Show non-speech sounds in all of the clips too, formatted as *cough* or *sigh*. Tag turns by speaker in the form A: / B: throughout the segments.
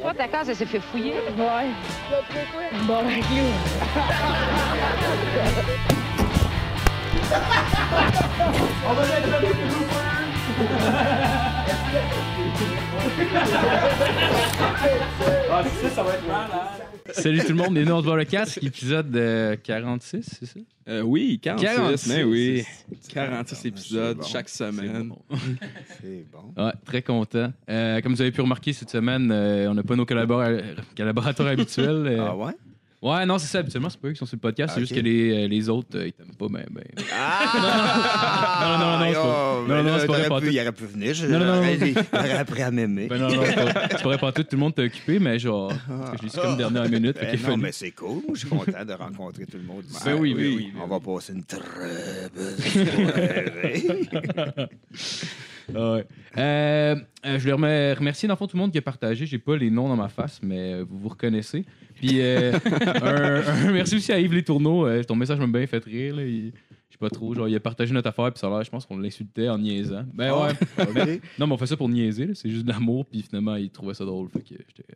A: pas, ta case, elle s'est fait fouiller.
B: Ouais. Bon, ben, clou.
C: Ah, tu sais, ça va être mal, hein?
D: Salut tout le monde, bienvenue on se voit le casque, épisode euh, 46, c'est ça?
E: Euh, oui, 46,
D: 46.
E: mais oui.
D: C'est-
E: 46 épisodes
C: Ah, bon.
E: chaque semaine.
C: C'est bon.
D: Ouais, très content. Euh, comme vous avez pu remarquer cette semaine, euh, on n'a pas nos collabora- euh, collaborateurs habituels. euh.
C: *laughs* Ah ouais?
D: Ouais, non, c'est ça, habituellement, c'est pas eux qui sont sur le podcast, c'est
C: Ah,
D: juste
C: ok.
D: que les, euh, les autres, euh, ils t'aiment pas, ben, ben.
C: *laughs* Ah!
D: Non, non, non, non, c'est pas-
C: Oh,
D: non,
C: mais
D: non,
C: là,
D: c'est pas
C: t'aurais
D: vrai, pas
C: pu-
D: tout.
C: Il aurait pu venir. je-
D: Non, non, non.
C: j'aurais- Il aurait appris à m'aimer.
D: Ben non, non, c'est pas- c'est pas vrai, pas tout, tout le monde t'a occupé, mais genre, parce que je l'ai su comme dernière minute, fait
C: Ah. Ben
D: qu'il
C: non,
D: fallait-
C: mais c'est cool. Moi, je suis content de rencontrer tout le monde.
D: Ben oui, ben oui, ben
C: On va passer une
D: *laughs*
C: très belle soirée.
D: Ah Ouais. Euh, euh, je voulais remer- remercier dans le fond tout le monde qui a partagé. J'ai pas les noms dans ma face, mais euh, vous vous reconnaissez. Puis euh, un, un merci aussi à Yves Les Tourneaux. Euh, ton message m'a bien fait rire. là. Il- Je sais pas trop. Genre, il a partagé notre affaire, puis ça a l'air, je pense qu'on l'insultait en niaisant.
C: Ah
D: Ben ouais.
C: OK.
D: Non, mais on fait ça pour niaiser, là. c'est juste de l'amour, puis finalement, il trouvait ça drôle. Fait que j'étais-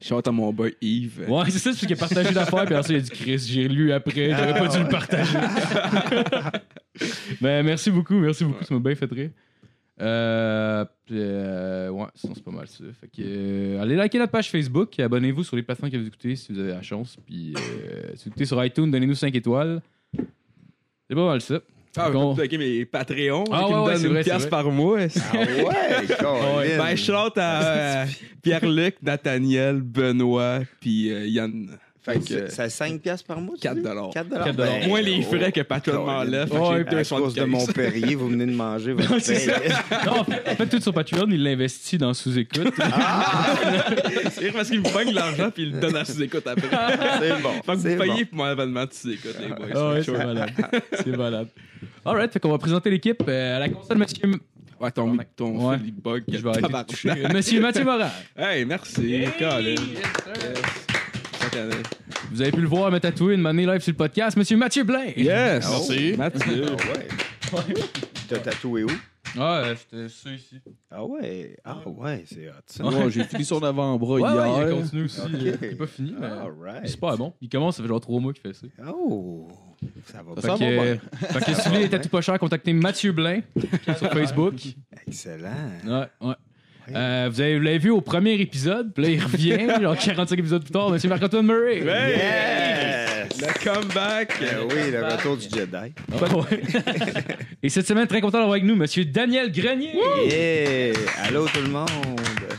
E: Chante à mon boy Yves.
D: ouais, c'est ça, c'est parce qu'il a partagé l'affaire, puis ensuite, il a dit Chris, j'ai lu après, j'aurais pas dû le *laughs* partager. ben, merci beaucoup, merci beaucoup, ça m'a bien fait rire. Euh, puis, euh, ouais, sinon c'est pas mal ça. Fait que, euh, allez liker notre page Facebook, et abonnez-vous sur les plateformes que vous écoutez si vous avez la chance. Puis euh, si vous écoutez sur iTunes, donnez-nous 5 étoiles. C'est pas mal ça.
E: Ah,
D: Qu'on-
E: ok, mais Patreon,
D: Ah,
E: qui
D: ouais, ouais,
E: me
D: c'est
E: donne une
D: vrai, c'est
E: pièce
D: vrai.
E: par mois. est-ce que-
C: Ah
D: *laughs*
C: ouais, Colin.
E: Ben, je
C: *laughs*
E: chante à euh, Pierre-Luc, Nathaniel, Benoît, puis euh, Yann.
C: Fait
E: que-
C: que c'est 5 piastres par mois? tu
E: 4
C: dis?
E: dollars.
C: 4 dollars.
D: Quatre dollars.
C: Ben,
E: Moins les
C: oh,
E: frais que Patreon
C: Colin.
E: m'enlève. fait que
D: Ouais,
E: j'ai
D: puis
E: payé
C: À cause de *laughs*
E: 75.
C: mon Perrier, vous venez de
D: *laughs*
C: manger votre
D: Non, c'est
C: pain.
D: *laughs* Non, en fait, en fait, tout sur Patreon, il l'investit dans sous-écoute.
E: C'est rire parce qu'il me pogne l'argent, puis il le donne à ses
D: *laughs*
E: écoutes après.
C: C'est bon.
E: Fait que
C: c'est
E: vous payez pour mon événement de ses écoutes, les boys.
D: Ah ouais, c'est malade. C'est malade. Alright, fait qu'on va présenter l'équipe euh, à la console, monsieur.
E: Ouais, ton, ton
D: Ouais.
E: fil, il bug.
D: Je vais arrêter de toucher. Monsieur Mathieu Morin.
E: Hey, merci, Colin. Yes. Chaque année.
D: Vous avez pu le voir me tatouer une manée live sur le podcast. Monsieur Mathieu Blain.
E: Yes!
C: Merci.
E: Mathieu.
C: Ah ouais. T'as tatoué où?
D: Ah, euh, c'était ça ici.
C: Ah ouais, ah ouais, c'est hot ça.
E: Moi, j'ai fini son avant-bras
D: Ouais, ouais,
E: hier.
D: il continue aussi.
C: Ok.
D: euh, Il est pas fini, mais.
C: Alright.
D: C'est pas bon. Il commence, ça fait genre trois mois qu'il fait ça.
C: Oh, ça va bien.
D: Fait que, euh, *laughs* fait que si vous voulez des tatous pas chers, contactez Mathieu Blain sur Facebook.
C: Excellent.
D: Ouais, ouais. Euh, vous avez- vous l'avez vu au premier épisode, puis là il revient, *laughs* genre 45 épisodes plus tard, Monsieur Marc-Antoine Murray.
E: Ouais.
C: Yes!
E: Le comeback!
C: Eh oui, le retour du Jedi.
D: Ah ouais. Et cette semaine, très content d'avoir avec nous Monsieur Daniel Grenier.
C: Yeah! Allô tout le monde!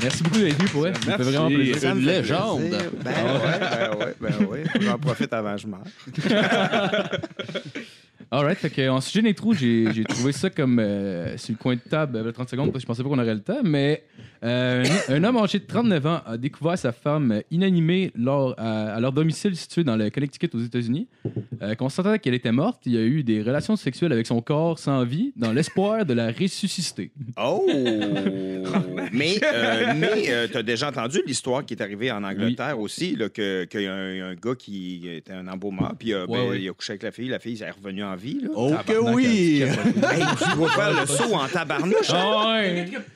D: Merci beaucoup d'être venu pour elle. Ça me fait
E: Merci.
D: vraiment plaisir.
C: Ça me
F: une
C: fait
F: légende.
C: plaisir. Ben ouais, ben ouais, ben ouais. J'en profite avant que je meure.
D: Alright, fait que, en sujet des trous, j'ai j'ai trouvé ça comme euh, sur le coin de table euh, 30 secondes parce que je pensais pas qu'on aurait le temps, mais euh, un, un homme âgé de 39 ans a découvert sa femme euh, inanimée lors, à, à leur domicile situé dans le Connecticut aux États-Unis. Euh, constatant qu'elle était morte, il a eu des relations sexuelles avec son corps sans vie dans l'espoir de la ressusciter.
C: *laughs* Oh! mais euh, mais euh, t'as déjà entendu l'histoire qui est arrivée en Angleterre aussi, là, que- qu'il y a un, un gars qui était un embaumeur, puis euh, ben,
D: Ouais, ouais.
C: il a couché avec la fille, la fille elle est revenue en vie. Là.
E: Oh que oui!
F: *laughs*
C: Hey, tu vas faire le saut en tabarnouche.
D: Ah,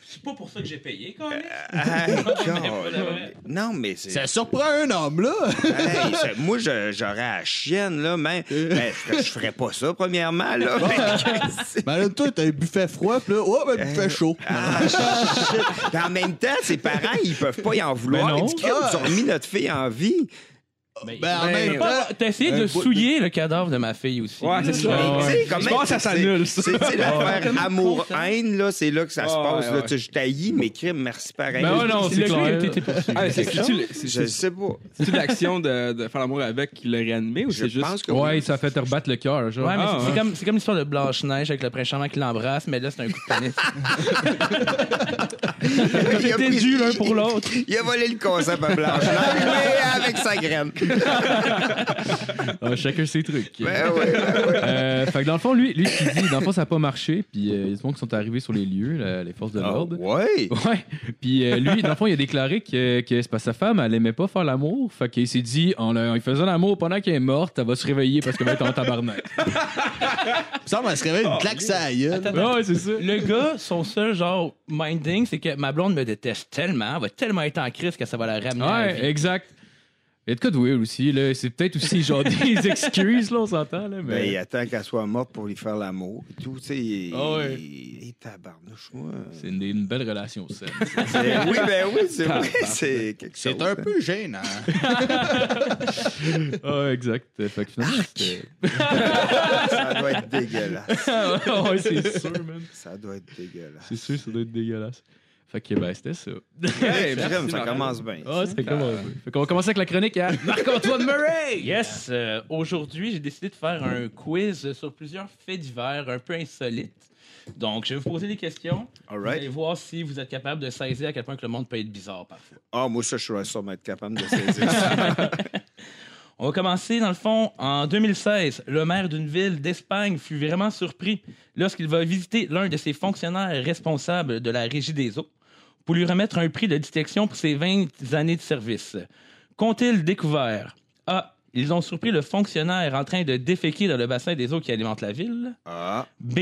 G: C'est pas pour ça que j'ai payé, quand même.
C: Hey,
G: pas la vraie.
C: God. non, mais c'est.
F: Ça surprend Ben, un
E: *laughs*
F: homme, là!
C: Hey, c'est- moi, je- j'aurais la chienne, là, mais mais je, je ferais pas ça, premièrement, là. Mais-
F: Mais Ben, là, toi, t'as un buffet froid, pis là, oh, ben, buffet chaud.
C: Ah, shit. Puis en même temps, ses parents, ils peuvent pas y en
D: Ben
C: vouloir.
D: non.
C: Ils disent qu'ils
F: Ah.
C: ont remis notre fille en vie.
F: Ben, en même temps,
G: T'as essayé de souiller le cadavre de ma fille aussi.
E: Ouais, c'est ça.
D: Ouais,
C: Mais tu sais, comment-
E: Je pense que ça s'annule, ça.
C: c'est- C'est tu sais, l'affaire amour-haine, là, c'est là que ça se
E: Ouais,
C: passe. là.
E: ouais.
C: Tu sais, Je taillis mes crimes, merci pareil.
D: Ben ouais, non, c'est
G: Le gars, il
D: clair.
G: a été poursuivi.
E: Ah, c'est- C'est-tu le- c'est-
C: Je sais pas.
E: c'est-tu l'action de, de faire l'amour avec qui l'a réanimé ou
C: Je
E: c'est juste.
C: pense que
D: Ouais, ça a fait te rebattre le cœur. genre.
G: Ouais, mais
E: Ah,
G: c'est-
E: ouais.
G: c'est comme, c'est comme l'histoire de Blanche-Neige avec le prince charmant qui l'embrasse, mais là, c'est un coup de *laughs* tennis.
C: Il a
G: C'était
C: pris-
G: dû l'un pour l'autre.
C: Il a volé le concept à Blanche mais avec sa graine.
D: Ah, chacun ses trucs.
C: Ben ouais, ben ouais.
D: Euh, fait que dans le fond, lui, lui qui dit, dans le fond, ça n'a pas marché. Puis euh, il y a des gens qui sont arrivés sur les lieux, la- les forces de
C: Ah,
D: l'ordre.
F: *laughs*
C: ouais.
D: Ouais. Puis euh, lui, dans le fond, il a déclaré que, que c'est parce que sa femme, elle aimait pas faire l'amour. Fait qu'il s'est dit, en, le- en lui faisant l'amour pendant qu'elle est morte, elle va se réveiller parce qu'elle va être en tabarnak.
F: Il me semble qu'elle se réveille une claque ça à gueule.
D: *laughs*
G: Attends,
D: ouais, c'est ça.
G: Le gars, son seul genre minding, c'est que ma blonde me déteste tellement, elle va tellement être en crise que ça va la ramener. à la vie.
D: Ouais, exact. Et de quoi de weird aussi, là. C'est peut-être aussi genre *laughs* des excuses, là, on s'entend, là.
C: Ben, il
D: Mais
C: attend qu'elle soit morte pour lui faire l'amour et tout, tu sais. il-
D: Ah ouais.
C: il- il tabarnouche,
F: *laughs*
C: moi.
D: c'est une, une belle relation, ça.
C: C'est- Oui, ben oui, c'est vrai, c'est quelque chose. hein.
F: C'est un peu gênant.
D: Ah, exact. Fait que *laughs* finalement, c'était.
C: Ça doit être dégueulasse.
D: Ah, ouais, c'est sûr, man.
C: Ça doit être dégueulasse.
D: C'est sûr, ça doit être dégueulasse. Fait que, ben, c'était ça.
C: Hey,
E: Merci,
C: crème, ça
E: Marc.
C: commence bien.
D: Ah, c'est commencé. Fait qu'on va commencer avec la chronique hein. à Marc-Antoine Murray!
G: *laughs* Yes, euh, aujourd'hui, j'ai décidé de faire un quiz sur plusieurs faits divers un peu insolites. Donc, je vais vous poser des questions.
C: All
G: Vous allez
C: right.
G: voir si vous êtes capable de saisir à quel point que le monde peut être bizarre parfois.
C: Ah, moi, ça, je serais sûrement être capable de saisir
F: *laughs*
C: ça.
G: On va commencer, dans le fond, en 2016. Le maire d'une ville d'Espagne fut vraiment surpris lorsqu'il va visiter l'un de ses fonctionnaires responsables de la Régie des eaux pour lui remettre un prix de détection pour ses 20 années de service. Qu'ont-ils découvert? A. Ils ont surpris le fonctionnaire en train de déféquer dans le bassin des eaux qui alimente la ville.
C: Ah,
G: B.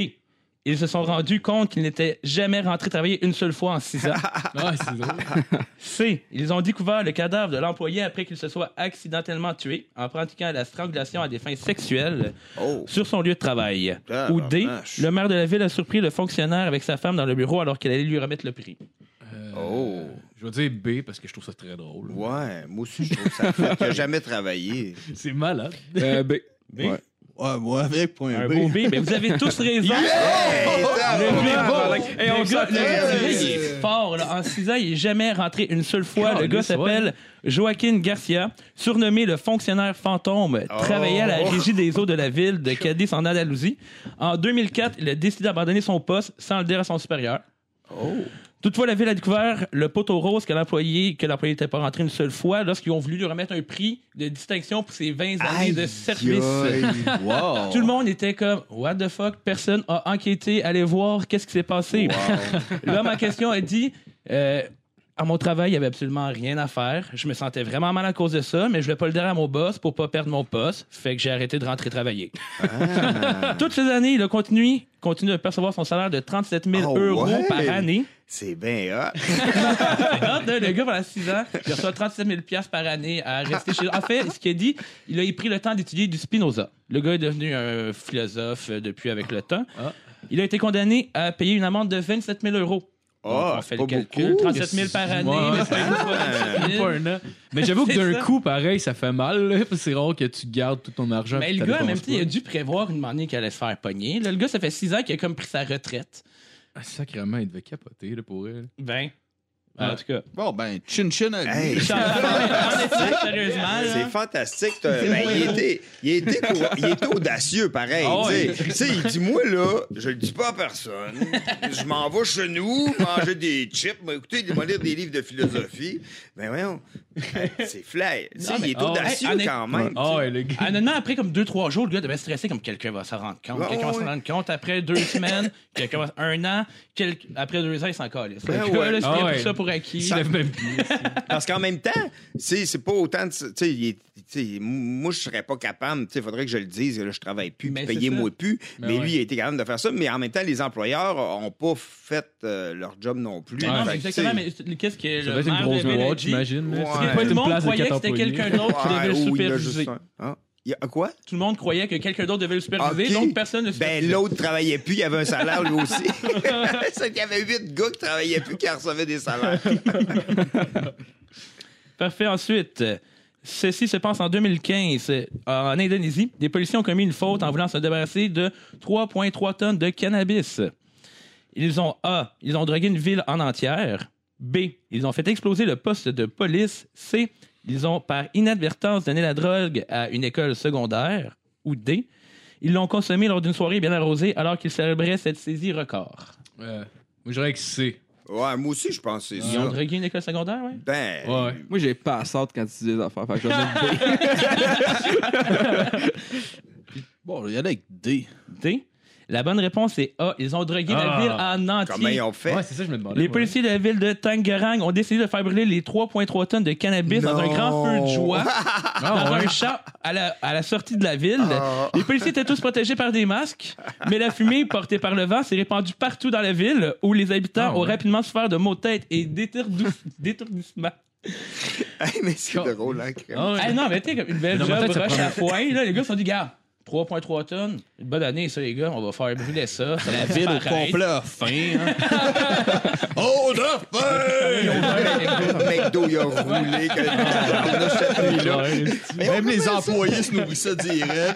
G: Ils se sont rendus compte qu'ils n'étaient jamais rentrés travailler une seule fois en six ans.
D: Ah, c'est drôle.
G: C. Ils ont découvert le cadavre de l'employé après qu'il se soit accidentellement tué en pratiquant la strangulation à des fins sexuelles
C: oh.
G: sur son lieu de travail.
C: Ah,
G: Ou
C: la
G: D.
C: vache.
G: Le maire de la ville a surpris le fonctionnaire avec sa femme dans le bureau alors qu'elle allait lui remettre le prix.
D: Euh,
C: Oh.
D: Je vais dire B parce que je trouve ça très drôle.
C: Ouais, moi aussi, je trouve ça fait. T'as jamais travaillé.
D: C'est malade.
E: Euh,
D: *laughs*
E: ben,
F: Ouais, moi avec point
G: Un
F: B.
G: beau B. Mais vous avez tous raison.
C: Hey,
G: *laughs* Le
C: tabarnak.
G: gars,
E: tabarnak. Hey, on
G: le
E: le
G: gars,
E: sentait.
G: le gars,
F: Euh,
G: il est fort. là. En 6 ans, il n'est jamais rentré une seule fois. le
D: Calisse,
G: gars s'appelle Joaquin Garcia, surnommé le fonctionnaire fantôme,
C: Oh.
G: travaillait à la régie des eaux de la ville de Cadiz en Andalousie. En 2004, il a décidé d'abandonner son poste sans le dire à son supérieur. Toutefois, la ville a découvert le poteau rose que l'employé que l'employé n'était pas rentré une seule fois lorsqu'ils ont voulu lui remettre un prix de distinction pour ses 20 années de service.
F: Wow.
G: Tout le monde était comme What the fuck? Personne a enquêté, allez voir qu'est-ce qui s'est passé. *laughs* L'homme en question a dit euh, À mon travail, il n'y avait absolument rien à faire. Je me sentais vraiment mal à cause de ça, mais je voulais pas le dire à mon boss pour pas perdre mon poste. Fait que j'ai arrêté de rentrer travailler.
C: Ah.
G: *laughs* Toutes ces années, il a continué, continué de percevoir son salaire de 37 000
C: Ah
G: euros
C: ouais?
G: par année.
C: C'est bien
G: *laughs*
C: hot.
G: Hop, là, le gars, pendant 6 ans, il reçoit 37 000 par année à rester chez lui. En fait, ce qu'il a dit, il a pris le temps d'étudier du Spinoza. Le gars est devenu un philosophe euh, depuis avec le temps.
D: Ah.
G: Il a été condamné à payer une amende de 27 000 euros. Donc,
C: Ah,
G: on fait
C: c'est pas
G: le calcul,
C: beaucoup.
G: 37 000 par année,
D: Ouais.
G: mais c'est pas 37 000.
D: Pas un an. Mais j'avoue que
G: C'est
D: d'un
G: ça.
D: coup, pareil, ça fait mal. là, parce que C'est rare que tu gardes tout ton argent.
G: Mais
D: puis
G: le
D: t'as
G: gars, en même
D: dépenses
G: temps, il a dû prévoir une année qu'il allait se faire pogner. Là, le gars, ça fait 6 ans qu'il a comme pris sa retraite.
D: pas. Ah, sacrément, il devait capoter là, pour elle.
G: Ben.
D: Ah.
G: En tout cas.
F: Bon, ben, chin chin à lui.
C: Hey,
G: Je suis en train de- sérieusement, là.
C: C'est fantastique.
G: *laughs*
C: t'as- ben, il, était, il, était cour- il était audacieux, pareil.
G: Ah ouais.
C: tu sais. Tu sais, il dit Moi, là, je le dis pas à personne. Je m'en vais chez nous, manger des chips, m'écouter, de- lire des livres de philosophie. Ben, voyons, Ben, c'est flair. Tu sais,
G: Non, mais-
C: il est
G: oh,
C: audacieux
G: hey, honnête-
C: quand même.
D: Ah, ouais, le gars.
G: Ah, non, non, après comme 2-3 jours, le gars devait se stresser comme quelqu'un va s'en rendre compte.
C: Ouais,
G: quelqu'un va
C: ouais.
G: s'en rendre compte
C: *laughs*
G: après 2 semaines, quelqu'un va... un an, quel- après 2 ans, il s'en calisse. Le
C: Ouais,
G: gars,
C: Ben ouais.
G: là, s'il a
D: Ah,
G: pris
D: ouais.
G: ça pour acquis.
D: Il se lève même plus.
C: Parce qu'en même temps, c'est c'est pas autant de. Tu sais, il est- tu sais, m- moi, je serais pas capable. Tu sais, faudrait que je le dise. Là, je travaille plus,
G: Mais
C: puis
G: c'est
C: payez-moi
G: ça. Ben
C: plus.
D: Mais
C: Mais,
D: ouais.
C: lui, il a été capable de faire ça. Mais en même temps, les employeurs ont pas fait euh, leur job non plus.
G: Mais Ben non, mais
C: Fait que,
G: exactement,
C: tu sais,
G: mais qu'est-ce que
D: Ça
G: le
D: doit être une
G: maire
D: grosse
G: de Ville a
D: boîte,
G: dit?
D: j'imagine. là.
C: Ouais.
D: Ça doit pas
G: Tout
D: être
G: le
D: une
G: monde
D: place de
G: croyait que
D: 4
G: c'était
D: employés.
G: quelqu'un d'autre qui
C: ouais,
G: devait le
C: ou il a juste
G: superviser.
C: un- hein? Il y a- Quoi?
G: Tout le monde croyait que quelqu'un d'autre devait le superviser,
C: Ok.
G: donc personne ne
C: Ben,
G: supervisait.
C: l'autre travaillait plus, il avait un salaire lui
G: *laughs*
C: aussi. *laughs* C'est qu'il y avait huit gars qui travaillaient plus, qui recevaient des salaires.
G: Parfait. Ensuite, euh, ceci se passe en 2015. Euh, En Indonésie, des policiers ont commis une faute en voulant se débarrasser de 3,3 tonnes de cannabis. Ils ont A. Ils ont drogué une ville en entière. B. Ils ont fait exploser le poste de police. C. Ils ont par inadvertance donné la drogue à une école secondaire. Ou D. Ils l'ont consommé lors d'une soirée bien arrosée alors qu'ils célébraient cette saisie record.
D: Euh, Moi, je dirais que c'est.
C: Ouais, moi aussi, je pense que c'est
G: Ils ont
C: ça.
G: drogué une école secondaire, ouais?
C: Ben,
D: Ouais.
E: Moi, j'ai pas sorte quand tu dis des affaires. Fait que
F: *laughs*
E: je vais mettre B.
F: Bon, il y en a avec D.
G: D. La bonne réponse est A. Ils ont drogué la
D: Ah.
G: ville en entier.
C: comment ils ont fait?
D: Ouais, c'est ça, que je me demandais.
G: Les
D: moi.
G: policiers de la ville de Tangerang ont décidé de faire brûler les 3,3 tonnes de cannabis dans un
C: Non.
G: grand feu de joie
D: Ah,
G: dans
D: ouais.
G: un champ à la, à la sortie de la ville.
C: Ah.
G: Les policiers étaient tous protégés par des masques, mais la fumée portée par le vent s'est répandue partout dans la ville où les habitants
D: Ah,
G: ont
D: ouais.
G: rapidement souffert de maux de tête et *laughs* d'étourdou- d'étourdissements.
C: *laughs* Hey, mais c'est
D: Quand-
C: drôle, hein, crème.
D: Ah, ouais.
G: Ah non, mais tu sais, comme une belle
D: Dans
G: job,
D: ma tête, ça
G: rush
D: prend-
G: à foin. Là, les gars se sont dit, gars, 3,3 tonnes, une bonne année, ça, les gars, on va faire brûler ça. ça
F: La
G: va
F: ville au
G: disparaître.
F: complet a faim. Hein? oh, de faim!
C: Le McDo, il a roulé. que- On a cette nuit-là. Mais on
F: Même les
C: fait ça.
F: employés se nourrissaient direct.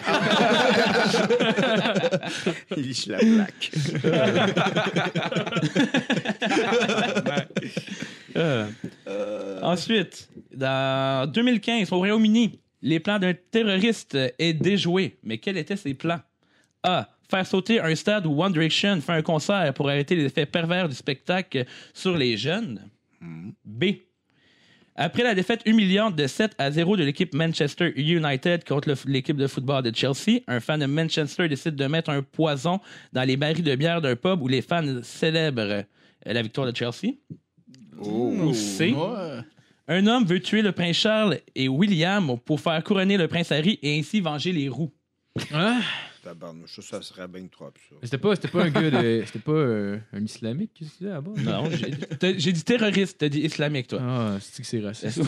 C: *laughs* Il liche la plaque.
G: Euh, Ensuite, dans 2015, au Royaume-Uni, les plans d'un terroriste euh, est déjoué. Mais quels étaient ses plans? A. Faire sauter un stade où One Direction fait un concert pour arrêter les effets pervers du spectacle sur les jeunes. B. Après la défaite humiliante de 7 à 0 de l'équipe Manchester United contre le- l'équipe de football de Chelsea, un fan de Manchester décide de mettre un poison dans les barils de bière d'un pub où les fans célèbrent euh, la victoire de Chelsea.
C: Oh.
G: Ou C. Un homme veut tuer le prince Charles et William pour faire couronner le prince Harry et ainsi venger les roux.
D: Hein?
C: Tabarnouche, ça, ça serait bien trop absurde.
D: *laughs* C'était pas, c'était pas un gars de. C'était pas euh, un islamique qui se disait là-bas?
G: Non, j'ai- t'as- j'ai dit terroriste, t'as dit islamique, toi.
D: Ah, c'est que c'est raciste.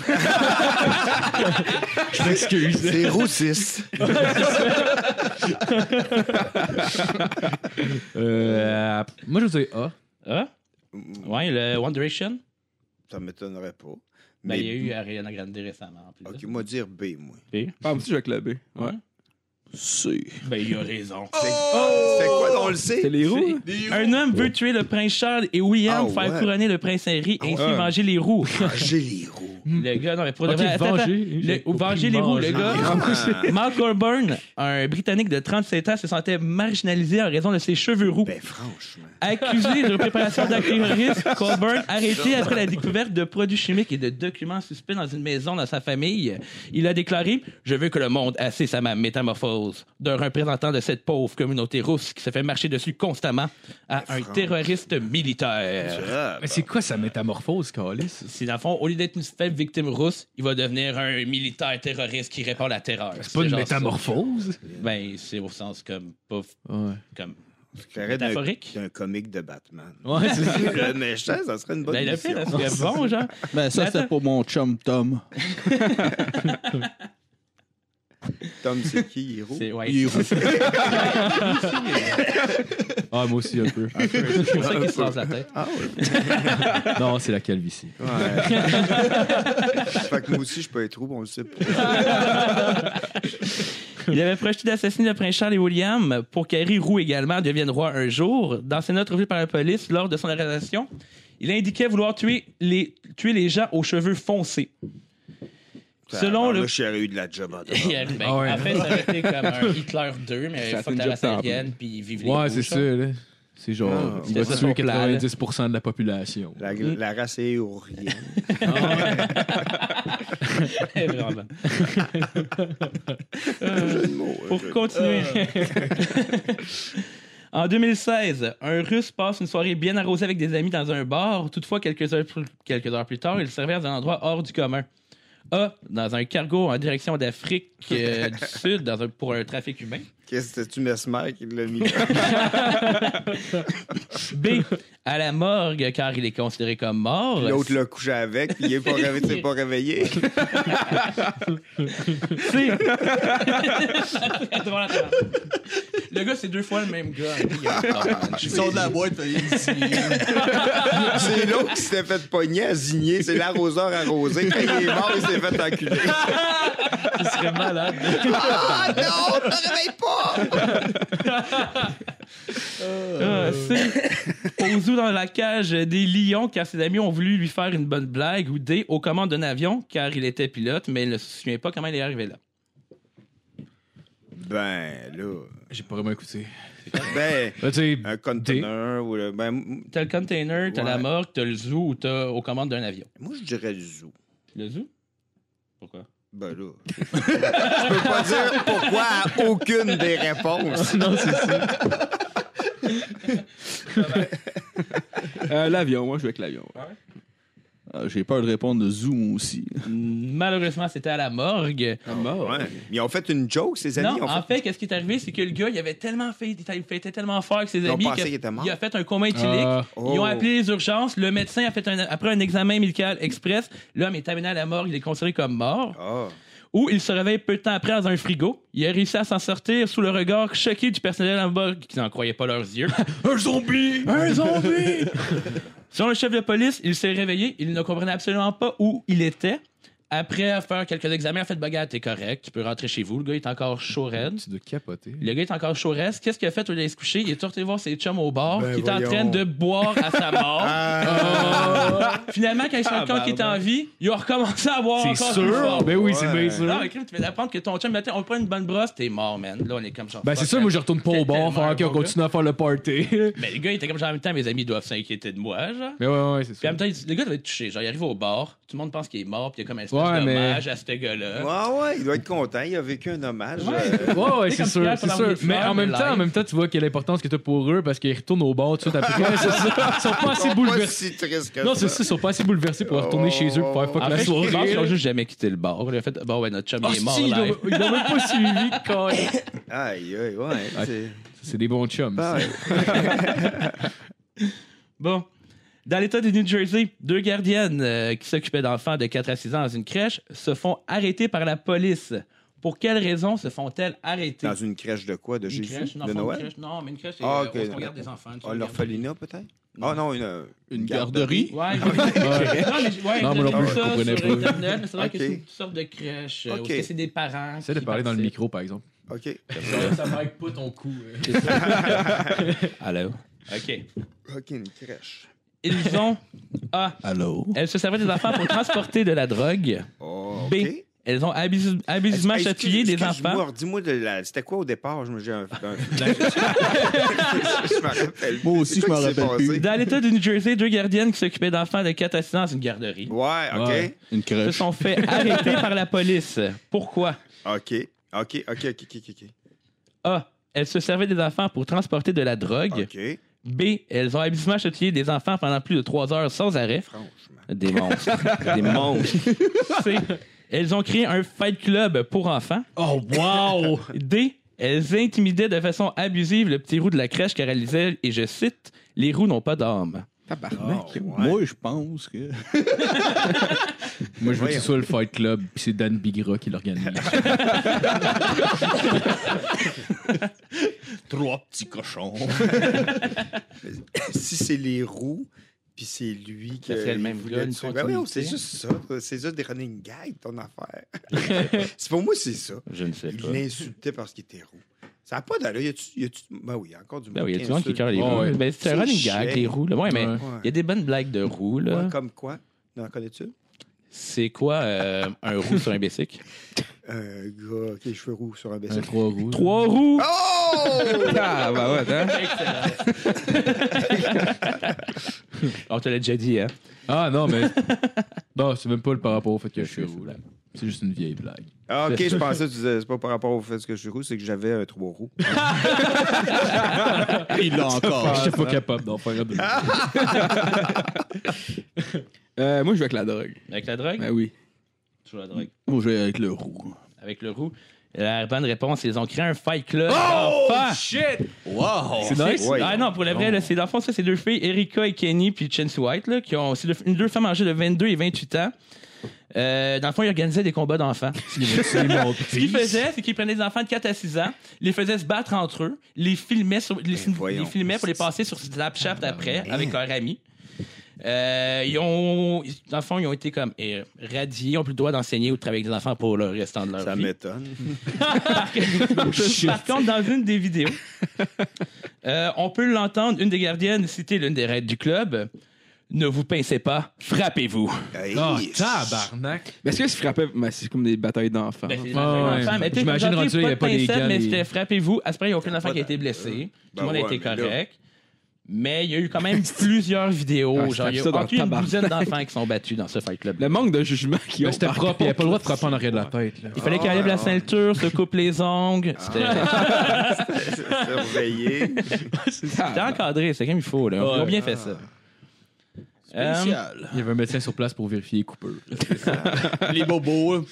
F: Je m'excuse.
C: C'est roussiste.
D: Euh, moi, je vous dis A.
G: Ah? Ouais, le One Direction.
C: Ça m'étonnerait pas.
G: Ben,
C: Mais
G: il y a eu Ariana Grande récemment. En plus.
C: Ok, moi dire B, moi.
E: Ah, mais tu joues avec le B. Ouais.
F: C'est.
G: Ben, il a raison.
C: C'est
F: Oh!
C: c'est quoi, on le sait?
E: C'est les
G: C'est-
E: roues.
G: Un homme veut tuer le prince Charles et William
C: Ah,
G: pour faire
C: ouais.
G: couronner le prince Harry et ainsi
E: Ah.
G: venger les roux.
C: J'ai les roues.
G: le gars, non, mais pour de
D: Ok,
G: vrai, attends,
D: venger,
G: attends.
D: j'ai
G: Le- ou
D: compris,
G: venger les roux,
D: manger.
G: le gars.
C: Ah.
G: *laughs* Mark Corburn, un Britannique de 37 ans, se sentait marginalisé en raison de ses cheveux roux.
C: Ben, franchement.
G: Accusé de préparation d'actes terroristes, Colburn, arrêté après la découverte de produits chimiques et de documents suspects dans une maison dans sa famille, il a déclaré Je veux que le monde assiste à ma métamorphose d'un représentant de cette pauvre communauté rousse qui se fait marcher dessus constamment à un terroriste militaire.
C: Ah,
D: Mais c'est quoi sa métamorphose, Calis?
G: Si, dans le fond, au lieu d'être une faible victime rousse, il va devenir un militaire terroriste qui répand la terreur.
D: C'est pas une
G: genre ça.
D: métamorphose?
G: Ben, c'est au sens comme, pas f-
D: Ouais.
G: comme
C: c'est
G: métaphorique.
C: d'un comique de Batman. *laughs*
D: Ouais, c'est ça.
C: Le méchant, ça serait une bonne
G: Ben, le fait,
C: mission.
G: là, serait bon, genre.
F: Ben, ça, c'était pour mon chum Tom.
C: Tom, c'est qui, les roues?
G: C'est- ouais,
F: Il
G: *laughs*
F: est roux.
D: Ah, moi aussi, un peu.
G: *laughs* c'est pour ça qu'il se lance la tête.
D: non, c'est la calvitie.
C: Ouais. fait que moi aussi, je peux être roux, on le sait pas.
G: Il avait projeté d'assassiner le prince Charles et William pour qu'Harry Roux également devienne roi un jour. Dans ses notes revues par la police lors de son arrestation, il indiquait vouloir tuer les, tuer les gens aux cheveux foncés. Selon
C: le.
G: *laughs* le.
C: Là, j'aurais eu de la job en dehors.
G: Il arrive-
D: Ah ouais.
G: En fait, ça aurait été comme un Hitler 2, mais
E: Ça a
G: fuck
E: été
G: la
E: une
G: race
E: job
G: aryenne, puis vive les
D: Ouais,
G: rouges,
D: c'est
G: *laughs*
D: ça, là. C'est genre,
C: Ah,
D: il va
G: c'était
D: tuer
G: son plan, là.
D: 90% de la population.
C: La, la race est au rien.
G: Vraiment. Euh, pour continuer. *laughs* En 2016, un Russe passe une soirée bien arrosée avec des amis dans un bar. Toutefois, quelques heures plus, quelques heures plus tard, il servait dans un endroit hors du commun. A. Dans un cargo en direction d'Afrique euh, du Sud dans un- pour un trafic humain.
C: Qu'est-ce que tu Mesmer qui l'a mis?
G: *laughs* B. À la morgue car il est considéré comme mort.
C: L'autre l'a couché avec, puis il est pas réveillé. s'est pas réveillé.
G: C. *laughs* Devant la table. le gars, c'est deux fois le même gars. Il a-
F: Ils sont de la boîte, fallait le signer.
C: C'est l'autre qui s'était fait pogner à zigner. C'est l'arroseur arrosé. Quand il est mort, il s'est fait enculer.
D: Il serait malade.
G: *laughs*
C: Ah non, ne réveille pas!
G: Euh, c'est au zoo dans la cage euh, des lions car ses amis ont voulu lui faire une bonne blague ou D aux commandes d'un avion car il était pilote mais il ne se souvient pas comment il est arrivé là.
C: Ben, là.
D: J'ai pas vraiment écouté.
C: Ben,
D: Ben, tu sais,
C: un container ou le. Ben, m-
G: T'as le container, t'as
C: Ouais.
G: la morgue, t'as le zoo ou t'as aux commandes d'un avion.
C: moi, je dirais le zoo.
G: Le zoo? *laughs* Pourquoi?
C: Ben là. *laughs* je peux pas dire pourquoi à aucune des
G: *laughs*
C: réponses.
E: Euh, l'avion, moi, je vais avec l'avion. ouais.
F: Ah, J'ai peur de répondre de Zoom aussi.
G: Malheureusement, c'était à la morgue.
C: Ouais. Ils ont fait une joke, ces amis.
G: non,
C: ont
G: en fait, qu'est-ce qui est arrivé, c'est que le gars, il avait tellement fait, il fêtait tellement fort avec ses
C: Ils ont
G: amis
C: pensé
G: que-
C: qu'il était mort.
G: il a fait un coma éthylique.
D: Ah.
G: Ils ont
C: Oh.
G: appelé les urgences. Le médecin a fait un, après un examen médical express. L'homme est amené à la mort. Il est considéré comme mort.
C: Ah.
G: Ou il se réveille peu de temps après dans un frigo. Il a réussi à s'en sortir sous le regard choqué du personnel en bas qui n'en croyait pas leurs yeux.
F: Un zombie!
G: un zombie! Selon le chef de police, il s'est réveillé. Il ne comprenait absolument pas où il était. Après faire quelques examens, il a fait bagarre, t'es correct, tu peux rentrer chez vous. Le gars est encore chaud raide.
D: Tu dois capoter.
G: Le gars est encore chaud reste. Qu'est-ce qu'il a fait au lieu d'aller se coucher? Il est sorti voir ses chums au bar
C: Ben
G: qui est en
C: voyons.
G: train de boire à sa mort. Oh. Finalement, quand il se rend compte qu'il était en vie, il a recommencé à boire encore
D: C'est
G: plus
D: sûr?
G: Ah, fort.
D: Ben oui, c'est bien
C: Ouais.
G: Non,
D: sûr.
G: mais Chris, tu viens d'apprendre que ton chum, matin, on prend une bonne brosse, t'es mort, man. Là, on est comme genre.
D: Ben, c'est
G: fuck,
D: sûr,
G: man.
D: moi, je retourne pas au bar.
G: tellement
D: Faire OK,
G: un
D: on
G: bon
D: continue à faire le party.
G: Mais le gars, il était comme genre, en même temps, mes amis doivent s'inquiéter de moi, genre.
D: *laughs* Mais ouais, ouais, c'est
G: Puis en
D: sûr.
G: même temps, il- le gars devait être touché. Genre, il arrive au bar, tout le monde pense qu'il est mort, puis il y a comme un espèce
D: Ouais,
G: d'hommage à ce gars-là.
C: Ah ouais, il doit être content. Il a vécu un hommage. euh,
D: Ouais, ouais,
G: Tu
D: c'est
G: sais, comme
D: sûr,
G: Pierre
D: c'est
G: pendant
D: sûr.
G: les
D: Mais en
G: fleurs,
D: même
G: le
D: temps, en
G: live.
D: même temps, tu vois quelle importance que t'as pour eux parce qu'ils retournent au bar tout de suite après. Ouais, c'est ça. Ils sont pas assez
C: pas
D: bouleversés.
C: si triste que
D: Non,
C: ça.
D: c'est ça, ils sont pas assez bouleversés pour retourner chez eux pour faire fuck
G: En
D: la
G: fait, je pense qu'ils ont
D: soirée.
G: juste jamais quitté le bar. Il a fait, bon, ouais, notre chum,
D: Ah,
G: il est mort.
D: si, ils
G: live.
D: l'ont- ils l'ont même pas suivi, *laughs* Colin. Ça,
C: Aïe, aïe, ouais. c'est-
D: C'est des bons chums. ça.
C: Ah,
G: Bon. Dans l'État du New Jersey, deux gardiennes euh, qui s'occupaient d'enfants de 4 à 6 ans dans une crèche se font arrêter par la police. Pour quelles raisons se font-elles arrêter?
C: Dans une crèche de quoi De
G: une
C: Jésus
G: crèche, non,
C: De
G: pas une
C: Noël
G: crèche, non, mais une crèche, c'est
C: Ah,
G: euh,
C: ok.
G: où est-ce qu'on garde des enfants. tu
C: Ah,
G: vois,
C: l'orphalinat, peut-être Ah non, une, euh,
F: Une
D: *laughs*
G: *laughs*
F: garderie?
G: Ouais, non, mais, j'ai- ouais,
D: Non,
G: j'ai
D: moi non
G: vu
D: plus, je
G: ça
D: comprenais
G: sur
D: pas.
G: Internet, mais c'est vrai
C: Ok.
G: que c'est une sorte de crèche. euh,
C: Ok.
G: où est-ce que c'est des parents.
D: Essaie de
G: qui
D: parler dans le
G: participent.
D: micro, par exemple.
C: OK.
D: Ça marque pas ton coup. hein.
C: *laughs*
G: Allô? OK.
C: OK, une crèche.
G: Ils ont A.
F: Allô?
G: Elles se servaient des enfants pour transporter de la drogue.
C: Oh, OK.
G: B. Elles ont abus- abusivement
C: Excuse-
G: chatouillé des
C: excuse-moi,
G: enfants.
C: Dis-moi, de la- c'était quoi au départ? Je me
G: *laughs*
C: j'ai un. un- je me rappelle.
F: Moi aussi,
C: C'est
F: je
C: quoi
F: me
C: qui s'est
F: rappelle plus.
G: Dans l'État du New Jersey, deux gardiennes qui s'occupaient d'enfants de 4 à 6 ans dans une garderie
C: Ouais,
D: Ouais.
F: Une
G: se
F: crèche.
G: sont fait
C: *laughs*
G: arrêter par la police. Pourquoi?
C: OK. OK, OK, OK, OK, OK. OK.
G: A. Elles se servaient des enfants pour transporter de la drogue.
C: OK,
G: B. Elles ont abusivement chatouillé des enfants pendant plus de 3 heures sans arrêt.
C: franchement.
G: Des monstres. des monstres. C. Elles ont créé un fight club pour enfants.
D: Oh, wow!
G: *laughs* D. Elles intimidaient de façon abusive le petit roux de la crèche car elle disait, et je cite, Les roues n'ont pas d'âme.
F: Tabarnak.
C: Oh, ouais.
F: Moi, je pense que.
D: Moi, je veux que ce soit le Fight Club, puis c'est Dan Bigra qui l'organise.
F: Trois petits cochons. *laughs*
C: si c'est les roues, puis c'est lui qui
G: Ça serait le même gars,
C: Ben
G: une
C: oui,
G: continuité.
C: c'est juste ça. C'est juste des running gags, ton affaire.
G: *laughs*
C: c'est pour moi, c'est ça.
G: Je ne sais
C: Il l'insultait parce qu'il était roux. Ça n'a pas d'allure. Y a-tu- y a-tu- Ben oui, encore du
G: Ben oui, il y a du
C: qui
G: monde qui
C: insulte.
G: cœur les
D: Ouais,
G: roues.
D: ouais.
G: Ben, c'est
C: C'est
G: un running
C: chiant.
G: gag, les roues. là. Ouais, mais
D: Ouais.
G: il y a des bonnes blagues de roues. Là.
C: Ouais, comme quoi? N'en connais-tu?
G: C'est quoi euh, un roux sur
D: *laughs*
G: un basic?
C: Un Euh, gars qui a les cheveux roux sur un
D: Un
G: *laughs*
C: baiser.
D: trois roues.
G: Trois roues!
C: Oh!
E: *laughs* Ah, bah ouais, hein?
G: On te l'a déjà dit, hein?
D: Ah, non, mais. Non, c'est même pas le par rapport au fait que je suis roux, là. C'est juste une vieille blague.
C: Ah, ok, je pensais que tu disais, c'est pas par rapport au fait que je suis roux, c'est que j'avais un trou roux.
F: Il l'a encore.
D: *laughs* J'étais pas capable d'en faire un de
E: Euh, moi, je vais avec la drogue.
G: Avec la drogue?
E: Ben oui.
G: Toujours la drogue.
F: Moi, je vais avec le roux.
G: Avec le roux. La bonne réponse, ils ont créé un fight club.
F: Oh!
G: d'enfants.
D: shit!
F: Wow!
D: C'est nice.
G: C'est-
C: Ouais.
G: Ah non, pour le vrai, là, c'est dans le fond, ça, c'est deux filles, Erika et Kenny, puis Chance White, là, qui ont. C'est deux, deux femmes âgées de 22 et 28 ans. Euh, dans le fond, ils organisaient des combats d'enfants.
D: *laughs* C'est mon
G: Ce qu'ils faisaient, c'est qu'ils prenaient des enfants de 4 à 6 ans, les faisaient se battre entre eux, les filmaient, sur, les,
D: Ben,
C: voyons.
G: les filmaient pour les passer sur Snapchat
D: Ah,
G: après avec leurs amis. Euh, ils ont, dans le fond, ils ont été comme euh, radiés, ils ont plus le droit d'enseigner ou de travailler avec des enfants pour le restant de leur
C: Ça
G: vie.
C: m'étonne.
G: Par contre, dans une des vidéos, euh, on peut l'entendre, une des gardiennes citer l'une des raids du club. Ne vous pincez pas, frappez-vous.
C: Hey,
D: Oh,
C: yes.
D: tabarnak!
E: Mais est-ce que se frappait. Mais c'est comme des batailles d'enfants.
G: Ben, c'est des
D: Ouais,
G: affaires
D: ouais.
G: d'enfants, mais tu sais,
D: J'imagine
G: aujourd'hui,
D: rendu là, il y a pas
G: de
D: des
G: pincettes,
D: gants,
G: Mais
D: les-
G: c'était frappez-vous. Après, il n'y a aucun enfant qui a été blessé. Tout
C: Ben
G: le monde a
C: ouais,
G: été
C: mais là-
G: correct. Mais il y a eu
E: *laughs*
G: quand même plusieurs vidéos.
E: Ah, je
G: genre, il y a
E: tape ça dans
G: entre une
E: le tabac.
G: douzaine d'enfants qui sont battus dans ce fight club.
E: Le manque de jugement qu'ils
D: Ben,
E: ont.
D: C'était
E: par
D: propre, il n'y avait pas le droit de frapper en arrière de la
E: Ouais.
D: tête. là.
G: Il fallait
C: Ah,
G: qu'il enlève
C: ouais,
G: la
C: ouais.
G: ceinture, se coupe
E: *laughs*
G: les ongles. C'était
C: Surveillé.
G: c'était
E: Ah,
G: encadré, c'est comme il faut. Là. Ils ont bien fait ça. Euh,
D: Il y avait un médecin sur place pour vérifier Cooper.
F: Les bobos. là.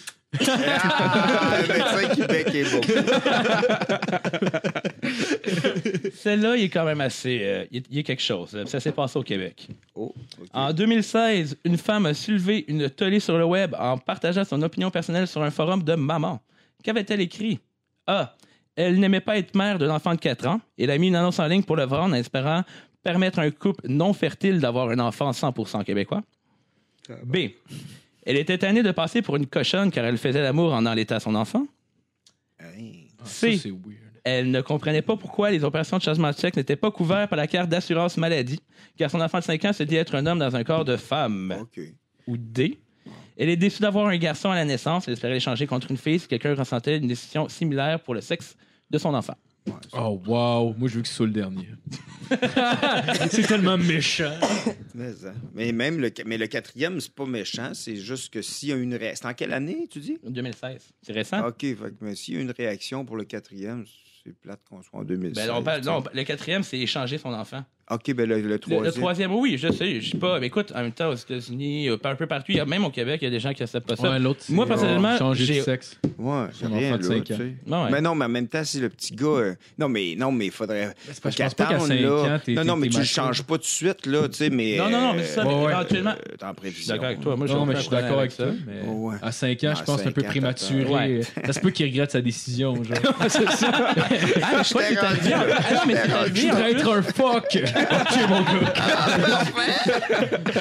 C: Ah, le médecin qui bec est beau.
G: Euh, Celle-là, il est quand même assez. euh, il, est- il est quelque chose. là. Ça s'est passé au Québec.
C: *laughs* Oh, ok.
G: En 2016, une femme a soulevé une tollée sur le web en partageant son opinion personnelle sur un forum de maman. Qu'avait-elle écrit A. Elle n'aimait pas être mère d'un enfant de 4 ans. Elle a mis une annonce en ligne pour le vendre en espérant permettre à un couple non fertile d'avoir un enfant 100% québécois. B. Elle était tannée de passer pour une cochonne car elle faisait l'amour en enlaitant son enfant.
C: Hey.
D: Ça,
G: C.
D: c'est weird.
G: Elle ne comprenait pas pourquoi les opérations de changement de sexe n'étaient pas couvertes par la carte d'assurance maladie, car son enfant de 5 ans se dit être un homme dans un corps de femme.
C: OK.
G: Ou D. Elle est déçue d'avoir un garçon à la naissance et espérait l'échanger contre une fille si quelqu'un ressentait une décision similaire pour le sexe de son enfant.
D: Oh, wow! Moi, je veux que ce soit le dernier. *laughs* c'est tellement méchant.
C: Mais, hein. mais même le, mais le quatrième, c'est pas méchant, c'est juste que s'il y a une réaction. C'est en quelle année, tu dis?
G: 2016. C'est récent?
C: OK, fait que, mais s'il y a une réaction pour le quatrième, c'est plate qu'on soit en 2016.
G: Ben, on parle-
C: tu sais.
G: non, le quatrième, c'est échanger son enfant.
C: OK, ben le, le
G: Le,
C: troisième.
G: le troisième, oui, je sais, je sais pas. Mais écoute, en même temps, aux États-Unis, euh, un peu partout, il y a- même au Québec, il y a des gens qui acceptent pas ça.
D: Ouais, l'autre, c'est,
G: Moi,
D: euh,
G: personnellement,
D: changer
G: j'ai-
D: de sexe.
C: Ouais, c'est
D: Son
C: rien,
D: enfant de
C: là,
D: cinq
C: tu
D: ans.
C: sais.
G: Non, ouais.
C: Mais non, mais en même temps, si le petit gars. euh, Non, mais non, mais il faudrait.
D: Ben, c'est parce que je pense pas qu'à
C: attende,
D: cinq
C: là.
D: ans, t'es-
C: Non, non,
D: t'es-
C: mais
D: t'es
C: tu le
D: mature.
C: changes pas tout de suite, là, tu sais, mais.
G: Non, non, non, mais c'est ça,
D: Ouais,
G: mais
D: ouais.
G: éventuellement.
C: euh, T'es en
G: Je
C: prévision.
G: suis d'accord avec toi. Moi,
D: Non, mais je suis d'accord avec
G: ça.
D: ça. mais
C: Oh, ouais.
D: À 5 ans,
C: Ouais,
D: je pense
C: cinq
D: un peu
C: ans,
D: prématuré.
G: t'attends. Ouais.
D: Ça se peut qu'il regrette sa décision. *laughs* Genre.
G: Ah, mais je crois que
C: J'étais
G: t'es
C: rendu
G: arrivé.
C: là.
G: Ah non, mais
C: J'étais
G: t'es
C: rendu
G: arrivé.
D: Je
G: en
D: voudrais être un fuck! *laughs* ok, mon gars.
G: plus.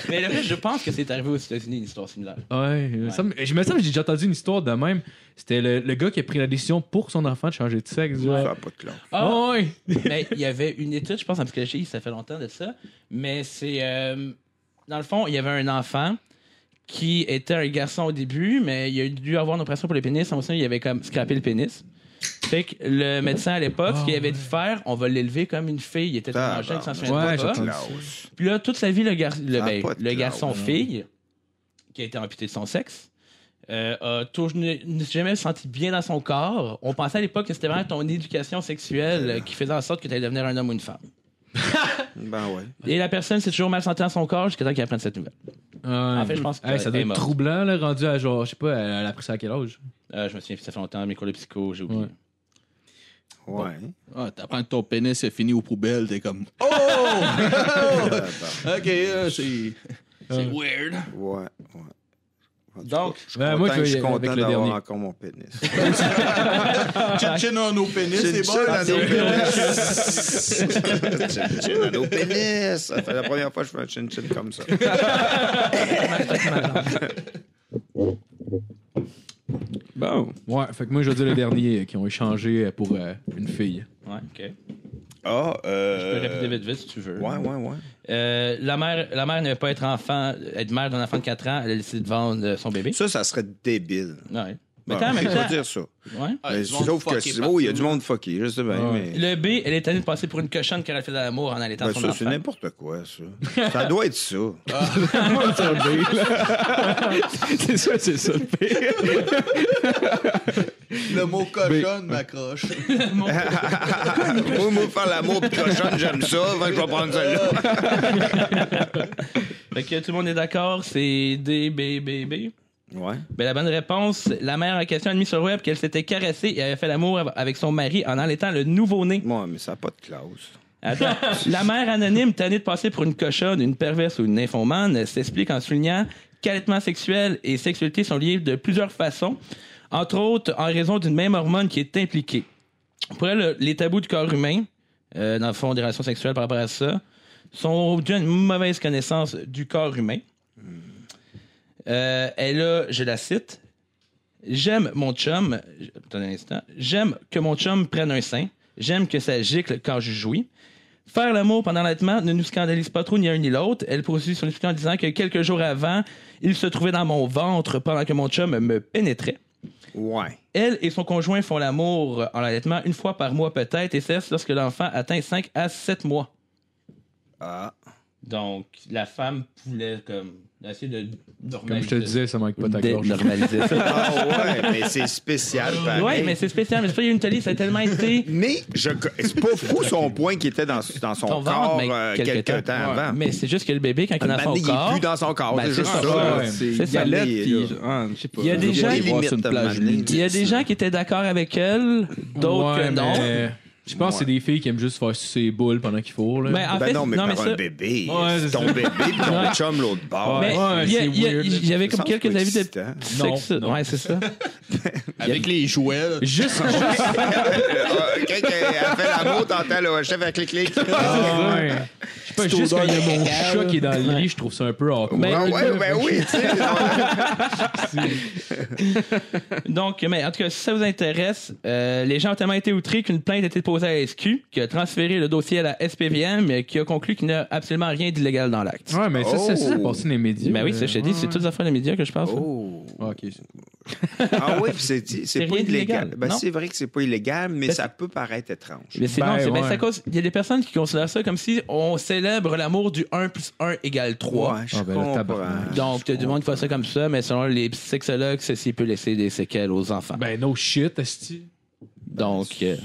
G: Mais le fait, je pense que c'est arrivé aux États-Unis, une histoire similaire.
D: Ouais, euh, ça me- je me sens que j'ai déjà entendu une histoire de même. C'était le, le gars qui a pris la décision pour son enfant de changer de sexe. genre.
C: Ça a pas de classe.
D: Ah, ouais.
G: Oh. mais il y avait une étude, je pense, en psychologie, ça fait longtemps de ça. Mais c'est. euh, dans le fond, il y avait un enfant qui était un garçon au début, mais il a dû avoir une opération pour le pénis. En il avait comme scrapé le pénis. Fait que le médecin à l'époque,
C: Oh.
G: ce qu'il avait dû faire, on va l'élever comme une fille. Il était tout
C: Ah,
G: âgé, il s'en
C: bah,
G: souvenait
D: ouais,
G: pas.
D: j'entends.
C: Classe.
G: Puis là, toute sa vie, le, gar- le,
C: Ça a
G: ben,
C: pas de
G: le
C: classe.
G: garçon-fille, qui a été amputé de son sexe, euh, a toujours- ne ne s'est jamais senti bien dans son corps. On pensait à l'époque que c'était vraiment ton éducation sexuelle euh, qui faisait en sorte que tu allais devenir un homme ou une femme.
C: Ben ouais.
G: Et la personne s'est toujours mal sentie dans son corps jusqu'à temps qu'elle apprenne cette nouvelle.
D: En
G: fait, je pense que
D: ça doit
G: t'es
D: être
G: mort.
D: troublant, là, rendu à genre, je sais pas, elle a pris ça à quel âge?
G: Euh, je me souviens, ça fait longtemps, mes cours de psycho, j'ai oublié.
D: Ouais.
C: Ouais.
F: Ah, t'apprends que ton pénis est fini aux poubelles, t'es comme Oh!
C: Ah,
F: *laughs* ok, euh, c'est. C'est weird.
C: ben, Ouais, ouais.
G: Donc,
C: je suis
D: ben,
C: content,
D: moi, je
C: que
D: vais
C: je
D: y
C: suis
D: aller avec
C: content
D: le
C: d'avoir
D: dernier.
C: encore mon pénis.
F: *laughs* Chin-chin à nos pénis, c'est bon.
C: à
F: là.
C: nos pénis.
F: *laughs*
C: Chin-chin à nos pénis. Ça fait la première fois que je fais un chin-chin comme ça.
E: Bon. *laughs*
D: Ouais, fait que moi, je vais dire le dernier euh, qui ont échangé euh, pour euh, une fille.
G: Ouais, ok. Je
C: Ah,
G: peux répéter
C: euh...
G: vite, vite si tu veux.
C: Ouais, ouais, ouais.
G: Euh, la mère, la mère ne veut pas être enfant, être mère d'un enfant de 4 ans, elle a décidé de vendre euh, son bébé.
C: Ça, ça serait débile.
G: Ouais. Mais
C: Bon,
G: attends, mais
C: je vais
G: attends.
C: dire ça.
G: Ouais.
F: Ah,
C: Mais
F: ils vont
C: sauf que...
F: fucker
C: Ben, c'est- Oh, il y a
F: partout.
C: du monde fucké, je sais bien,
D: Ouais.
C: mais...
G: Le B, elle est tannée de passer pour une cochonne car elle fait de l'amour en allaitant
C: Ben Ben,
G: son
C: ça, c'est
G: enfant.
C: n'importe quoi, ça. Ça doit être ça.
E: C'est ça, c'est ça le pire.
F: Le mot cochonne m'accroche.
C: moi, moi, faire l'amour pis cochonne, j'aime ça. Fait que je vais prendre celle-là.
G: Fait que tout le monde est d'accord, c'est D, B, B, B.
C: Ouais.
G: Ben, la bonne réponse, la mère en question a mis sur le web qu'elle s'était caressée et avait fait l'amour av- avec son mari en allaitant le nouveau-né.
C: Moi, mais ça n'a pas de classe.
G: Attends. la mère anonyme, tannée de passer pour une cochonne, une perverse ou une nymphomane, s'explique en soulignant qu'allaitement sexuel et sexualité sont liés de plusieurs façons, entre autres en raison d'une même hormone qui est impliquée. Pour elle, le- les tabous du corps humain, euh, dans le fond, des relations sexuelles par rapport à ça, sont dus à une mauvaise connaissance du corps humain. Euh, elle a, je la cite, J'aime mon chum, attendez un instant, j'aime que mon chum prenne un sein, j'aime que ça gicle quand je jouis, Faire l'amour pendant l'allaitement ne nous scandalise pas trop ni un ni l'autre. Elle poursuit son explication en disant que quelques jours avant, il se trouvait dans mon ventre pendant que mon chum me pénétrait.
C: Ouais.
G: Elle et son conjoint font l'amour euh, en allaitement une fois par mois peut-être et cesse lorsque l'enfant atteint 5 à 7 mois.
C: Ah.
G: Donc, la femme voulait comme essayer de normaliser.
D: Comme je te disais, ça manque pas ta gorge.
G: normaliser ça.
C: Ah ouais, mais c'est spécial. pareil.
G: *laughs* Ouais, mais c'est spécial. Mais c'est pas une Italie, ça a tellement été.
C: Mais je... c'est pas fou son point qui était dans, dans son
G: Ton ventre,
C: corps
G: mais
C: euh,
G: quelque
C: quelques temps,
G: temps.
C: avant.
G: Mais c'est juste que le bébé, quand il est
C: Un
G: dans
C: moment donné,
G: son
C: il est
G: corps.
C: plus dans son corps.
G: Ben,
C: c'est
G: c'est
C: juste
G: ça,
C: ça.
G: ouais.
C: là.
G: C'est
E: C'est
G: ça.
E: galette,
C: Il est
E: puis.
C: là.
E: ah, je sais pas.
G: Il y a des gens-
E: qui
C: Limite,
E: sur une
C: à un
E: plage
C: moment donné.
E: nue.
G: il y a des gens qui étaient d'accord avec elle, d'autres
D: Ouais,
G: que non.
D: mais euh, Je pense que c'est des filles qui aiment juste faire sucer les boules pendant qu'il faut. Là.
G: Ben, en
C: Ben
G: fait,
C: non, mais
G: non, mais
C: par un
G: ça-
C: bébé.
D: Ouais, c'est
C: c'est ton
D: ça.
C: bébé puis ton chum l'autre bord.
G: mais
D: ouais,
G: il y a-
D: c'est
G: il y a-
D: weird.
G: il y avait
C: Ça me
G: comme quelques
C: semble
G: avis de
C: excitant.
D: Non,
G: sexe.
D: non.
G: Ouais, c'est ça.
F: Avec les jouets, là.
D: Juste.
C: Ah, Quand elle fait l'amour, t'entends le chef à
D: *laughs*
C: clic-clic.
D: Ah, ouais. Je sais pas, juste quand il y a mon chat qui est dans le lit, je trouve ça un peu awkward.
G: Ben,
C: Ah
D: euh,
C: ouais, ben oui, tu
D: *laughs*
C: sais.
G: *laughs* Donc, mais en tout cas, si ça vous intéresse, euh, les gens ont tellement été outrés qu'une plainte a été déposée à la SQ, qui a transféré le dossier à la SPVM, mais qui a conclu qu'il n'y a absolument rien d'illégal dans l'acte.
D: Ouais, mais ça, ça, ça,
C: Oh.
D: passé dans les médias. euh.
G: Ben oui, ça, je t'ai dit, c'est toutes les affaires des médias que je pense. hein.
C: Oh.
D: Ah, ok.
C: Ah oui, puis c'est c'est
G: C'est
C: pas
G: rien
C: illégal.
G: d'illégal,
C: Ben,
G: non?
C: c'est vrai que c'est pas illégal, mais
G: Ben,
C: ça peut paraître étrange.
G: Mais c'est
D: Ben,
G: non, c'est ben,
D: ouais.
G: c'est à cause. Il y a des personnes qui considèrent ça comme si on célèbre l'amour du 1 plus 1 égale 3.
C: Ouais, je
D: Ah, ben, le
C: comprends.
D: tabarnak.
G: Donc, il y a du monde qui fait ça comme ça, mais selon les sexologues, ceci peut laisser des séquelles aux enfants.
D: Ben no shit, esti.
G: Donc, euh,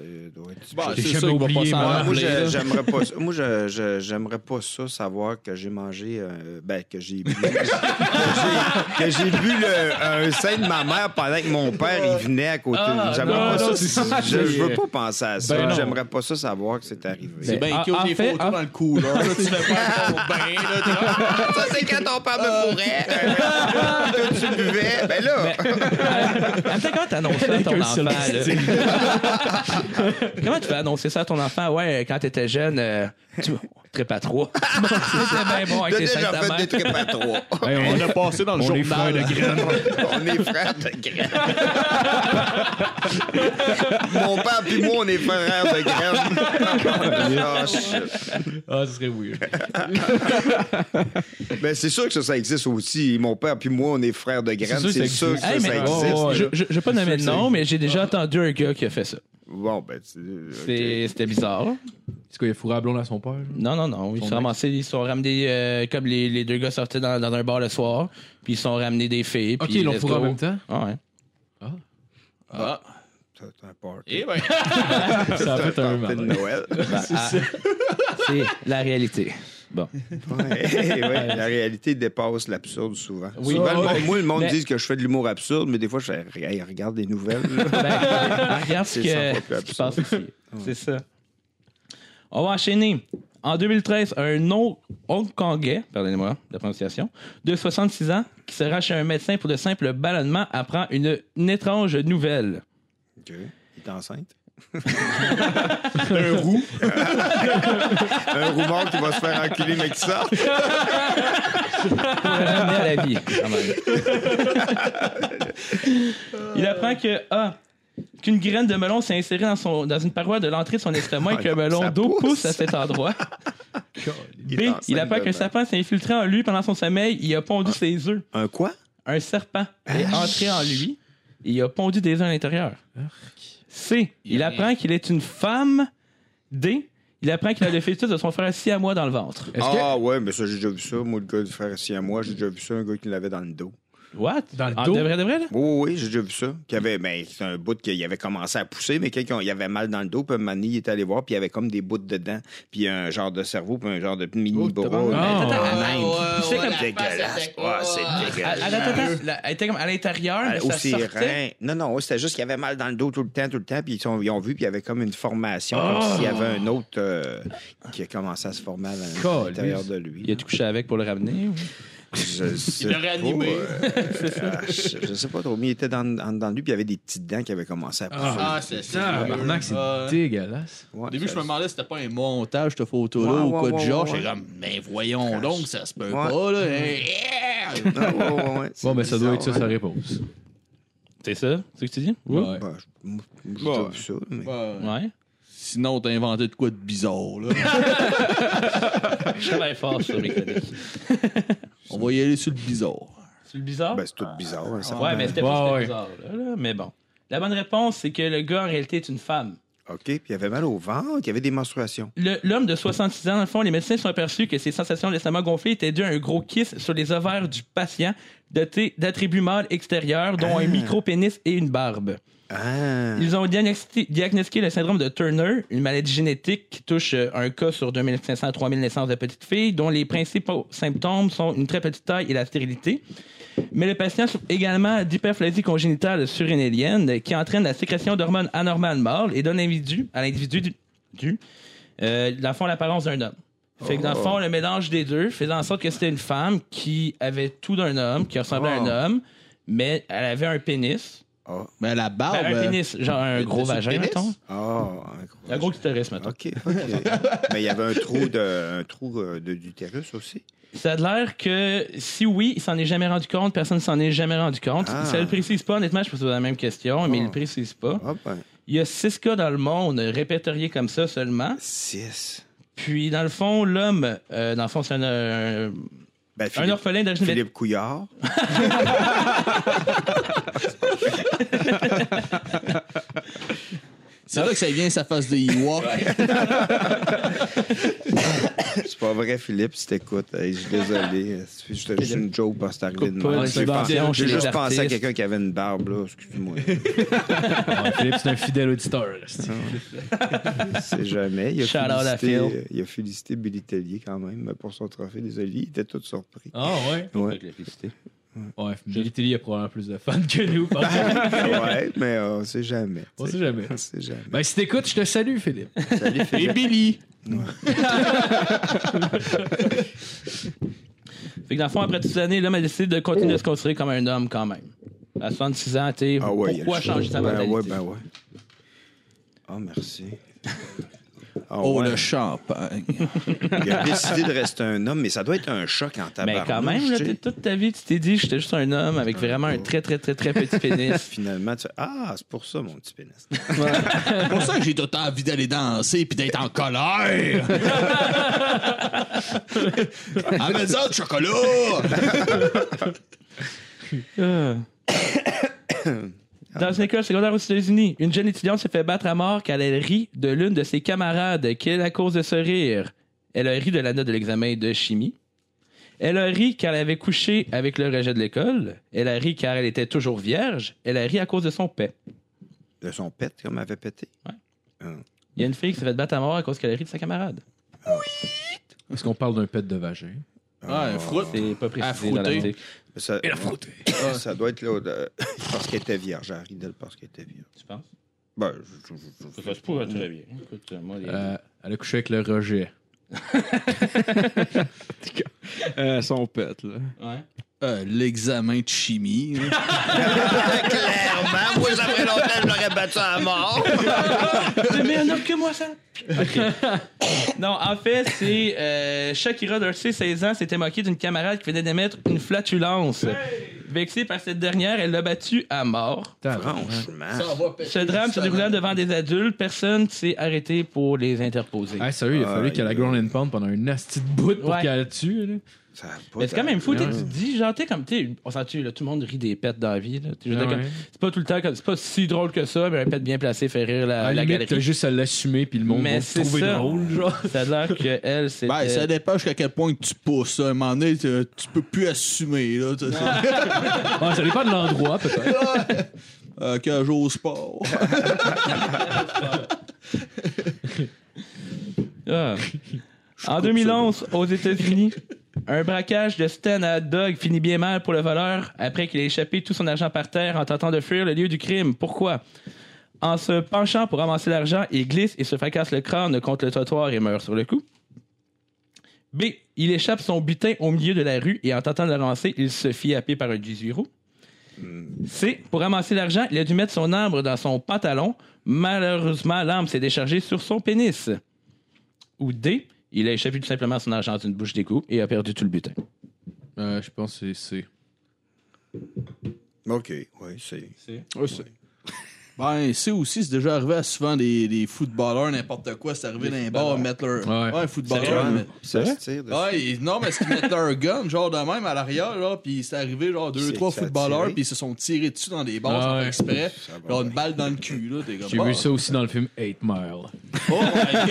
C: Ça doit être-
F: Bah,
D: J'ai
F: c'est
D: jamais
F: sûr qu'on va pas
D: oublié,
F: s'en
D: moi.
C: Ouais, moi,
F: rappeler,
C: je-
F: là.
C: j'aimerais pas ça. Moi, je- je- j'aimerais pas ça, savoir que j'ai mangé, euh, ben, que j'ai
D: *laughs*
C: bu, que j'ai- que j'ai bu le, un sein de ma mère pendant que mon père, il venait à côté. de nous. J'aimerais
D: Ah, non,
C: pas
D: non,
C: ça.
D: c'est-
C: Je, je veux pas penser à ça.
D: Ben non.
C: j'aimerais pas ça, savoir que c'est arrivé.
F: C'est bien
G: en-
F: cute,
G: en
F: les
G: fait,
F: photos
G: en-
F: dans le cou, là. tu fais pas ton bain, là. t'es là.
C: Ça, c'est quand ton père me pourrait. *laughs* Toi, Ah. tu buvais. Ben là,
G: Attends, comment t'annonces ça à ton
D: un
G: enfant?
D: seul
G: *laughs* là? comment tu peux annoncer ça à ton enfant? Ouais, quand t'étais jeune, euh, tu trip à trois. C'était bien *laughs* bon avec
C: t'as
G: tes
C: déjà
G: seins de
C: fait
G: mère.
C: des trucs à
D: *laughs*
C: trois.
D: Ben, on-
F: On a passé dans le
D: On est frères
F: journal.
D: de graines.
C: On est frères de graines. Mon père puis moi, on est frères de graines. Ah, shit.
D: Ah, ce serait
G: *laughs*
D: weird.
C: Ben, c'est sûr que ça, ça existe aussi. Mon père puis moi, on est frères de graines.
D: sûr que
C: C'est
D: ça
C: sûr que
D: existe.
C: ça,
G: Hey,
C: ça
G: mais-
C: existe.
D: Oh, ouais.
G: Je, je, je vais pas nommer de
D: sûr que
G: nom, mais j'ai déjà entendu un gars qui a fait ça.
C: Bon, ben, c'est-
G: C'est- C'était bizarre.
D: C'est quoi, il a fourré à blonde à son père? là?
G: Non, non, non. Ils
D: Son ex.
G: sont ramassés, ils sont ramenés, euh, comme les, les deux gars sortaient dans, dans un bar le soir, puis ils sont ramenés des filles.
D: Ok,
G: Puis
D: ils l'ont
G: let's
D: fourré en
G: go.
D: même temps?
G: Ah ouais.
F: Ah,
C: ok. C'est un party.
F: eh ben.
D: Ça a fait
C: C'est
D: un
C: un party de
D: mal.
C: Noël.
G: Ben, ah, c'est la réalité. Bon.
C: *laughs* Ouais, ouais, la réalité dépasse l'absurde souvent.
G: Oui.
C: souvent, le
G: Ouais.
C: monde- moi, le monde
G: Mais-
C: dit que je fais de l'humour absurde, mais des fois, je fais, Hey, regarde des nouvelles.
G: *laughs*
C: là.
G: Ben, regarde ce
C: C'est cent fois plus
G: que- ce qui se
C: absurde.
G: passe ici. C'est ça. On va enchaîner. En 2013, un non hongkongais, pardonnez-moi la prononciation, de 66 ans, qui sera chez un médecin pour de simples ballonnements, apprend une, une étrange *laughs* nouvelle.
C: OK. Il est
D: *laughs*
C: enceinte.
F: Un roux.
C: Un roumeur qui va se faire enculer, mais qui sort.
G: Pour le ramener à la vie. quand *laughs* même. Il apprend que A. Qu'une graine de melon s'est insérée dans, son, dans une paroi de l'entrée de son estomac et
C: Ah
G: qu'un
C: non,
G: melon
C: ça
G: d'eau
C: pousse.
G: pousse à cet endroit. B.
C: est enceinte
G: Il apprend qu'un
C: demain.
G: serpent s'est infiltré en lui pendant son sommeil. Il a pondu
D: Ah.
G: ses œufs.
C: Un quoi?
G: Un serpent est entré en lui. et Il a pondu des œufs à l'intérieur.
D: Ah,
G: C. Il apprend qu'il est une femme. D. Il apprend qu'il a le fœtus de son frère six à mois dans le ventre.
D: Est-ce que.
C: Ah ouais, mais ça, j'ai déjà vu ça. Moi, le gars du frère à moi, j'ai déjà vu ça, un gars qui l'avait dans le dos.
G: What?
D: Dans le
G: Ah,
D: dos?
G: De vrai, de vrai, là?
C: Oui, oui, oui, j'ai déjà vu ça. Qui avait, ben, c'est un bout qu'il avait commencé à pousser, mais quelqu'un, il avait mal dans le dos, puis Manny, il est allé voir, puis il avait comme des bouts dedans, puis un genre de cerveau, puis un genre de mini bras.
D: Ah,
C: Ben,
G: ouais,
C: même.
F: ouais,
C: c'est
F: ouais,
C: comme
F: Oh, la face,
C: dégueulasse.
F: elle fait-
C: Ah, c'est dégueulasse.
G: Elle- elle- attends, attends. La- Elle était comme à l'intérieur,
D: Ah,
G: mais
D: oh,
C: Au
G: ça sortait.
C: serein. Non, non, c'était juste qu'il avait mal dans le dos tout le temps, tout le temps. Puis ils, sont- ils ont vu, puis il y avait comme une formation. Comme s'il y avait un autre euh, qui a commencé à se former à l'intérieur de lui.
G: Il a tout couché avec pour le ramener.
C: Je sais
F: Il l'aurait
C: pas,
F: animé.
C: euh, ah, je, je sais pas trop. Mais il était dans, dans, dans lui, puis il y avait des petites dents qui avaient commencé à pousser.
F: Ah, c'est ça.
D: Tabarnak, Ah, c'est dégueulasse.
C: Ouais,
F: Au début,
C: ça-
F: je me demandais si c'était pas un montage, cette photo-là,
C: Ouais,
F: ou
C: ouais,
F: quoi
C: ouais,
F: de genre.
C: ouais,
F: J'étais comme, mais voyons donc, ça se peut
C: Ouais.
F: pas, là. Hey, yeah!
C: Ah, ouais, ouais, ouais, c'est
D: Bon, ben, ça doit être ça, sa
C: bizarre, hein.
D: réponse.
G: C'est ça? C'est ce que tu dis? Oui.
C: Ben,
D: Ouais.
C: Bah, je- moi, j'ai
E: Bon.
C: déjà vu ça, mais-
G: Ouais.
F: Sinon, t'as inventé de quoi de bizarre, là.
C: *laughs*
G: Je travaille fort sur mes chroniques.
F: On va y aller sur le bizarre.
G: C'est le bizarre?
C: Ben, c'est tout bizarre. hein, ça.
G: ouais, mais c'était
D: Ah, Ouais,
G: pas
D: ouais.
G: bizarre. Là, là, mais bon. La bonne réponse, c'est que le gars, en réalité, est une femme.
C: OK, puis il avait mal au ventre, il y avait des menstruations.
G: Le- L'homme de 66 ans, dans le fond, les médecins se sont aperçus que ses sensations d'estomac gonflé étaient dues à un gros kiss sur les ovaires du patient doté d'attributs mâles extérieurs, dont un
D: Ah.
G: micro-pénis et une barbe.
C: Ah!
G: Ils ont diagnostiqué, diagnostiqué le syndrome de Turner, une maladie génétique qui touche euh, un cas sur 2500 à 3000 naissances de petites filles, dont les principaux symptômes sont une très petite taille et la stérilité. Mais le patient souffre également d'hyperplasie congénitale surrénalienne euh, qui entraîne la sécrétion d'hormones anormales mâles et donne individu, à l'individu du, du, euh, dans le fond l'apparence d'un homme. Fait que dans le fond, le mélange des deux faisait en sorte que c'était une femme qui avait tout d'un homme, qui ressemblait à
C: Oh.
G: un homme, mais elle avait un pénis.
C: Ah,
F: Mais la barbe.
G: Ben, un
F: euh,
G: pénis, genre un
F: le
G: gros
F: dessus du
G: vagin,
F: pénis?
G: mettons.
C: ah, un gros-
G: Un gros clitoris, mettons.
C: OK, OK. Mais il y avait un trou de un trou euh, de- d'utérus aussi.
G: Ça a l'air que si oui, il s'en est jamais rendu compte, personne ne s'en est jamais rendu compte.
C: Ah.
G: Ça le précise pas, honnêtement, je pose la même question, mais il le précise pas.
C: Ah ben,
G: Il y a six cas dans le monde répertoriés comme ça seulement.
C: 6.
G: Puis, dans le fond, l'homme, euh, dans le fond, c'est un, euh,
C: Ben,
G: un
C: Philippe,
G: orphelin d'origine vét-
C: Philippe Couillard.
F: Ah. C'est là que ça vient sa face de Ewok. *laughs*
C: C'est pas vrai, Philippe, si t'écoutes. Hey, je suis désolé. C'est juste, juste une joke parce que c'est arrivé de
G: Coupe pas
C: même.
G: les
C: J'ai
G: subventions
C: pensé- J'ai
G: chez les
C: juste pensé à
G: artistes.
C: quelqu'un qui avait une barbe, là. Excuse-moi.
D: Ah, Philippe, c'est un fidèle auditeur. là, c'est-
C: *laughs* C'est jamais. Il a,
G: Shout out à
C: félicité,
G: Phil.
C: il a félicité Billy Tellier quand même pour son trophée. Désolé, il était tout
F: *laughs*
C: surpris.
D: Ah, ouais.
C: Ouais.
D: Ouais, Billy Tilly a probablement plus de fans que nous. par contre.
C: *laughs* ouais, mais euh, on sait jamais.
D: On sait jamais.
C: On sait jamais.
D: Ben, si t'écoutes, je te salue, Philippe.
C: Salut, Philippe.
F: Billy.
G: Fait que dans le fond, après toutes ces années, l'homme a décidé de continuer de se construire comme un homme quand même. À 66 ans, tu sais,
C: Ah ouais, il y a
G: pourquoi
C: le
G: changer sa
C: choix.
G: mentalité?
C: Ben ouais, ben ouais. Ah, merci. Ah
F: Oh,
C: ouais.
F: le champagne.
C: Il a décidé de rester un homme, mais ça doit être un choc en
G: Mais
C: tabarnouche.
G: Ben, quand même, là,
C: tu sais.
G: t'es- toute ta vie, tu t'es dit, j'étais juste un homme avec vraiment un très, très, très, très
C: *laughs*
G: petit pénis.
C: Finalement, tu fais Ah, c'est pour ça, mon petit pénis.
F: C'est pour ça que j'ai tout le temps envie d'aller danser puis d'être
C: *laughs*
F: en colère. Amazon de chocolat.
C: Ah.
G: Euh. *coughs* Dans une école secondaire aux États-Unis, une jeune étudiante s'est fait battre à mort car elle rit de l'une de ses camarades. Quelle est la cause de ce rire? Elle a ri de la note de l'examen de chimie. Elle a ri car elle avait couché avec le rejet de l'école. Elle a ri car elle était toujours vierge. Elle a ri à cause de son paix.
C: De son pet, comme elle avait pété.
G: Il y a une fille qui s'est fait battre à mort à cause qu'elle a ri de sa camarade.
D: Est-ce qu'on parle d'un pet de vagin?
F: Ah, elle frotte.
G: C'est pas précisé dans
F: frotter.
G: l'article.
C: Ça, ah,
D: Elle
C: *coughs*
D: a frotté.
C: ça doit être là, de- parce qu'elle était vierge. Harry Dell, parce qu'elle était vierge.
G: Tu penses?
C: Ben, je- je- je- je-
G: Ça se pourrait très bien. Écoute, moi, les-
D: Euh, elle a couché avec le rejet.
E: Euh, son pet, là.
G: Ouais.
F: Euh, L'examen de chimie. hein.
C: *laughs* Clairement, moi, j'aurais longtemps, je l'aurais battu à mort.
G: C'est meilleur homme que moi, ça! *laughs* non, en fait, c'est euh, Shakira Dorsey, 16 ans, s'était moquée d'une camarade qui venait d'émettre une flatulence. Vexée par cette dernière, elle l'a battue à mort.
C: Franchement.
G: Ce drame se déroulant devant des adultes. Personne ne s'est arrêté pour les interposer.
D: Ah, sérieux, il a fallu
C: Aïe.
D: qu'elle a ground and pound pendant une asti de bout pour
G: Ouais.
D: qu'elle tue. Là.
C: Ça a pas
G: Mais c'est quand même fou, tu sais,
D: Ouais.
G: tu te dis, genre, t'es comme, t'es, on s'entend, là, tout le monde rit des pets dans la vie, là. T'es juste
D: Ah, Ouais.
G: comme- C'est pas tout le temps, comme- c'est pas si drôle que ça, mais un pet bien placé fait rire la,
D: à la
G: la
D: limite, t'as
G: galerie.
D: juste à l'assumer, puis le monde
G: Mais
D: va te
G: c'est
D: trouver
G: ça.
D: drôle. Genre.
G: Ça a l'air qu'elle, c'est.
F: Ben, ça dépend jusqu'à quel point que tu pousses. À un moment donné, tu, tu peux plus assumer. Là,
D: Ah, ça dépend de l'endroit, peut-être.
F: euh, qu'un jour au sport.
G: Ah. En 2011, aux États-Unis, un braquage de Stan à hot dog finit bien mal pour le voleur après qu'il ait échappé tout son argent par terre en tentant de fuir le lieu du crime. Pourquoi? En se penchant pour ramasser l'argent, il glisse et se fracasse le crâne contre le trottoir et meurt sur le coup. B. Il échappe son butin au milieu de la rue et en tentant de le ramasser, il se fit happer par un 18 roues. C. Pour ramasser l'argent, il a dû mettre son arbre dans son pantalon. Malheureusement, l'arbre s'est déchargée sur son pénis. Ou D, il a échappé tout simplement son argent d'une bouche d'égout et a perdu tout le butin.
D: Euh, je pense que c'est.
C: OK, oui, c'est.
E: Ouais, c'est-
F: Ben, c'est aussi, c'est déjà arrivé à souvent des, des footballeurs, n'importe quoi, c'est arrivé dans un bar, ils mettent leur.
D: Ouais.
F: footballeur.
C: hein?
F: mais-
C: Ah, Ça se tire dessus.
F: Ouais, ils- non, mais ce qu'ils mettent leur gun, genre de même à l'arrière, là, puis c'est arrivé, genre, deux,
C: C'est-
F: trois
C: ça a
F: footballeurs,
C: tiré.
F: puis ils se sont tirés dessus dans des bars, sans
D: Ah
F: faire
D: ouais.
F: exprès.
C: Ça va
F: Genre,
C: bien.
F: une balle dans le cul, là, t'es comme.
D: J'ai
F: bah,
D: vu ça aussi dans le film 8 Mile.
F: Oh my god!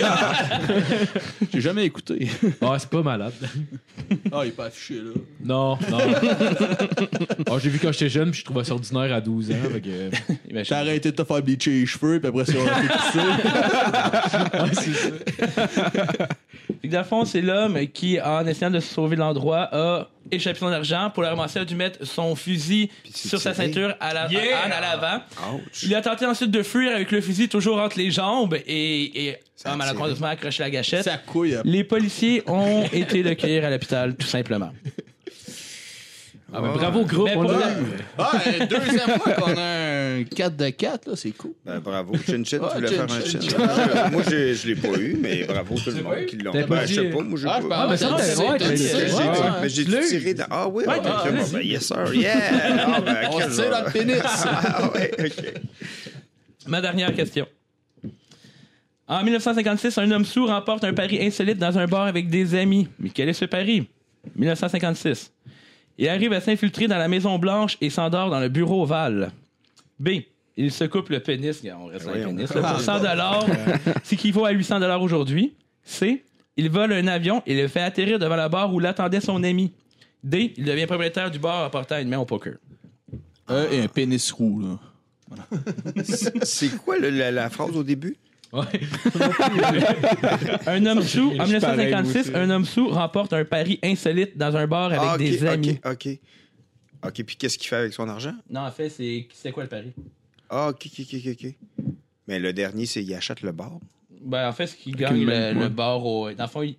D: *laughs*
F: J'ai jamais écouté.
D: Ah, c'est pas malade.
F: Ah, il est pas affiché, là.
D: Non, *laughs* non. Ah, j'ai vu quand j'étais jeune, puis je trouvais ça ordinaire à 12 ans. fait que- euh,
F: J'ai arrêté de te faire bleacher les cheveux, puis après, c'est on a fait
D: *laughs*
F: pousser.
G: Fait que dans le fond, c'est l'homme qui, en essayant de se sauver de l'endroit, a échappé son argent pour le ramasser, a dû mettre son fusil
C: c'est
G: sur sa
C: tiré.
G: ceinture à la-
D: Yeah!
G: à- à l'avant.
C: Ouch.
G: Il a tenté ensuite de fuir avec le fusil toujours entre les jambes et, et
C: Ça a
G: a malheureusement accroché la gâchette.
F: Ça couille. après.
G: Les policiers ont *laughs* été le cueillir à l'hôpital, tout simplement.
D: Ah, mais bravo, groupe.
G: Mais
D: on
G: pour
D: l'a-
G: la-
F: Ah, euh, deuxième fois qu'on a un 4 de 4, là, c'est cool.
C: Ben, bravo. Chin Chin,
F: Ah,
C: tu voulais
F: Chin
C: faire un
F: Chin.
C: chin. Je- Moi, je, je l'ai pas eu, mais bravo tout le monde qui l'a.
D: T'as
C: Ben,
D: pas
C: je sais
D: dit-
C: pas, moi, j'ai pas.
F: Ah, je
D: Ah, mais ça,
F: Ouais,
D: c'est
F: c'est-
D: ouais,
F: c'est-
D: j'ai
F: c'est-
D: dit
C: J'ai-
F: c'est-
C: j'ai-
F: ouais,
D: ça.
F: ouais.
C: Mais j'ai
D: Tu l'as eu?
C: tiré dans. Ah oui,
G: Ouais,
C: ok,
G: t'as-
C: bon, ben, yes sir, yeah! Ah, ben,
F: *laughs* On
C: quel
F: se tire
C: genre.
F: dans le pénis.
C: *laughs* Ah ouais, ok.
G: Ma dernière question. En 1956, un homme sourd remporte un pari insolite dans un bar avec des amis. Mais quel est ce pari? 1956. Il arrive à s'infiltrer dans la Maison Blanche et s'endort dans le bureau ovale. B. Il se coupe le pénis. On reste dans le
C: Voyons.
G: pénis. là, Pour 100 dollars, ce qui vaut à 800 dollars aujourd'hui. C. Il vole un avion et le fait atterrir devant la barre où l'attendait son ami. D. Il devient propriétaire du bar en portant une main au poker.
F: Euh, et un pénis roux, là.
C: C'est quoi le- la, la phrase au début?
D: Ouais.
G: Un homme sous, en
E: je suis pareil, moi
G: 1956,
E: aussi.
G: un homme sous remporte un pari insolite dans un bar avec
C: ah, ok,
G: des amis.
C: Ok, ok. Ok, puis qu'est-ce qu'il fait avec son argent?
G: Non, en fait, c'est c'est quoi le pari?
C: Ah, ok, ok, ok, ok. ok. Mais le dernier, c'est il achète le bar.
G: Ben, en fait, ce qui gagne le,
E: main, ouais.
G: le bar, au, dans le fond, il,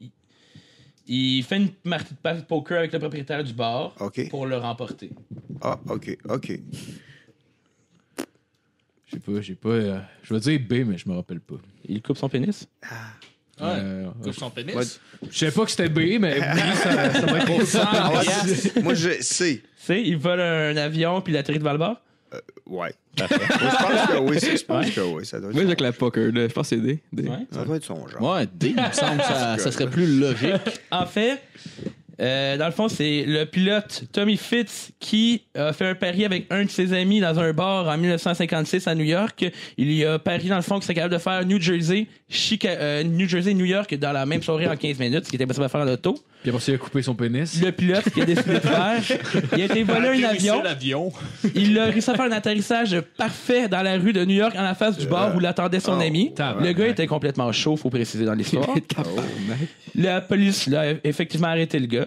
G: il- il fait une partie de pa- poker avec le propriétaire du bar
C: Ok.
G: pour le remporter.
C: Ah, ok, ok.
D: Je sais pas, j'ai pas. euh, Je vais dire B, mais je me rappelle pas.
G: Il coupe son pénis?
C: Ah.
D: Euh,
F: Coupe son pénis.
C: Ouais.
D: je sais pas que c'était B, mais oui, ça, ça va être trop simple.
C: Ah, moi, je sais.
G: C'est, il vole un avion puis il atterrit devant le bar?
C: Ouais. Moi, je pense que oui, c'est- je pense que oui. Ça doit être,
E: Moi,
C: son,
E: j'ai que la poker, là. Je pense que c'est D. *laughs* D.
G: Ouais.
C: ça doit être son genre.
F: Ouais, D, il me semble que ça, ça serait plus logique.
G: En fait, euh, dans le fond, c'est le pilote Tommy Fitz qui a fait un pari avec un de ses amis dans un bar en 1956 à New York. Il y a parié, dans le fond, que c'est capable de faire New Jersey, Chica- euh, New Jersey, New York dans la même soirée en 15 minutes, ce qui était possible à faire en auto.
D: Puis après, ça, il a coupé son pénis.
G: Le pilote qui a décidé de faire, il a été volé un avion.
F: l'avion.
G: Il a réussi à faire un atterrissage parfait dans la rue de New York en la face du bar où l'attendait son
C: oh,
G: ami. Le
D: tabarnak.
G: gars était complètement chaud, faut préciser dans l'histoire.
D: Oh,
G: La police l'a effectivement arrêté le gars.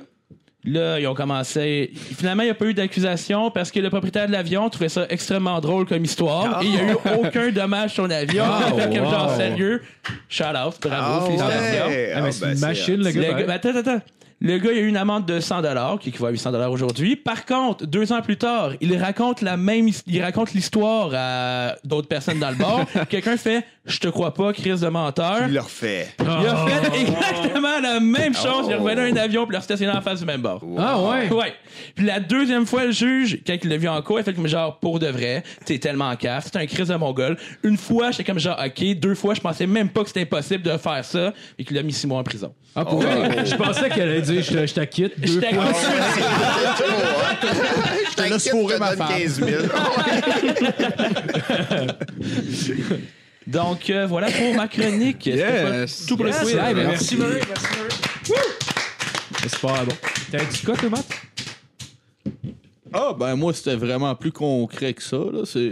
G: Là, ils ont commencé. Finalement, il n'y a pas eu d'accusation parce que le propriétaire de l'avion trouvait ça extrêmement drôle comme histoire et il n'y a eu
C: Ah.
G: aucun dommage sur son avion.
D: Oh,
G: Fait que, genre,
D: wow.
G: sérieux, shout out, bravo,
C: Ah
G: félicitations.
C: ouais.
D: Ah, mais
C: Ah,
D: c'est
C: ben,
D: une machine, le
G: Le
D: gars.
G: gars- mais attends, attends. Le gars, il a eu une amende de 100 qui équivaut à 800 aujourd'hui. Par contre, deux ans plus tard, il raconte la même, his- il raconte l'histoire à d'autres personnes dans
C: *laughs*
G: le bar. Quelqu'un fait, je te crois pas, crise de menteur.
C: Il le refait.
D: Ah,
G: Il a fait *laughs* exactement la même chose. Il est revenu à un avion puis l'a stationné en face du même bord.
D: Ah ouais?
G: Ouais. Puis la deuxième fois, le juge, quand il l'a vu en cours, il fait comme genre, pour de vrai, t'es tellement caf, c'est un crise de mongol. Une fois, j'étais comme genre, ok. Deux fois, je pensais même pas que c'était impossible de faire ça et qu'il a mis six mois en prison.
D: Ah, pour vrai? Je pensais qu'elle allait dire je te- je t'acquitte deux
G: J'étais
D: fois.
C: Je te
F: laisse fourrer ma femme.
C: 15 000.
G: Donc euh, voilà pour ma chronique. C'était pas
E: Yes.
G: Tout pour
E: Yes.
G: le quiz.
D: Ouais, ben,
E: Merci.
D: merci, Murray. Merci, Murray. C'est pas bon. T'as dit quoi, Thomas?
F: Ah, ben moi, c'était vraiment plus concret que ça. Là. C'est...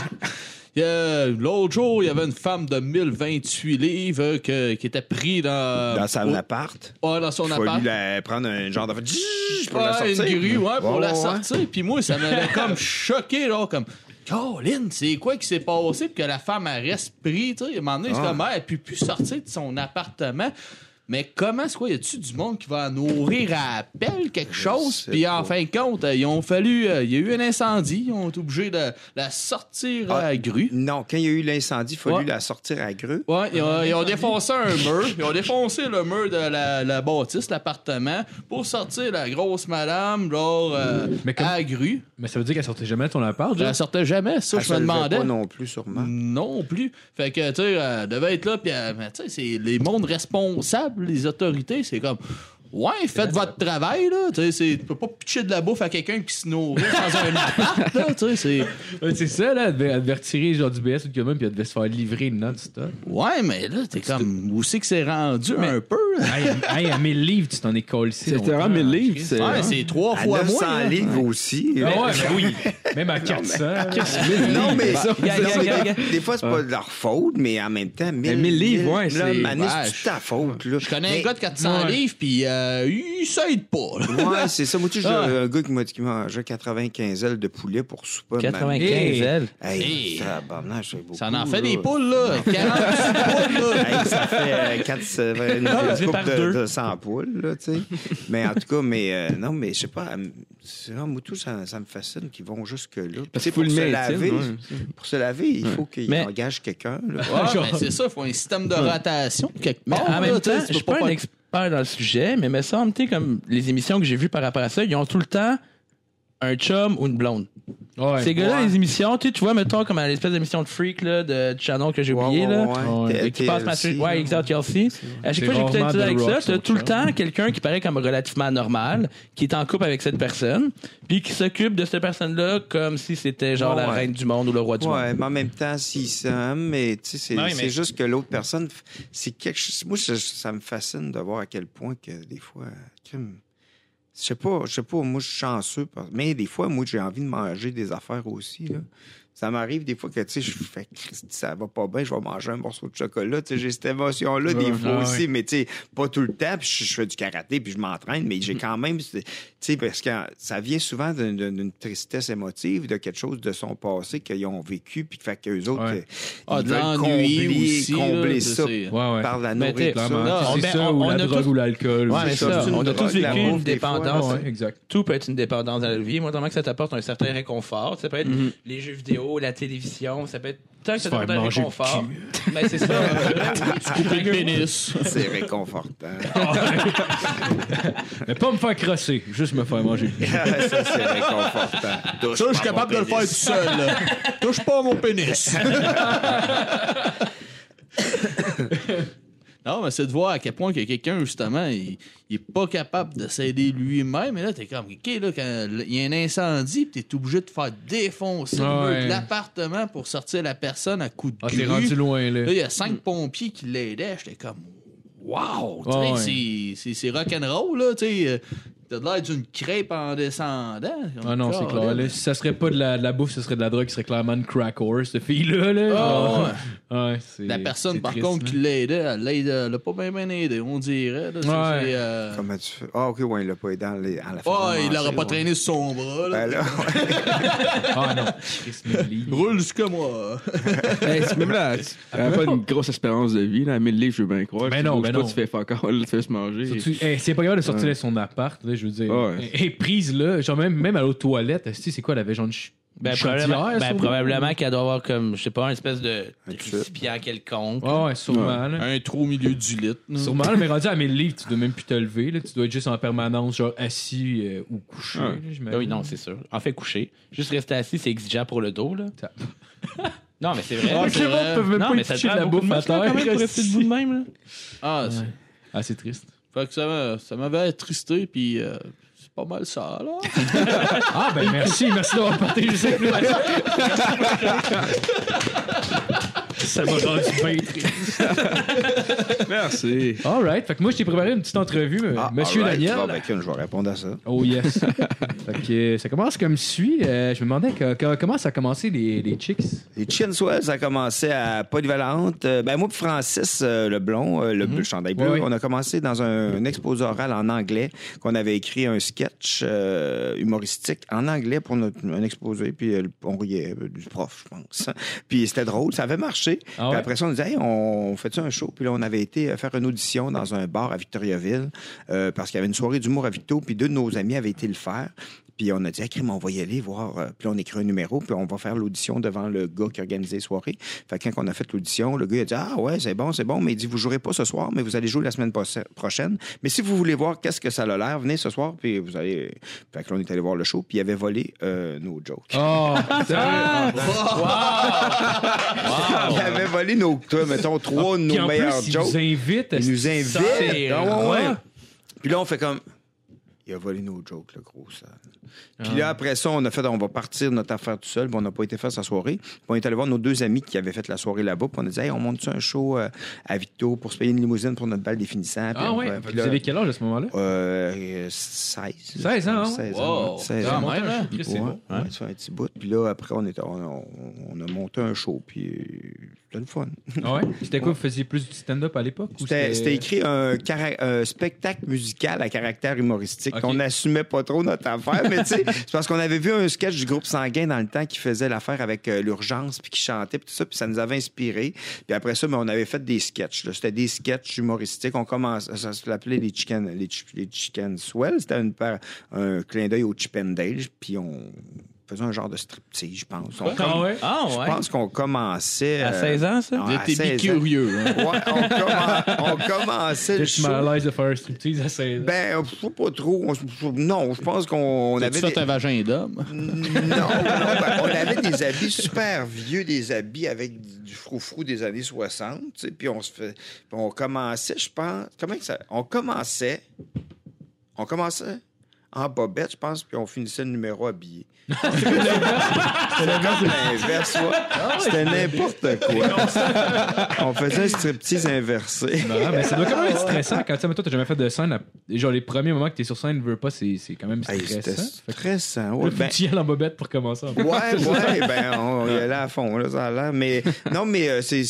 F: *laughs* Il y a- L'autre jour, il y avait une femme de 1028 livres euh, que- qui était prise dans,
C: Dans son
F: au-
C: appart.
F: ouais, dans son
C: Il faut
F: appart.
C: lui la- prendre un genre de. Zzzz pour la
F: Ouais,
C: sortir.
F: une grue, ouais, pour
C: Ouais,
F: la
C: ouais,
F: sortir. Puis moi,
C: *laughs*
F: ça m'avait comme choqué, là, comme. Colin, c'est quoi qui s'est passé? Puis que la femme, elle reste prise, tu sais. À un moment donné, c'est
C: Ah.
F: comme, elle, elle peut plus sortir de son appartement. Mais comment c'est quoi? Y a-tu du monde qui va nourrir à la pelle quelque chose?
C: sais
F: Puis en
C: pas.
F: fin de compte, euh, ils ont fallu. euh, Il y a eu un incendie. Ils ont été obligés de la sortir
C: Ah.
F: euh, à la grue.
C: Non, quand il y a eu l'incendie, il a fallu
F: Ouais.
C: la sortir à la grue.
F: Ouais, ils ont, ils ont défoncé un mur. Ils ont défoncé le mur de la, la bâtisse, l'appartement, pour sortir la grosse madame, genre, euh,
D: Mais comme-
F: à la grue.
D: Mais ça veut dire qu'elle sortait jamais de ton appart,
F: Elle sortait jamais, ça,
C: Elle
F: Ah, je
C: se
F: me
C: levait
F: demandais.
C: pas non plus, sûrement.
F: Non plus. Fait que, tu sais, elle devait être là, puis elle- mais tu sais, c'est les mondes responsables, les autorités, c'est comme. Ouais, faites votre travail, là. Tu sais, c'est- tu peux pas pitcher de la bouffe à quelqu'un qui se nourrit dans un appart, là. Tu sais, c'est.
D: Ouais, C'est ça, là. Elle devait, elle devait retirer genre du BS ou de même, puis elle devait se faire livrer une note, stock.
F: Ouais, mais là, t'es comme. Où c'est que c'est rendu un peu, là?
D: hey, hey, à 1000 livres, tu t'en es collé.
E: C'est vraiment 1000 livres. c'est-
F: Ouais, c'est trois
C: À
F: fois moins.
C: 900
F: là.
C: livres aussi.
D: Ah ouais, mais oui. Même à 400.
C: Non, mais ça,
G: gars,
C: non,
G: gars,
C: mais
G: gars,
C: des- des fois, c'est pas de leur faute, mais en même temps, 1000
E: mille livres, ouais,
C: là,
E: c'est-
C: Mané,
F: ouais,
C: c'est de ta faute. Là.
F: Je connais
C: Mais-
F: un gars de 400
D: Ouais.
F: livres, puis euh, il s'aide pas, là.
C: *laughs* Ouais, c'est ça. Moi, tu sais, j'ai un gars qui m'a dit qu'il mangeait 95 ailes de poulet pour souper.
G: 95
D: Hey.
G: ailes.
C: Hey,
F: Hey.
C: tabarnak, c'est beaucoup.
F: Ça en fait des
C: là.
F: poules, là. 48 poules, là.
C: Hey, ça
F: *laughs*
C: fait euh, quatre, euh, une,
G: Ah,
C: une
G: c'est par
C: couple de,
G: deux.
C: de 100 poules, là, tu sais. Mais en tout cas, mais euh, non, mais je sais pas, euh, c'est un moutou, ça, ça me fascine qu'ils vont jusque-là. Puis, tu sais,
E: qu'il faut
C: pour,
E: le
C: se
E: maintenir,
C: laver,
E: ouais.
C: pour se laver, il faut qu'ils
G: Mais- Ah,
C: engagent quelqu'un. là.
F: Ouais,
D: Genre-
F: ben, c'est ça, il faut un système de rotation quelque
G: Mais
F: part.
G: en même
F: Oh, là, tu sais,
G: temps,
F: tu
G: je
F: peux
G: suis pas un expert dans le sujet, mais me semble, tu sais, comme les émissions que j'ai vues par rapport à ça, ils ont tout le temps un chum ou une blonde.
D: Ouais.
G: Ces gars-là,
C: Ouais.
G: les émissions, tu sais, tu vois, mettons, comme à l'espèce d'émission de freak là, de Channel que j'ai
C: Ouais,
G: oublié,
C: ouais,
G: là.
C: ouais.
D: Ouais,
C: T-
G: Et qui passe ma suite.
C: TLC,
G: Ouais,
C: là.
G: exact, Chelsea. À chaque
D: C'est
G: fois que j'écoutais
D: rarement
G: un truc
D: The
G: avec
D: Rock,
G: ça, t'as
D: son
G: tout le
D: chum.
G: temps quelqu'un qui paraît comme relativement normal, qui est en couple avec cette personne, puis qui s'occupe de cette personne-là comme si c'était genre
C: Ouais,
G: la
C: ouais.
G: reine du monde ou le roi du monde.
C: Ouais, mais en même temps, s'ils s'aiment, mais tu sais, c'est
G: Ouais, mais-
C: c'est juste que l'autre personne, f- c'est quelque chose. Moi, ça, ça me fascine de voir à quel point que des fois, crime, je sais pas, je sais pas, moi, je suis chanceux, par- mais des fois, moi, j'ai envie de manger des affaires aussi, là. Ça m'arrive des fois que, tu sais, je fais, Christ, ça va pas bien, je vais manger un morceau de chocolat, tu sais, j'ai cette émotion-là des
D: Ouais,
C: fois
D: ouais.
C: aussi, mais tu sais, pas tout le temps, puis je, je fais du karaté, puis je m'entraîne, mais
G: Mm-hmm.
C: j'ai quand même, tu sais, parce que ça vient souvent d'une- d'une d'une tristesse émotive, de quelque chose de son passé qu'ils ont vécu, puis que fait qu'eux autres, euh,
D: Ouais.
F: Ah,
C: ils
F: de
C: veulent
F: l'ennui
C: combler,
F: aussi,
C: combler
F: là,
C: ça
F: c'est- *laughs*
D: Ouais, ouais.
C: par la
G: Mais t'es-
C: nourriture.
D: Clairement.
G: on-
D: c'est
G: ben,
D: ça,
G: on-
D: ou
G: on
D: la
G: a
D: drogue
G: tous-
D: ou l'alcool.
G: Ouais,
D: ou-
G: mais
C: C'est
G: ça,
C: ça,
G: on a
C: drogue,
G: tous vécu
C: la bouffe,
G: une
C: des fois,
G: dépendance.
D: Ouais, exact. *laughs*
G: Tout peut être une dépendance dans la vie. Moi, tant que ça t'apporte un certain réconfort, ça peut être les jeux vidéo, la télévision, ça peut être tant que ça
D: Mm-hmm. Se faire
G: t'apporte un
D: manger le
G: réconfort. Mais c'est ça.
D: *laughs*
F: couper le pénis.
C: C'est réconfortant.
D: Mais pas me faire crosser, juste me faire manger.
C: ça, c'est réconfortant. Touche
F: Ça,
C: pas
F: je suis
C: à mon
F: capable de le faire tout
C: pénis.
F: seul. là. Touche pas à mon pénis. *laughs* Non, mais c'est de voir à quel point que quelqu'un, justement, il, il est pas capable de s'aider lui-même. Et là, t'es comme, OK, là, quand il y a un incendie, pis t'es obligé de faire défoncer le mur
D: Ouais.
F: de l'appartement pour sortir la personne à coups de
D: Ah,
F: grue.
D: t'es rendu loin,
F: Là,
D: là.
F: il y a cinq pompiers qui l'aidaient. J'étais comme, wow, tu
D: Ouais,
F: sais,
D: ouais.
F: c'est- c'est- c'est rock'n'roll, là, tu sais. euh, T'as de l'air d'une crêpe en descendant.
D: Ah non, c'est clair. Là, si ça serait pas de la, de la bouffe, ce serait de la drogue, ce serait clairement une crack whore, cette fille-là. Là.
F: Ah,
D: Ah, ouais, c'est-
F: La personne,
D: c'est
F: par
D: triste,
F: contre,
D: là.
F: qui l'aidait, elle l'aide- elle l'a pas bien bien aidé, on dirait. Là, tu sais,
D: Ouais.
F: c'est, euh,
C: Comment tu fais? Ah, OK, ouais, il l'a pas aidé en la en la faisant
F: Ouais, il
C: manger,
F: l'aurait pas
C: ouais.
F: traîné sur son bras. Là.
C: Ben là,
D: Ah non, Chris Medley.
F: Roule jusqu'à moi.
E: Hey, Ben, c'est même là, elle a pas une grosse espérance de vie, là. 1000 livres, je veux bien croire.
D: Ah, Ben
E: Tu
D: non,
E: bouges
D: ben
E: pas,
D: non.
E: Tu fais fuck all, tu fais se manger.
D: Surtout, hey, c'est pas capable de sortir de son appart, là, je veux dire.
E: Ah, Ouais.
D: Et, et prise là, genre même, même à l'autre toilette, esti, c'est quoi, la avait genre une ch-
G: Ben,
D: une
G: probablement,
D: chaudière,
G: ben,
D: sûrement?
G: probablement qu'elle doit avoir comme, je sais pas, une espèce de
C: Un type.
G: récipient quelconque.
D: Ouais, ouais, sûrement. là.
F: Un trou au milieu du lit. là.
D: Sûrement, là, mais rendu à 1000 livres, tu dois même plus te lever. Là. Tu dois être juste en permanence, genre assis euh, ou couché.
E: Ouais.
D: là, j'imagine.
G: Ah oui, non, c'est sûr. En fait, coucher. Juste rester assis, c'est exigeant pour le dos, là.
D: Ça-
G: *laughs* non, mais c'est vrai.
D: Ah,
G: c'est
D: les autres
G: vrai.
D: peuvent même
G: non,
D: pas
G: mais ça
D: pitcher
G: te
D: de la
G: prend beaucoup
D: bouffe à
G: muscles, quand
D: terre,
G: même, pour rester debout de même, là.
F: Ah, c'est-
D: Ah, c'est triste.
F: Fait que ça m'a- ça m'avait attristé, puis euh, c'est pas mal ça, là.
D: Ah, ben *laughs* merci, merci d'avoir porté Joseph Louis. Ça m'a rendu bien triste.
E: Merci.
D: Alright, fait que moi, je t'ai préparé une petite entrevue, euh,
C: *laughs* ah,
D: monsieur
C: alright,
D: Daniel.
C: bon, ben, Ken, je vais répondre à ça.
D: Oh yes. *laughs* fait que euh, ça commence comme suit. Euh, je me demandais que- que- comment ça a commencé les, les chicks.
C: Les Chinswell, ça a commencé à Polyvalente. Euh, ben moi puis Francis euh, le blond, euh, le bleu, le chandail bleu,
D: Ouais, ouais.
C: on a commencé dans un, un exposé oral en anglais qu'on avait écrit un sketch euh, humoristique en anglais pour notre, un exposé puis euh, on riait euh, du prof, je pense. *laughs* puis c'était drôle, ça avait marché.
D: Ah
C: Puis
D: ouais?
C: après ça on disait hey, on fait tu un show puis là on avait été euh, faire une audition dans un bar à Victoriaville euh, parce qu'il y avait une soirée d'humour à Victo, puis deux de nos amis avaient été le faire. Puis on a dit, ah, crime, on va y aller voir. euh, Puis on écrit un numéro, puis on va faire l'audition devant le gars qui organisait les soirées. Fait que quand on a fait l'audition, le gars il a dit, ah ouais, c'est bon, c'est bon, mais il dit, vous jouerez pas ce soir, mais vous allez jouer la semaine posse- prochaine. Mais si vous voulez voir qu'est-ce que ça a l'air, venez ce soir, puis vous allez. Fait que là, on est allé voir le show, puis il avait volé euh, nos jokes.
D: Oh, *laughs*
C: Ah,
D: sérieux?
C: Il avait volé nos, toi, mettons, trois de
D: Ah, Puis
C: nos
D: en
C: meilleurs
D: plus, il
C: jokes.
D: nous invite.
C: Il nous
D: Ça,
C: invite.
D: c'est-
C: Ah ouais, ouais.
D: ouais.
C: Puis là, on fait comme. Il a volé nos jokes, le gros sale. Puis
D: Ah.
C: là, après ça, on a fait, on va partir notre affaire tout seul. Puis on n'a pas été faire sa soirée. Puis on est allé voir nos deux amis qui avaient fait la soirée là-bas. Puis on a dit, hey, on monte-tu un show euh, à Victo pour se payer une limousine pour notre balle définissant? Puis
D: Ah
C: on
D: ouais.
C: va- puis
D: Vous
C: là,
D: avez quel âge à ce moment-là?
C: euh, 16.
D: 16 ans, hein?
G: Oh,
C: 16
F: Wow!
C: 16
F: Quand
C: ans.
F: même, hein?
D: Chris,
C: Ouais,
D: c'est beau.
C: ouais, ça fait un petit bout. Puis là, après, on, est, on, on- on a monté un show. Puis euh, c'était le fun.
D: Ah ouais? C'était quoi? Vous faisiez plus du stand-up à l'époque? ou
C: C'était c'était écrit un, cara- un spectacle musical à caractère humoristique.
D: Ok.
C: On n'assumait pas trop notre affaire, mais
G: *laughs*
C: tu sais, c'est parce qu'on avait vu un sketch du groupe Sanguin dans le temps qui faisait l'affaire avec euh, l'urgence, puis qui chantait, puis tout ça, puis ça nous avait inspiré. Puis après ça, mais on avait fait des sketchs. là. C'était des sketchs humoristiques. On commence, ça s'appelait les Chicken, les, Chi- les chicken Swell. C'était une paire- un clin d'œil au Chip and Dale, puis on faisait un genre de striptease, je pense. On
D: Ah
C: com-
D: ouais?
G: Ah
C: Je
G: ouais.
C: pense qu'on commençait... euh,
G: À 16 ans, ça?
C: ans?
F: Vous étiez bicurieux. hein?
C: Ouais, on, commen- on commençait le
D: J'étais
C: show.
D: mal à l'aise de faire un striptease à 16 ans.
C: Ben, je sais pas trop. On se- non, je pense qu'on on
F: T'as-tu
C: avait.
F: fait
C: Des...
F: un vagin
D: *laughs*
F: d'homme?
C: Non, non, ben, on avait des habits super vieux, des habits avec du froufrou des années 60. tu sais, Puis on se fait. puis on commençait, je pense. Comment que ça. On commençait. On commençait en bobette, je pense, puis on finissait le numéro habillé. C'était comme l'inverse, ouais. C'était n'importe quoi. On faisait un striptease inversé.
D: Ah, mais ça doit quand même être stressant quand tu sais, mais toi, t'as jamais fait de scène. à- Genre, les premiers moments que t'es sur scène, veux pas, c'est c'est quand même
C: Hey,
D: stressant.
C: C'était
D: Fait que *laughs*
C: stressant.
D: là,
C: Ouais,
D: faut
C: ben,
D: que tu y ailles en bobette pour commencer. *laughs* en fait.
C: Ouais, ouais, ben on y allait à fond, là, ça a l'air.
D: *laughs*
C: Mais non, mais euh, c'est.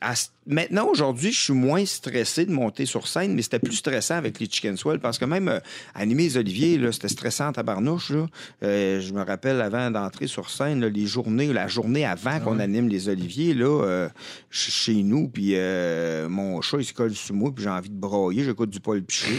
C: à- maintenant, aujourd'hui, je suis moins stressé de monter sur scène, mais c'était plus stressant avec les Chicken Swell parce que même euh, animer les Oliviers, là, c'était stressant à barnouche. Là. Euh, je me rappelle avant d'entrer sur scène, là, les journées, la journée avant qu'on anime les Oliviers, là, euh, je suis chez nous, puis euh, mon chat, il se colle sous moi, puis j'ai envie de broyer, j'écoute du Paul Piché.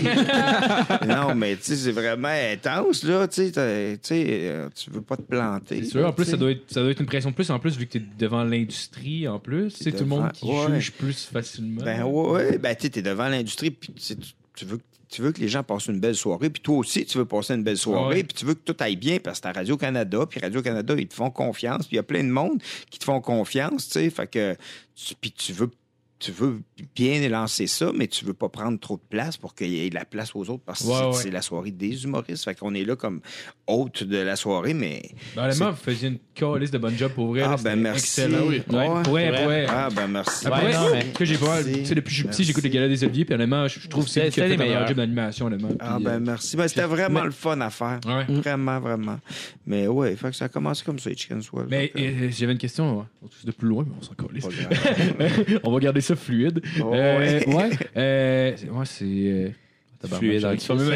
C: non, mais tu sais, c'est vraiment intense, là. Tu sais, t'as- tu sais, euh, tu veux pas te planter.
D: C'est sûr. En plus,
C: tu
D: ça
C: sais.
D: doit, être, ça doit être une pression de plus. En plus, vu que t'es devant l'industrie, en plus, c'est tout le
C: devant-
D: monde qui
C: ouais.
D: juge plus facilement.
C: Ben ouais, ouais, ben tu sais, t'es devant l'industrie, puis tu, sais, tu- tu veux que tu veux que les gens passent une belle soirée, puis toi aussi, tu veux passer une belle soirée,
D: Ouais.
C: puis tu veux que tout aille bien, parce que t'as Radio-Canada, puis Radio-Canada, ils te font confiance, puis il y a plein de monde qui te font confiance, tu sais, fait que... tu- Puis tu veux, tu veux bien lancer ça, mais tu veux pas prendre trop de place pour qu'il y ait de la place aux autres, parce que
D: Ouais,
C: c'est-
D: ouais.
C: c'est la soirée des humoristes, fait qu'on est là comme hôte de la soirée, mais...
D: Dans la main, Ben, vous faisiez une calice de bonne job pour vrai.
C: Ah,
D: là,
C: ben,
D: c'était
C: merci.
D: Excellent.
F: Oui.
D: Ouais,
C: Ouais.
D: pour vrai,
G: Ouais.
D: pour vrai.
C: Ah, ben merci.
G: Ouais,
D: Après,
G: non, mais-
D: que j'ai pas.
C: Merci.
D: Tu sais, depuis que je suis petit,
C: Merci.
D: j'écoute les galas des Oliviers, puis honnêtement, je je trouve que c'est
G: C'était-
D: lui qui a
G: c'était
D: fait
G: les
D: un meilleur
G: meilleurs.
D: job d'animation, honnêtement.
C: Ah
D: puis,
C: ben Mm.
D: euh,
C: merci. Ben, c'était vraiment
D: mais-
C: le fun à faire.
D: Ouais. Mm.
C: Vraiment, vraiment. Mais ouais, fait que ça a commencé comme ça, les Chicken Swell. Fait
D: Mais
C: que-
D: euh, j'avais une question, hein. de plus loin, mais on s'en calisse.
C: Pas
D: *laughs*
C: grave.
D: on va garder ça fluide.
C: Oh,
D: Euh,
C: ouais.
D: ouais. Euh, c'est- ouais, c'est. euh, tabarnak,
G: Fluide,
D: j'ai-
G: hein,
D: tu vas me-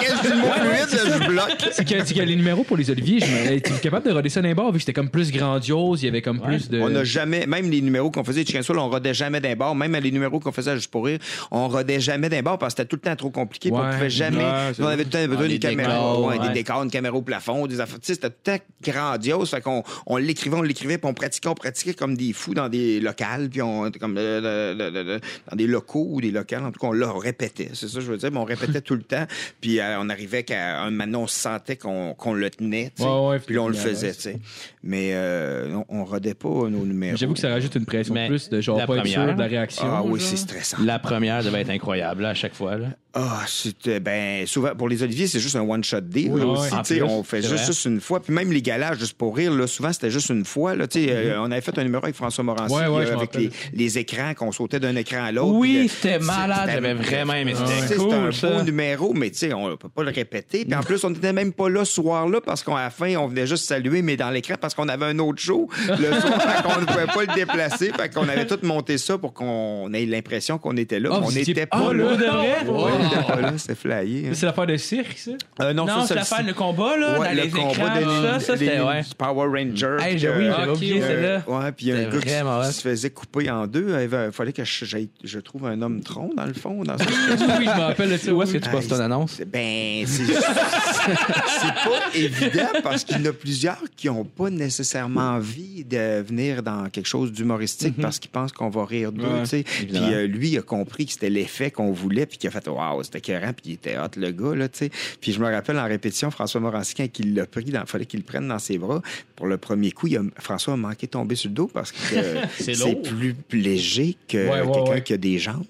C: Qu'est-ce que tu mot fluide, là, je bloque.
D: C'est que- c'est que les numéros pour les Oliviers, je me- hey, t'es capable de roder ça d'un bord, vu que c'était comme plus grandiose, il y avait comme plus de.
C: On n'a jamais, même les numéros qu'on faisait de Chicken Soul, on rodait jamais d'un bord. Même les numéros qu'on faisait à juste pour rire, on rodait jamais d'un bord parce que c'était tout le temps trop compliqué. puis
D: Ouais.
C: On pouvait jamais.
D: Ouais, c'est
C: on avait tout le temps
F: Ah,
C: besoin
F: les
C: d'une caméra,
F: décors,
C: ouais,
G: ouais.
C: des décors, une caméra au plafond, des affaires. Tu sais, c'était tout le temps grandiose. Fait qu'on on l'écrivait, on l'écrivait, puis on pratiquait, on pratiquait comme des fous dans des locales, puis on comme euh, euh, euh, euh, dans des locaux ou des locales. En tout cas, on le répétait. C'est ça que je veux dire. Mais on répétait tout le temps. Puis euh, on arrivait qu'à un moment, on sentait qu'on qu'on le tenait. tu sais.
D: Ouais, ouais,
C: puis là, on le
D: finalement,
C: faisait. tu sais. Mais euh, on- on rodait pas nos numéros.
D: J'avoue que ça rajoute une pression
G: Mais
D: plus de genre
G: la
D: pas être sûr
G: première.
D: de la réaction.
C: Ah oui,
D: genre.
C: c'est stressant.
G: La première devait être incroyable là, à chaque fois. là.
C: Ah, c'était ben souvent pour les oliviers, c'est juste un one shot deal
D: Oui,
C: là,
D: ouais,
C: aussi,
G: en
C: tu sais,
G: plus,
C: on fait
G: c'est
C: juste
G: vrai.
C: ça une fois, puis même les galas juste pour rire là, souvent c'était juste une fois là, tu sais, euh, on avait fait un numéro avec François Morancy
D: Ouais, ouais,
C: euh,
D: je m'en
C: avec
D: rappelle.
C: les, les écrans qu'on sautait d'un écran à l'autre. puis,
G: Oui,
C: euh,
G: c'était
C: c'est-
G: malade.
C: c'était-
G: J'avais vraiment aimé.
C: Tu sais,
G: C'était
C: C'était Ah, un
G: cool,
C: beau
G: ça.
C: numéro, mais tu sais, on peut pas le répéter. Puis en plus, on n'était même pas là ce soir-là parce qu'à la fin, on venait juste saluer, mais dans l'écran parce qu'on avait un autre show le
G: *laughs*
C: soir, fait qu'on ne pouvait pas le déplacer. Fait qu'on avait tout monté ça pour qu'on ait l'impression qu'on était là.
D: Ah,
C: mais on
D: vous étiez
C: n'était
D: pas
C: pas
D: là.
C: là.
G: de vrai?
C: Ouais, là, c'est flyé. hein.
D: C'est l'affaire de cirque, ça?
C: Euh,
G: Non, c'est
C: ça,
G: l'affaire,
C: le-
G: le combat, là,
C: Ouais,
G: dans
C: le
G: les
C: combat
G: écrans,
C: des-
G: tout ça, ça,
C: des-
G: c'était, ouais. Ah,
C: du Power Ranger.
G: Hey,
C: puis
G: j'ai- oui,
C: que-
G: j'avais oublié,
C: euh,
G: celle-là.
C: Ouais, puis il y a un
G: C'était
C: gars qui, s-
G: vraiment hot.
C: qui se faisait couper en deux. Il fallait que je, j'aille- je trouve un homme tronc, dans le fond.
G: *laughs*
C: Dans ce...
D: Oui, oui, je me rappelle de ça.
G: Où est-ce que tu
C: Nice.
G: passes ton annonce?
C: Ben, c'est c'est *laughs* pas évident parce qu'il y en a plusieurs qui n'ont pas nécessairement envie de venir dans quelque chose d'humoristique parce qu'ils pensent qu'on va rire d'eux.
E: Ouais,
C: tu sais. puis
G: évidemment.
C: euh, lui, il a compris que c'était l'effet qu'on voulait puis qu'il a fait Waouh, c'était écœurant puis il était hot, le gars. Là, tu sais. puis je me rappelle en répétition, François Morancy, quand il l'a pris, il fallait qu'il le prenne dans ses bras. Pour le premier coup, il a- François a manqué de tomber sur le dos parce que euh,
F: C'est
C: c'est
F: lourd.
C: plus léger que
D: Ouais, ouais,
C: quelqu'un
D: ouais.
C: qui a des jambes.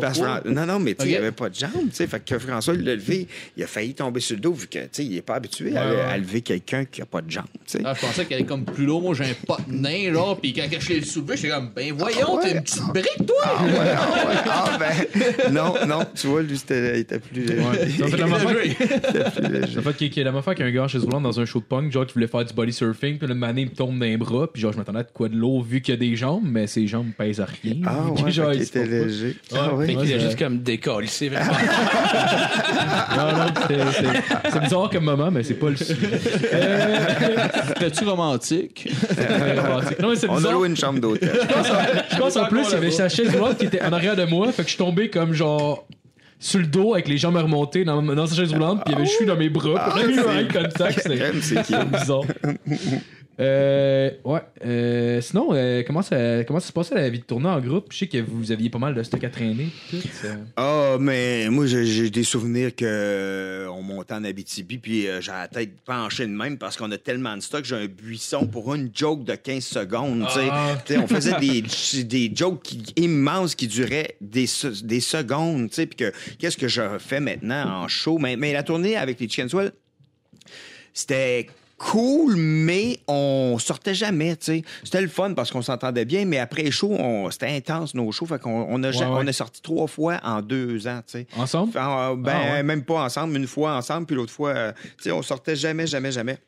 C: Parce que Fran- non, non, mais tu sais, il n'y
F: Ok.
C: avait pas de jambes. tu sais. Fait que François l'a levé, il a failli tomber sur le dos vu que, tu sais, il n'est pas habitué à,
D: Ouais, ouais.
C: à lever quelqu'un qui n'a pas de jambes. tu sais.
F: Ah, je pensais qu'elle est comme plus lourde. Moi, j'ai un pot de nain, là. Puis quand je l'ai soulevé, j'étais comme, ben voyons, t'es une petite brique, toi.
C: Ah, ouais, ah, ouais, *laughs* ah, ben, non, non, tu vois, lui, c'était, il était plus léger.
D: Ouais. Ils ont
F: *laughs*
D: fait la
C: Ben,
D: même affaire-
C: Il était plus léger.
D: J'ai fait qu'il y a la même affaire qu'un gars en chaise roulante dans un show de punk, genre qui voulait faire du body surfing, puis le mané me tombe d'un bras, puis genre je m'attendais à de quoi de l'eau vu qu'il y a des jambes, mais ses jambes pèsent à rien. *laughs*
C: Ah, ouais,
D: Puis, genre,
C: fait
D: il
C: qu'il
D: se porte
C: était
D: pas.
C: léger. Ah,
D: Ouais,
C: ouais.
G: Fait qu'il a
D: ouais.
G: juste comme décollé, c'est vraiment.
D: Non, non, c'était-
C: *laughs*
D: c'est- c'est bizarre comme moment, mais c'est pas le sujet. Euh,
F: T'es-tu romantique?
D: c'est romantique. *laughs* non, mais c'est
C: On a
D: bizarre.
C: loué une chambre
D: *laughs*
C: d'hôtel.
D: Je pense en plus, il y avait sa chaise roulante qui était en arrière de moi, fait que je suis tombé comme genre sur le dos avec les jambes remontées dans, dans sa chaise roulante, puis il y avait chui dans mes
C: Ah,
D: bras, puis il y avait eu un comme
C: *laughs*
D: ça. que c'est-
C: Crème,
D: *laughs*
C: c'est qui?
D: bizarre. Euh, ouais. euh, sinon, euh, comment, ça, comment ça se passait la vie de tournée en groupe? Je sais que vous aviez pas mal de stock à traîner. tout, euh, ça.
C: Ah, mais moi, j'ai, j'ai des souvenirs que euh, on montait en Abitibi, puis euh, j'ai la tête penchée de même parce qu'on a tellement de stock, j'ai un buisson pour une joke de 15 secondes. tu sais.
D: Ah.
C: Tu sais, on faisait des, des jokes qui- immenses qui duraient des, se- des secondes. tu sais, Puis que qu'est-ce que je fais maintenant en show? Mais, mais la tournée avec les Chicken Swell, c'était cool, mais on sortait jamais, tu sais. C'était le fun parce qu'on s'entendait bien, mais après chaud, on... c'était intense nos shows, fait qu'on on a, ja-
D: Ouais, ouais.
C: on a sorti trois fois en deux ans, tu sais.
D: Ensemble?
C: Fait, euh, ben,
D: Ah, ouais.
C: même pas ensemble, une fois ensemble, puis l'autre fois, euh, tu sais, on sortait jamais, jamais, jamais.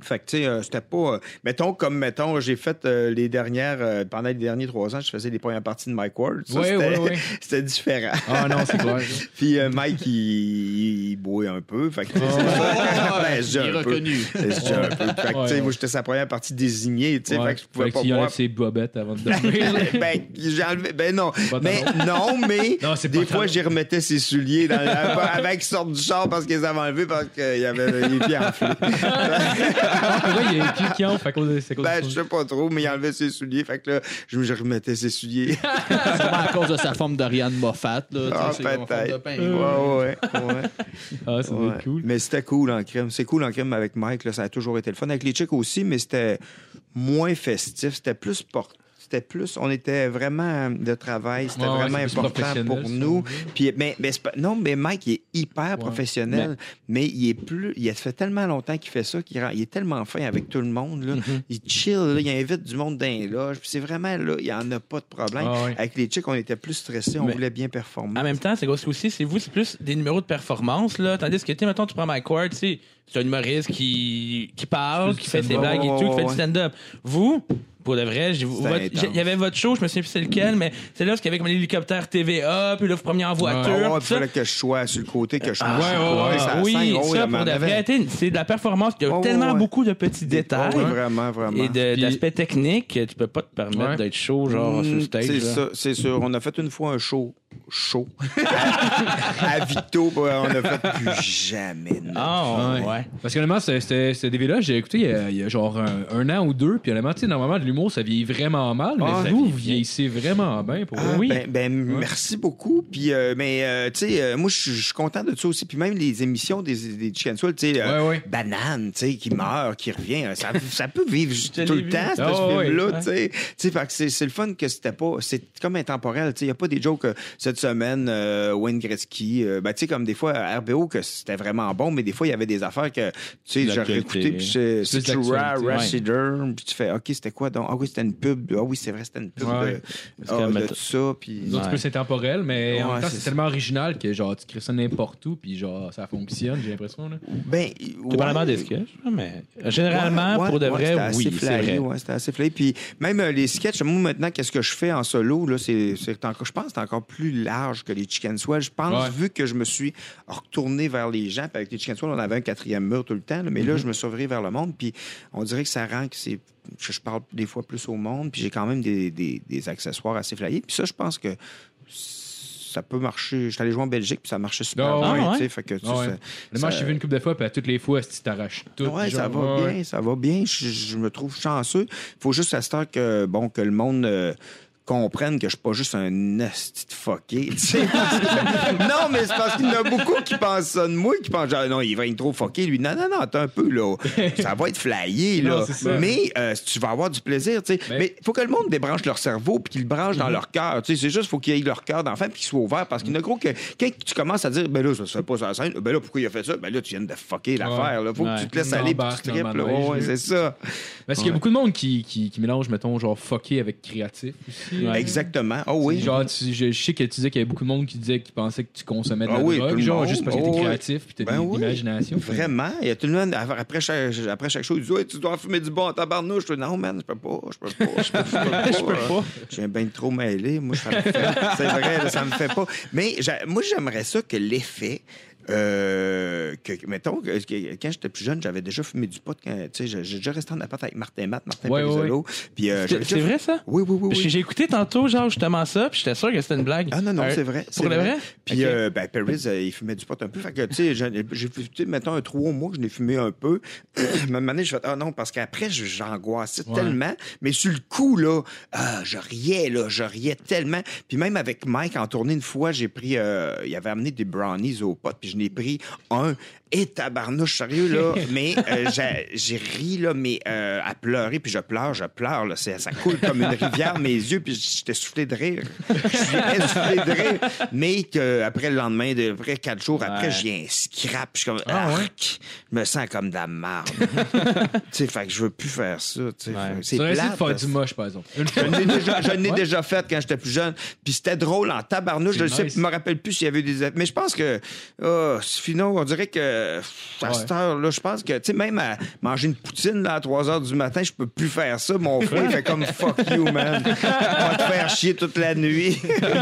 C: Fait que, tu sais, euh, c'était pas. euh, mettons, comme, mettons, j'ai fait euh, les dernières. euh, pendant les derniers trois ans, je faisais les premières parties de Mike Ward. Ça,
D: Ouais,
C: c'était,
D: ouais, ouais.
C: *laughs* c'était différent.
D: Ah non, c'est clair.
C: Puis euh, Mike, il, il bouille un peu. Fait que, tu sais, c'est
D: Ah,
C: ça. *laughs* Ben, je dis
F: Il est
C: un peu.
F: reconnu.
C: Je dis un peu. Fait que, tu sais,
D: Ouais.
C: moi, j'étais sa première partie désignée. Tu sais,
D: Ouais,
C: fait que je pouvais
D: fait
C: pas
D: qu'il enlève
C: voir.
D: ses
C: *laughs*
D: bobettes avant de dormir.
C: ben, j'ai enlevé- ben non.
D: Pantalon.
C: Mais non,
F: *laughs*
C: mais
D: Non, c'est
C: des
D: pantalon.
C: fois, j'y remettais ses souliers dans *laughs* avec qui sortent du char parce qu'ils avaient enlevé parce qu'il y avait les
F: *laughs*
C: pieds enflés.
D: Ah, pour vrai, il y a qui qui en fait à cause de c'est à cause de
C: Ben,
D: son-
C: je sais pas trop, mais il enlevait ses souliers. Fait que là, je je remettais ses
F: *laughs*
C: souliers.
F: C'est sûrement à cause de sa forme d'Ariane Moffat, là.
C: Ah,
F: tu sais, Ah, c'est comme forme de
C: peut-être.
F: pain.
C: Ouais, ouais, ouais.
D: Ah, ça doit être
C: Ouais.
D: cool.
C: Mais c'était cool en crème. C'est cool en crème avec Mike. Là, ça a toujours été le fun. Avec les chicks aussi, mais c'était moins festif. C'était plus sport. C'était plus. On était vraiment de travail. C'était
D: Ouais, ouais,
C: vraiment
D: c'est plus
C: important
D: professionnel,
C: pour
D: ça,
C: nous.
D: ouais.
C: Puis, mais, mais c'est pas- non, mais Mike, il est hyper professionnel, mais il est plus. Il a fait tellement longtemps qu'il fait ça qu'il rend- il est tellement fin avec tout le monde. Là.
D: Mm-hmm.
C: Il chill, là, il invite du monde dans les loges. Puis c'est vraiment là, il n'y en a pas de problème.
D: Ah, ouais.
C: Avec les chicks, on était plus stressés, on
G: Mais-
C: voulait bien performer.
G: En même temps, c'est aussi, aussi c'est vous, c'est plus des numéros de performance, là. Tandis que, tu sais, mettons, tu prends Mike Ward, tu sais, c'est un humoriste qui, qui parle,
D: C'est plus
G: qui
D: du
G: fait ses
D: stand-up.
G: blagues et tout, qui fait du
C: Ouais.
G: stand-up. Vous, pour de vrai, j'ai- votre-
C: intense.
G: j'ai- il y avait votre show, je me souviens plus c'est lequel, mais c'est là, ce qu'il y avait comme l'hélicoptère TVA, puis là, vous preniez en
C: Ah,
G: voiture.
C: ouais,
G: tout
C: il
G: ça.
C: fallait que je sois sur le côté que je sois.
G: Ah, ouais, ouais,
C: ça
G: oui,
C: sent, oh, il y
G: ça,
C: en
G: pour de
C: avait.
G: vrai, tu sais, c'est de la performance. Il y a
C: Ouais, ouais,
G: tellement
C: ouais.
G: beaucoup de petits détails
C: Ouais, vraiment, vraiment.
G: et de-
D: Puis-
G: d'aspects techniques que tu peux pas te permettre
D: Ouais.
G: d'être chaud, genre, sur
C: Mm,
G: le stage.
C: c'est
G: là.
C: ça, c'est sûr. On a fait une fois un show
G: *laughs*
C: chaud à, à Vito. bah, On a fait plus jamais. non.
G: Ah, ouais.
D: Parce que honnêtement, c'était- c'était c'était des vidéos j'ai écouté il y a, il y a genre un, un an ou deux, puis honnêtement, tu sais, normalement, de l'humour, ça vieillit vraiment mal, mais
C: Ah, ça
D: vous,
G: vieillit
D: vous vieillissez vraiment bien pour
C: Ah,
D: vrai.
C: Ben, ben, merci beaucoup. Puis, euh, mais, euh, tu sais, euh, moi, je suis- je suis content de ça aussi. Puis même les émissions des, des Chicken Soul, tu sais, euh,
D: Ouais, ouais.
C: Banane, tu sais, qui meurt, qui revient,
D: *laughs*
C: euh, ça, ça peut vivre juste
G: l'ai
C: tout le
G: vu.
C: temps, ce
D: Ah, ouais,
C: film-là,
G: ouais.
C: tu sais. Tu sais, fait que c'est c'est le fun que c'était pas... C'est comme intemporel, tu sais. Il n'y a pas des jokes euh, cette semaine, euh, Wayne Gretzky, euh, ben, tu sais, comme des fois, à RBO, que c'était vraiment bon, mais des fois, il y avait des affaires que, tu sais, j'ai
G: L'actualité.
C: réécouté, puis c'est- c'est
D: Plus
C: Tura,
D: d'actualité, ouais.
C: Rashider, puis tu fais, OK, c'était quoi donc? Ah oui, c'était une pub. Ah oui, c'est vrai, c'était une pub.
D: Ouais.
C: de-
G: Parce
C: ah, de
G: que, mettons-
C: tout ça, puis...
D: Nous autres, c'est
G: Ouais.
D: plus intemporel, mais en
C: Ouais,
D: même temps,
C: c'est
D: c'est
C: ça.
D: tellement original que genre, tu crées ça n'importe où, puis genre, ça fonctionne, j'ai l'impression. là.
C: Ben,
G: Tout dépendamment
C: ouais.
G: des sketchs, mais euh, généralement,
C: Ouais, ouais,
G: pour de
C: ouais,
G: vrai,
C: c'était assez
G: oui, c'est
C: flyé,
G: vrai.
C: ouais, c'était assez flyé. Puis même euh, les sketchs, moi maintenant, qu'est-ce que je fais en solo, là, c'est c'est encore, je pense, que c'est encore plus large que les chicken swells. Je pense,
D: Ouais.
C: vu que je me suis retourné vers les gens, puis avec les chicken swells, on avait un quatrième mur tout le temps, là, mais
G: Mm-hmm.
C: là, je me suis ouvert vers le monde, puis on dirait que ça rend que c'est que je parle des fois plus au monde, puis j'ai quand même des, des- des accessoires assez flyés. Puis ça, je pense que ça peut marcher. J'étais allé jouer en Belgique, puis ça marchait super
D: Ah,
C: bien.
G: ouais.
C: tu sais, fait que, tu sais,
D: Ah ouais.
C: ça-
D: Le match, j'ai vu une couple de fois, puis à toutes les fois, si tu t'arraches tout.
C: Ouais,
D: genre,
C: ça va
D: ouais, ouais.
C: bien, ça va bien. Je, je me trouve chanceux. faut juste à cette heure que, bon, que le monde euh, comprenne que je suis pas juste un nasty de fucké. tu sais, *laughs* parce que- non, mais c'est parce qu'il y en a beaucoup qui pensent ça de moi, qui pensent genre, non, il va être trop fucké, lui. Non, non, non, attends un peu, là. Ça va être flyé,
D: *laughs* Non,
C: là.
D: c'est ça.
C: mais euh, tu vas avoir du plaisir, tu sais.
D: Ben-
C: Mais faut que le monde débranche leur cerveau puis qu'ils le branchent
D: Mhm.
C: dans leur cœur. Tu sais, c'est juste, faut qu'il y ait leur cœur d'enfant puis qu'il soit ouvert parce qu'il y en a gros que quand tu commences à dire, ben là, ça se fait pas sur la scène, ben là, pourquoi il a fait ça? Ben là, tu viens de fucker l'affaire, là. Faut
D: Ouais.
C: que tu te laisses
D: Tu
C: aller puis
D: embarques
C: tu tripes,
D: dans le
C: là.
D: manège,
C: Ouais,
D: là.
C: c'est ça.
D: Parce qu'il y a
C: Ouais.
D: beaucoup de monde qui, qui, qui mélange, mettons, genre fucké avec créatif. aussi. hein.
C: Exactement. Ah oui.
D: Genre, tu- je, je sais que tu disais qu'il y avait beaucoup de monde qui disait qu'ils pensaient que tu consommais de la
C: Ah oui, tout
D: drogue,
C: le
D: genre,
C: monde.
D: juste parce que
C: Ah
D: t'es
C: oui.
D: créatif puis t'as
C: Ben
D: de
C: oui.
D: l'imagination.
C: Vraiment, il y a tout le monde, après chaque, après chaque show, il dit Ouais, Tu dois en fumer du bon en tabarnouche. Je dis Non, man, je peux pas, je peux pas, je
D: *laughs*
C: peux pas. Je peux pas. J'ai un bain trop mêlé. Moi, ça me fait. C'est vrai, là, ça me fait pas. Mais j'a- moi, j'aimerais ça que l'effet. euh, que, mettons, que, que- quand j'étais plus jeune, j'avais déjà fumé du pot. quand, tu sais, J'ai j'ai déjà resté en appart avec Martin Matt, Martin
D: Ouais, ouais,
C: Pellizzolo. Puis, euh, j'avais
G: C'est c'est
C: déjà-
G: vrai, ça?
C: Oui, oui, oui.
G: Parce
C: oui.
G: que J'ai écouté tantôt, genre, justement ça, puis j'étais sûr que c'était une blague.
C: Ah non, non,
G: Euh,
C: c'est vrai. c'est
G: Pour le vrai?
C: Puis,
G: Ok.
C: euh, ben, Paris, euh, il fumait du pot un peu. Fait que, tu sais, j'en ai- j'ai tu sais, mettons, un trois mois que je n'ai fumé un peu. *clears throat* Même année, je fais, ah non, parce qu'après, je- j'angoissais tellement. Mais sur le coup, là, ah, je riais, là, je riais tellement. Puis même avec Mike, en tournée, une fois, j'ai pris, euh, il avait amené des brownies au pot, puis je n'ai pris un. Et tabarnouche, sérieux,
D: *laughs*
C: là. Mais euh, j'ai- j'ai ri, là, mais euh, à pleurer, puis je pleure, je pleure, là. C'est- Ça coule comme une rivière, mes yeux, puis j'étais soufflé de rire. J'étais soufflé de rire. Mais que, après le lendemain, de après quatre jours, après, j'ai un scrap, puis je suis comme,
D: Ah
C: arc, je me sens comme de la
D: *laughs*
C: marde. tu sais, fait que je veux plus faire ça, tu sais. C'est
D: Tu aurais essayé de
C: plate.
D: faire du moche, par exemple. Une
C: Je
D: fois.
C: l'ai déjà, je l'ai
D: Ouais.
C: déjà fait quand j'étais plus jeune. Puis c'était drôle en tabarnouche. Je ne
D: C'est nice.
C: me rappelle plus s'il y avait eu des. Mais je pense que. Ah, sinon, on dirait que. pff, À
D: Ouais.
C: cette heure-là, je pense que. Tu sais, même à manger une poutine là, à 3 h du matin, je peux plus faire ça. Mon frère fait comme fuck you, man. *laughs* On va te faire chier toute la nuit. *laughs*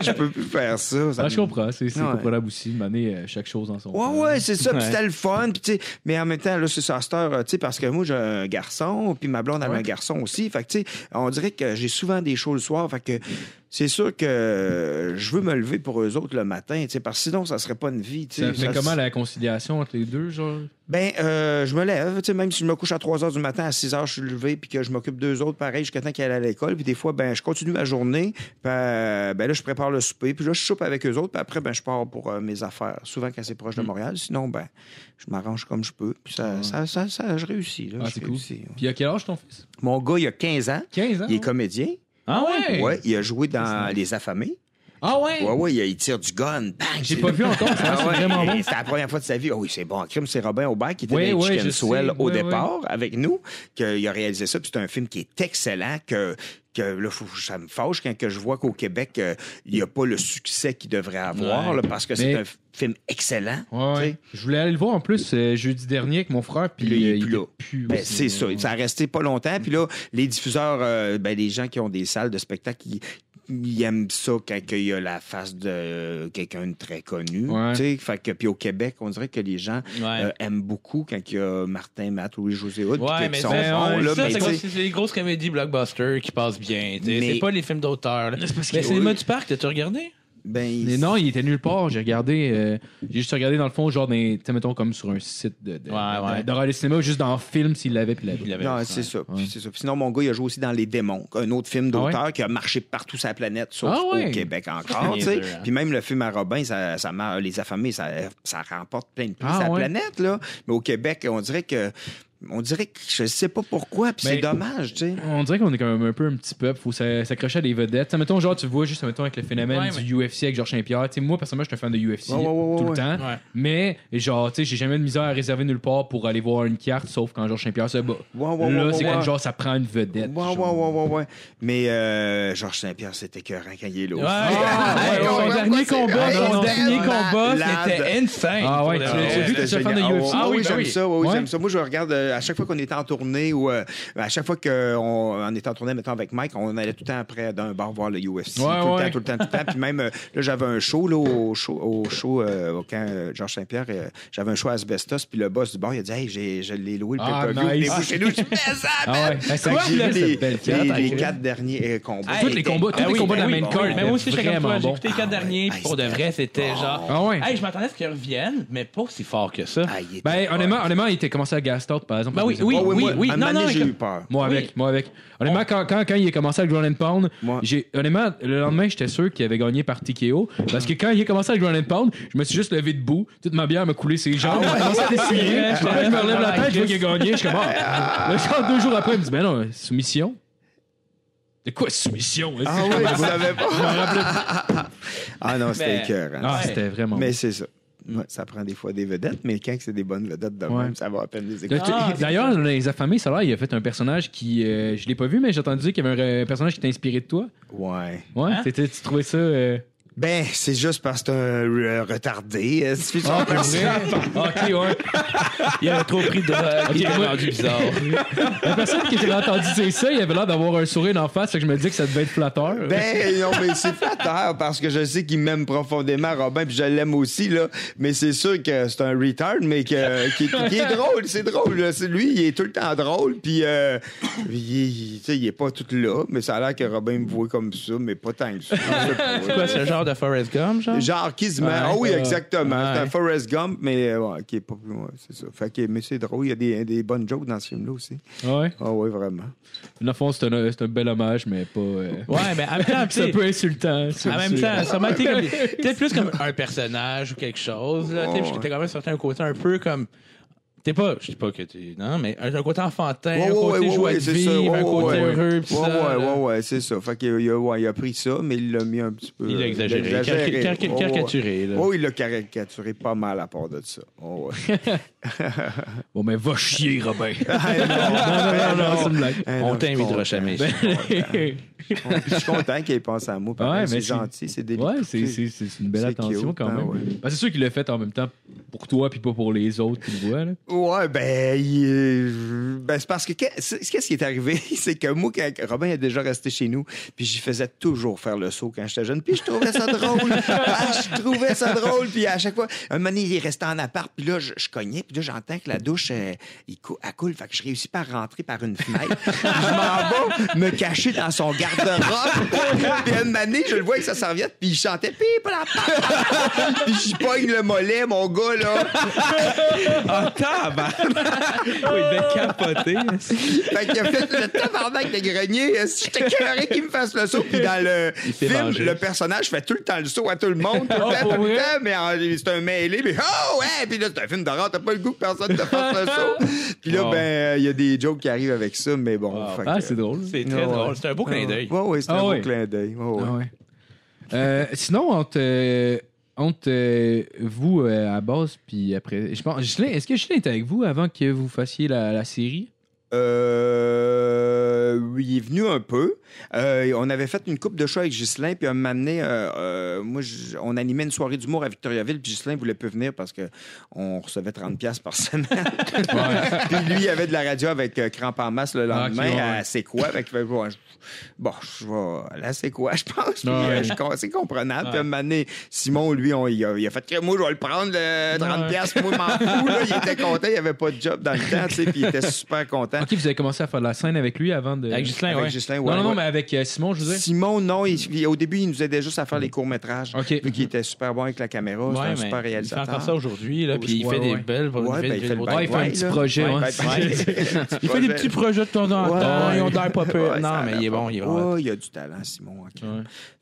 C: je peux plus faire ça. ça
D: Ah, je
C: me-
D: comprends, c'est c'est
C: Ouais.
D: comprenable aussi de mener euh, chaque chose dans son
C: Ouais,
D: temps.
C: ouais, c'est ça. Puis c'était le fun. Puis, tu sais, mais en même temps, là, c'est ça, à cette heure, euh, tu sais, parce que moi, j'ai un garçon, puis ma blonde avait un garçon aussi. Fait que, tu sais, on dirait que j'ai souvent des shows le soir. Fait que c'est sûr que euh, je veux me lever pour eux autres le matin, tu sais, parce que sinon, ça serait pas une vie, tu sais.
D: Ça fait
C: Ça-
D: comment la conciliation entre les deux, genre?
C: Ben, euh, je me lève, tu sais, même si je me couche à 3 h du matin, à 6 h, je suis levé, puis que je m'occupe d'eux autres, pareil, jusqu'à temps qu'elle aille à l'école. Puis des fois, ben, je continue ma journée, puis, euh, ben là, je prépare le souper, puis là, je soupe avec eux autres, puis après, ben, je pars pour euh, mes affaires, souvent quand c'est proche
D: Mm.
C: de Montréal. Sinon, ben, je m'arrange comme je peux, puis ça, ça, ça, ça- je réussis, là.
D: Ah,
C: je
D: c'est cool.
C: réussis, ouais.
D: Puis à quel âge ton fils?
C: Mon gars, il a 15 ans,
D: 15 ans?
C: il est comédien.
G: Ah ouais?
C: Ouais, il a joué dans Les Affamés.
D: Ah ouais?
C: Ouais, ouais, il, il tire du gun, bang!
D: J'ai
C: c'est- *laughs*
D: pas vu encore, ça
C: ah
D: c'est
C: ouais,
D: vraiment
C: et
D: bon.
C: C'était la première fois de sa vie. Ah oui, c'est bon. Crime, c'est Robin Aubert qui était
D: Oui,
C: dans les
D: oui,
C: Chicken
D: je
C: Swell
D: sais.
C: au
D: Oui,
C: départ avec nous, qu'il a réalisé ça. Puis c'est un film qui est excellent, que, que là, faut- ça me fâche quand que je vois qu'au Québec, euh, il n'y a pas le succès qu'il devrait avoir, là, parce que c'est
D: Mais-
C: un film excellent.
D: Ouais,
C: tu sais.
D: ouais. Je voulais aller le voir en plus euh, jeudi dernier avec mon frère, puis
C: Puis là, il est
D: euh, il
C: plus là.
D: était plus
C: Ben,
D: aussi,
C: c'est
D: ouais.
C: ça. Ça a resté pas longtemps. Puis là, les diffuseurs, euh, ben, les gens qui ont des salles de spectacle, ils, ils aiment ça quand il y a la face de euh, quelqu'un de très connu.
D: Ouais.
C: tu sais. Fait que, puis au Québec, on dirait que les gens
G: Ouais.
C: euh, aiment beaucoup quand il y a Martin, Matt, Louis-José Hood. puis
G: Ouais,
C: qu'ils
G: mais
C: sont
D: ben,
G: c'est
C: bons, là,
G: ça,
C: mais
G: c'est
C: tu
G: comme
C: sais,
G: si c'est les grosses comédies blockbusters qui passent bien. tu sais.
C: Mais-
G: C'est pas les films d'auteur. là. Mais c'est les du parc, t'as-tu regardé?
C: ben,
D: Mais non, il était nulle part. J'ai regardé, euh, j'ai juste regardé dans le fond, genre, des, tu sais, mettons, comme sur un site de, de,
G: Ouais, ouais.
D: de- d'horreur de cinéma, juste dans le film, s'il l'avait, puis l'avait.
C: Non, c'est ça. Puis c'est ça. Puis Sinon, mon gars, il a joué aussi dans Les Démons, un autre film
D: Ah ouais?
C: d'auteur qui a marché partout sur la planète, sauf
D: Ah ouais?
C: au Québec encore. tu sais.
G: niaiseux, hein.
C: Puis même le film à Robin, ça, ça mar- Les Affamés, ça, ça remporte plein de prix
D: Ah
C: sur la
D: ouais?
C: planète. Là. Mais au Québec, on dirait que. On dirait que je sais pas pourquoi, puis c'est
D: Mais-
C: dommage, tu sais.
D: On dirait qu'on est quand même un peu un petit peuple, faut s'a- s'accrocher à des vedettes. T'sais, mettons, genre, tu vois, juste mettons, avec le phénomène
G: Ouais,
D: du UFC avec Georges Saint-Pierre. T'sais, moi, personnellement, je suis un fan de UFC
C: Ouais, ouais, ouais,
D: tout le
C: ouais.
D: temps.
G: Ouais.
D: Mais, genre, tu sais, j'ai jamais de misère à réserver nulle part pour aller voir une carte, sauf quand Georges Saint-Pierre se bat.
C: Ouais, ouais,
D: Là,
C: ouais,
D: c'est
C: ouais,
D: comme
C: ouais.
D: genre, ça prend une vedette.
C: Ouais, ouais,
D: genre.
C: ouais, ouais, ouais. Mais euh, Georges Saint-Pierre, c'était écœurant quand il est là. Ah,
G: Ouais.
D: ouais,
G: Son
D: ouais,
G: dernier combat,
C: ouais,
G: son
C: ouais,
G: dernier
C: ouais,
G: combat,
C: malade.
G: c'était insane.
D: Ah ouais,
G: Pour
D: tu
G: le-
D: l'as- tu l'as vu,
C: c'était
D: t'es un fan
C: génial.
D: de
C: Ah,
D: UFC?
C: Ah
D: Ah oui,
C: oui,
D: ben
C: j'aime
D: oui.
C: ça, oui, oui,
D: Ouais.
C: j'aime ça. Moi, je regarde euh, à chaque fois qu'on était en tournée ou euh, à chaque fois qu'on on était en tournée, mettons, avec Mike, on allait tout le temps après d'un bar voir le UFC. tout
D: Ouais,
C: le
D: ouais.
C: temps, tout le temps, tout le temps. Puis même, euh, là, j'avais un show, là, au show,
D: *laughs*
C: au show euh, au camp euh, Georges Saint-Pierre. euh, j'avais un show à Asbestos. Puis le boss du bar, il a dit, hey, j'ai, je l'ai loué le
D: Ah,
C: pay-per-view. venez-vous
D: nice.
C: chez nous, je dis, Mais ça,
D: Ah
C: man!
D: ouais. Hey, c'est
C: Fait que
D: quoi,
C: j'ai
D: là,
C: vu
D: cette
C: les,
D: belle
C: les-
D: carte,
C: les
D: hein,
C: quatre derniers euh, combats.
D: Tous les combats, tous
G: Ah
D: les
G: oui,
D: combats
G: ben
D: de la
G: oui,
D: main
G: bon,
D: card.
G: Mais moi aussi, j'étais comme toi,
D: vraiment
G: j'ai
D: bon.
G: écouté les quatre derniers,
C: Ah,
G: puis pour de vrai, c'était genre.
D: Ah ouais.
G: Hey, je m'attendais à ce qu'ils reviennent, mais pas aussi fort que ça.
C: Ah, il était
D: Ben,
C: fort.
D: honnêtement, honnêtement, il était commencé à gas out, par exemple.
G: Ben
D: parce
G: oui,
D: que c'est
G: oui,
D: pas-
C: Ah ouais,
G: oui,
C: moi,
G: oui.
C: à un
G: Non,
C: moment
G: non,
C: donné, j'ai
G: comme-
C: eu peur.
D: Moi avec,
G: Oui.
D: moi avec. Honnêtement, quand, quand, quand il a commencé avec Ground and Pound,
C: Moi.
D: j'ai, honnêtement, le lendemain, j'étais sûr qu'il avait gagné par TKO. Parce que quand il a commencé avec Ground and Pound, je me suis juste levé debout, toute ma bière m'a coulé ses jambes, j'ai commencé à dessiner.
G: Ouais,
D: Après, je me relève la
G: ouais,
D: tête, je vois qu'il a gagné, je suis comme, ah. Là, genre, deux jours après, il me dit, ben non, soumission. De quoi soumission?
C: Ah oui, je savais pas. ah non, c'était
G: Mais-
C: écœurant.
D: Ah, c'était vraiment.
C: Mais c'est ça. Ouais, ça prend des fois des vedettes, mais quand c'est des bonnes vedettes de
D: Ouais.
C: même, ça va à peine les
D: Le-
C: écouter.
G: Ah, c'est
D: D'ailleurs, dans les affamés, ça là, il a fait un personnage qui. euh, je l'ai pas vu, mais j'ai entendu dire qu'il y avait un euh, personnage qui t'a inspiré de toi.
C: Ouais.
D: Ouais,
G: Hein?
D: t'étais- tu trouvais ça. euh,
C: Ben, c'est juste parce que t'es un euh, retardé. euh, si
D: Ah,
C: tu fais
G: Ah,
C: ça.
D: ok, ouais.
G: Il avait trop pris de drogue, il était rendu bizarre.
D: *laughs* La personne qui était entendu dire ça, il avait l'air d'avoir un sourire en face, fait que je me dis que ça devait être flatteur.
C: Ben, non, mais c'est flatteur parce que je sais qu'il m'aime profondément, Robin, puis je l'aime aussi, là. Mais c'est sûr que c'est un retard, mais que, qui, est-
G: *laughs*
C: qui est drôle, c'est drôle. là. C'est- Lui, il est tout le temps drôle, puis euh, il, est- il- tu sais, il est pas tout là, mais ça a l'air que Robin me voit comme ça, mais pas tant que
G: *laughs*
C: ça. Je sais pas.
G: Quoi, ce genre de Forrest Gump, genre?
C: Genre quasiment.
G: Ouais,
C: Ah oui,
G: ça-
C: exactement. C'est un
G: ouais.
C: Forrest Gump, mais euh, ouais, qui est pas plus loin. C'est ça. Fait que, mais c'est drôle. Il y a des, des bonnes jokes dans ce film-là aussi.
D: Ouais.
C: Ah oui, vraiment.
D: Dans le fond, c'est un, c'est un bel hommage, mais pas. euh, *laughs*
G: Ouais, mais
C: *laughs*
G: en même temps,
D: C'est un
G: tu
D: peu insultant. c'est
G: En même
D: sûr.
C: hein.
G: temps, ça m'a été comme- peut-être plus comme un personnage ou quelque chose. Là,
C: Ouais,
G: tu sais, j'étais quand même sorti un côté un peu comme. T'es pas, je dis pas que t'es. Non, mais un, un côté enfantin, un côté joie de
C: c'est ça.
G: vivre,
C: Ouais,
G: un côté
C: ouais,
G: heureux, pis
C: ouais,
G: ça.
C: ouais,
G: là.
C: ouais, ouais, c'est ça. Fait qu'il a- il a, ouais, il a pris ça, mais il l'a mis un petit peu. euh,
G: Il a exagéré, carica- carica-
C: Ouais, ouais.
G: caricaturé, là.
C: Oh, il l'a caricaturé pas mal à part de ça.
G: *laughs*
C: Oh, ouais. *laughs*
D: Bon, mais va chier, Robin.
C: Ah, non, non, non,
D: c'est une blague.
C: *laughs* Ah, non,
G: On
C: je suis
G: t'invitera
C: content. *laughs*
G: jamais.
C: Je suis content qu'il pense à moi. pareil.
D: mais
C: c'est
D: c'est-
C: gentil, c'est délicat.
D: Ouais, c'est- c'est c'est une belle
C: C'est
D: attention
C: cute,
D: quand
C: hein,
D: même.
C: ouais.
D: Ben, c'est sûr qu'il l'a fait en même temps pour toi puis pas pour les autres qui le voient. Là.
C: Ouais, ben, il- ben, c'est parce que que- c'est- qu'est-ce qui est arrivé, *laughs* c'est que moi, quand Robin est déjà resté chez nous, puis j'y faisais toujours faire le saut quand j'étais jeune, puis je trouvais ça drôle, Ah, je trouvais ça drôle, puis à chaque fois, un moment donné, il est resté en appart, puis là, je, je cognais, puis là, j'entends que la douche, euh, il cou- elle coule, fait que je réussis pas à rentrer par une fenêtre, Puis je m'en vais me cacher dans son garde-robe, puis un moment donné, je le vois avec sa serviette, puis il chantait, puis la puis j'y pogne le mollet, mon gars, là,
E: Ah, tabarnak! Il devait capoter.
C: Fait qu'il a fait le tabarnak de grenier. Euh, Si j'étais carré qu'il me fasse le saut. Puis dans le
G: s'est
C: film,
G: vengé.
C: le personnage fait tout le temps le saut à tout le monde, tout le temps, tout le temps, mais en- c'est un mêlé. Mais oh, ouais! Puis là, c'est un film d'horreur, t'as pas le goût que personne te fasse le saut. Puis là,
G: Wow.
C: ben, euh, il y a des jokes qui arrivent avec ça, mais bon. fait que-
D: Ah, c'est drôle.
G: C'est
C: Ouais,
G: très
C: ouais.
G: drôle. C'est un beau clin d'œil.
C: Ouais, ouais, c'est
D: Ah
C: un
D: ouais.
C: beau clin d'œil. Ouais, ouais.
D: Ah ouais. Euh, sinon, entre, euh, entre euh, vous euh, à base, puis après. Je pense, Ghislain- est-ce que Ghislain était avec vous avant que vous fassiez la, la série?
C: Euh, oui, il est venu un peu. Euh, on avait fait une coupe de show avec Ghislain, puis un moment donné, euh, euh, moi, je- on animait une soirée d'humour à Victoriaville, puis Ghislain voulait plus venir parce que on recevait 30 pièces par
D: *laughs*
C: semaine. puis lui, il avait de la radio avec euh, Crampe en masse le
D: Ah,
C: lendemain
D: ok, ouais, ouais.
C: à C'est quoi? Fait qu'il fait, bon, je, bon, je vais là, C'est quoi, je pense. Puis,
D: Ouais.
C: euh, je com- c'est comprenable. Puis un moment donné, Simon, lui, on, il, a, il a fait que moi, je vais le prendre, le 30 pièces, moi, je m'en fous. *laughs* là. il était content, il avait pas de job dans le temps, tu sais, puis il était super content.
D: Ok, vous avez commencé à faire de la scène avec lui avant de.
G: Ah. Avec Ghislain,
C: Avec
G: ouais.
C: Ghislain, ouais.
D: Non, non, non,
C: Ouais.
D: mais avec euh, Simon, je veux dire.
C: Simon, non, il- il- au début, il nous aidait juste à faire les courts-métrages.
D: Ok.
C: Vu qu'il était super bon avec la caméra,
G: Ouais,
C: c'était un
G: mais
C: super
G: il fait
C: réalisateur.
G: encore ça aujourd'hui, là, puis il
D: Ouais,
G: fait des
D: ouais.
G: belles.
C: Ouais,
G: des
C: ben, il fait le
G: beaux-
C: bail.
D: Ouais, il fait un
C: Ouais,
D: petit
C: là.
D: projet.
C: Ouais,
D: hein.
C: *laughs* ben, ben,
D: Ouais.
G: *laughs* Il fait des petits projets de temps en
C: Ouais.
G: temps. Ils ont l'air pas peu.
C: Ouais, ça
G: non,
C: a
G: mais
C: l'air
G: il est
C: pas
G: bon,
C: pire.
G: il est bon.
C: Ouais, il a du talent, Simon. ok.
D: Ouais.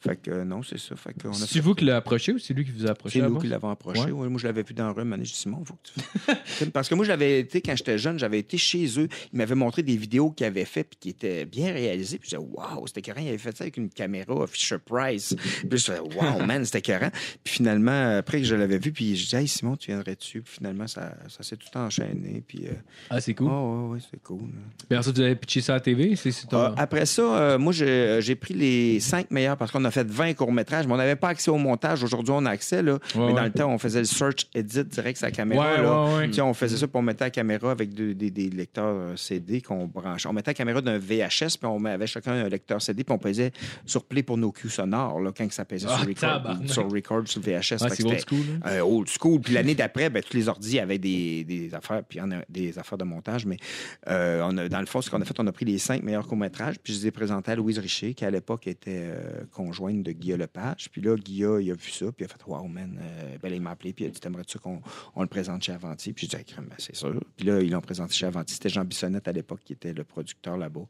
C: Fait que euh, non, c'est ça. Fait qu'on a
D: C'est
C: fait-
D: vous qui l'avez approché ou c'est lui qui vous a approché?
C: C'est nous
D: avant?
C: qui l'avons approché.
D: Ouais.
C: Ouais, moi, je l'avais vu dans le rhum. J'ai dit, Simon, faut que tu fasses. Parce que moi, j'avais été, quand j'étais jeune, j'avais été chez eux. Ils m'avait montré des vidéos qu'il avait fait puis qui étaient bien réalisées. Puis je disais, waouh, c'était carré. Il avait fait ça avec une caméra Fisher Price. Puis je disais, waouh, man, c'était carré. Puis finalement, après que je l'avais vu, puis je disais, hey, Simon, tu viendrais-tu? Puis finalement, ça, ça s'est tout enchaîné. Puis, euh,
D: Ah, c'est cool.
C: oh, ouais, ouais, c'est cool.
D: Puis ensuite, vous avez pitché ça à la TV. C'est Ah, c'est ton-
C: Euh, après ça, euh, moi, je- j'ai pris les cinq meilleurs parce qu'on a fait 20 courts-métrages, mais on n'avait pas accès au montage. Aujourd'hui, on a accès, là. mais
D: ouais.
C: dans le temps, on faisait le search edit direct sa caméra.
D: Ouais,
C: là.
D: ouais, ouais.
C: Tu sais, on faisait ça pour mettre la caméra avec de- des, des lecteurs euh, CD qu'on branchait. On mettait la caméra d'un VHS, puis on met- avait chacun un lecteur CD, puis on pesait sur play pour nos cues sonores, là, quand que ça pesait
D: Ah,
C: sur, record,
D: tabarnak.
C: sur record, sur VHS.
D: Ah,
C: Fait que
D: c'est old
C: c'était- *laughs*
D: school,
C: euh, old school. Puis l'année d'après, ben, tous les ordis avaient des, des affaires, puis il y en a des affaires de montage. Mais euh, on a- dans le fond, ce qu'on a fait, on a pris les cinq meilleurs courts-métrages, puis je les ai présentés à Louise Richer, qui à l'époque était euh, conjointe de Guilla Lepage. Puis là, Guilla, il a vu ça, puis il a fait Wow, man, euh, ben, là, il m'a appelé, puis il a dit T'aimerais-tu qu'on on le présente chez Avanti Puis j'ai dit Ah, crème, ben, C'est sûr. Puis là, ils l'ont présenté chez Avanti. C'était Jean Bissonnette à l'époque qui était le producteur là-bas.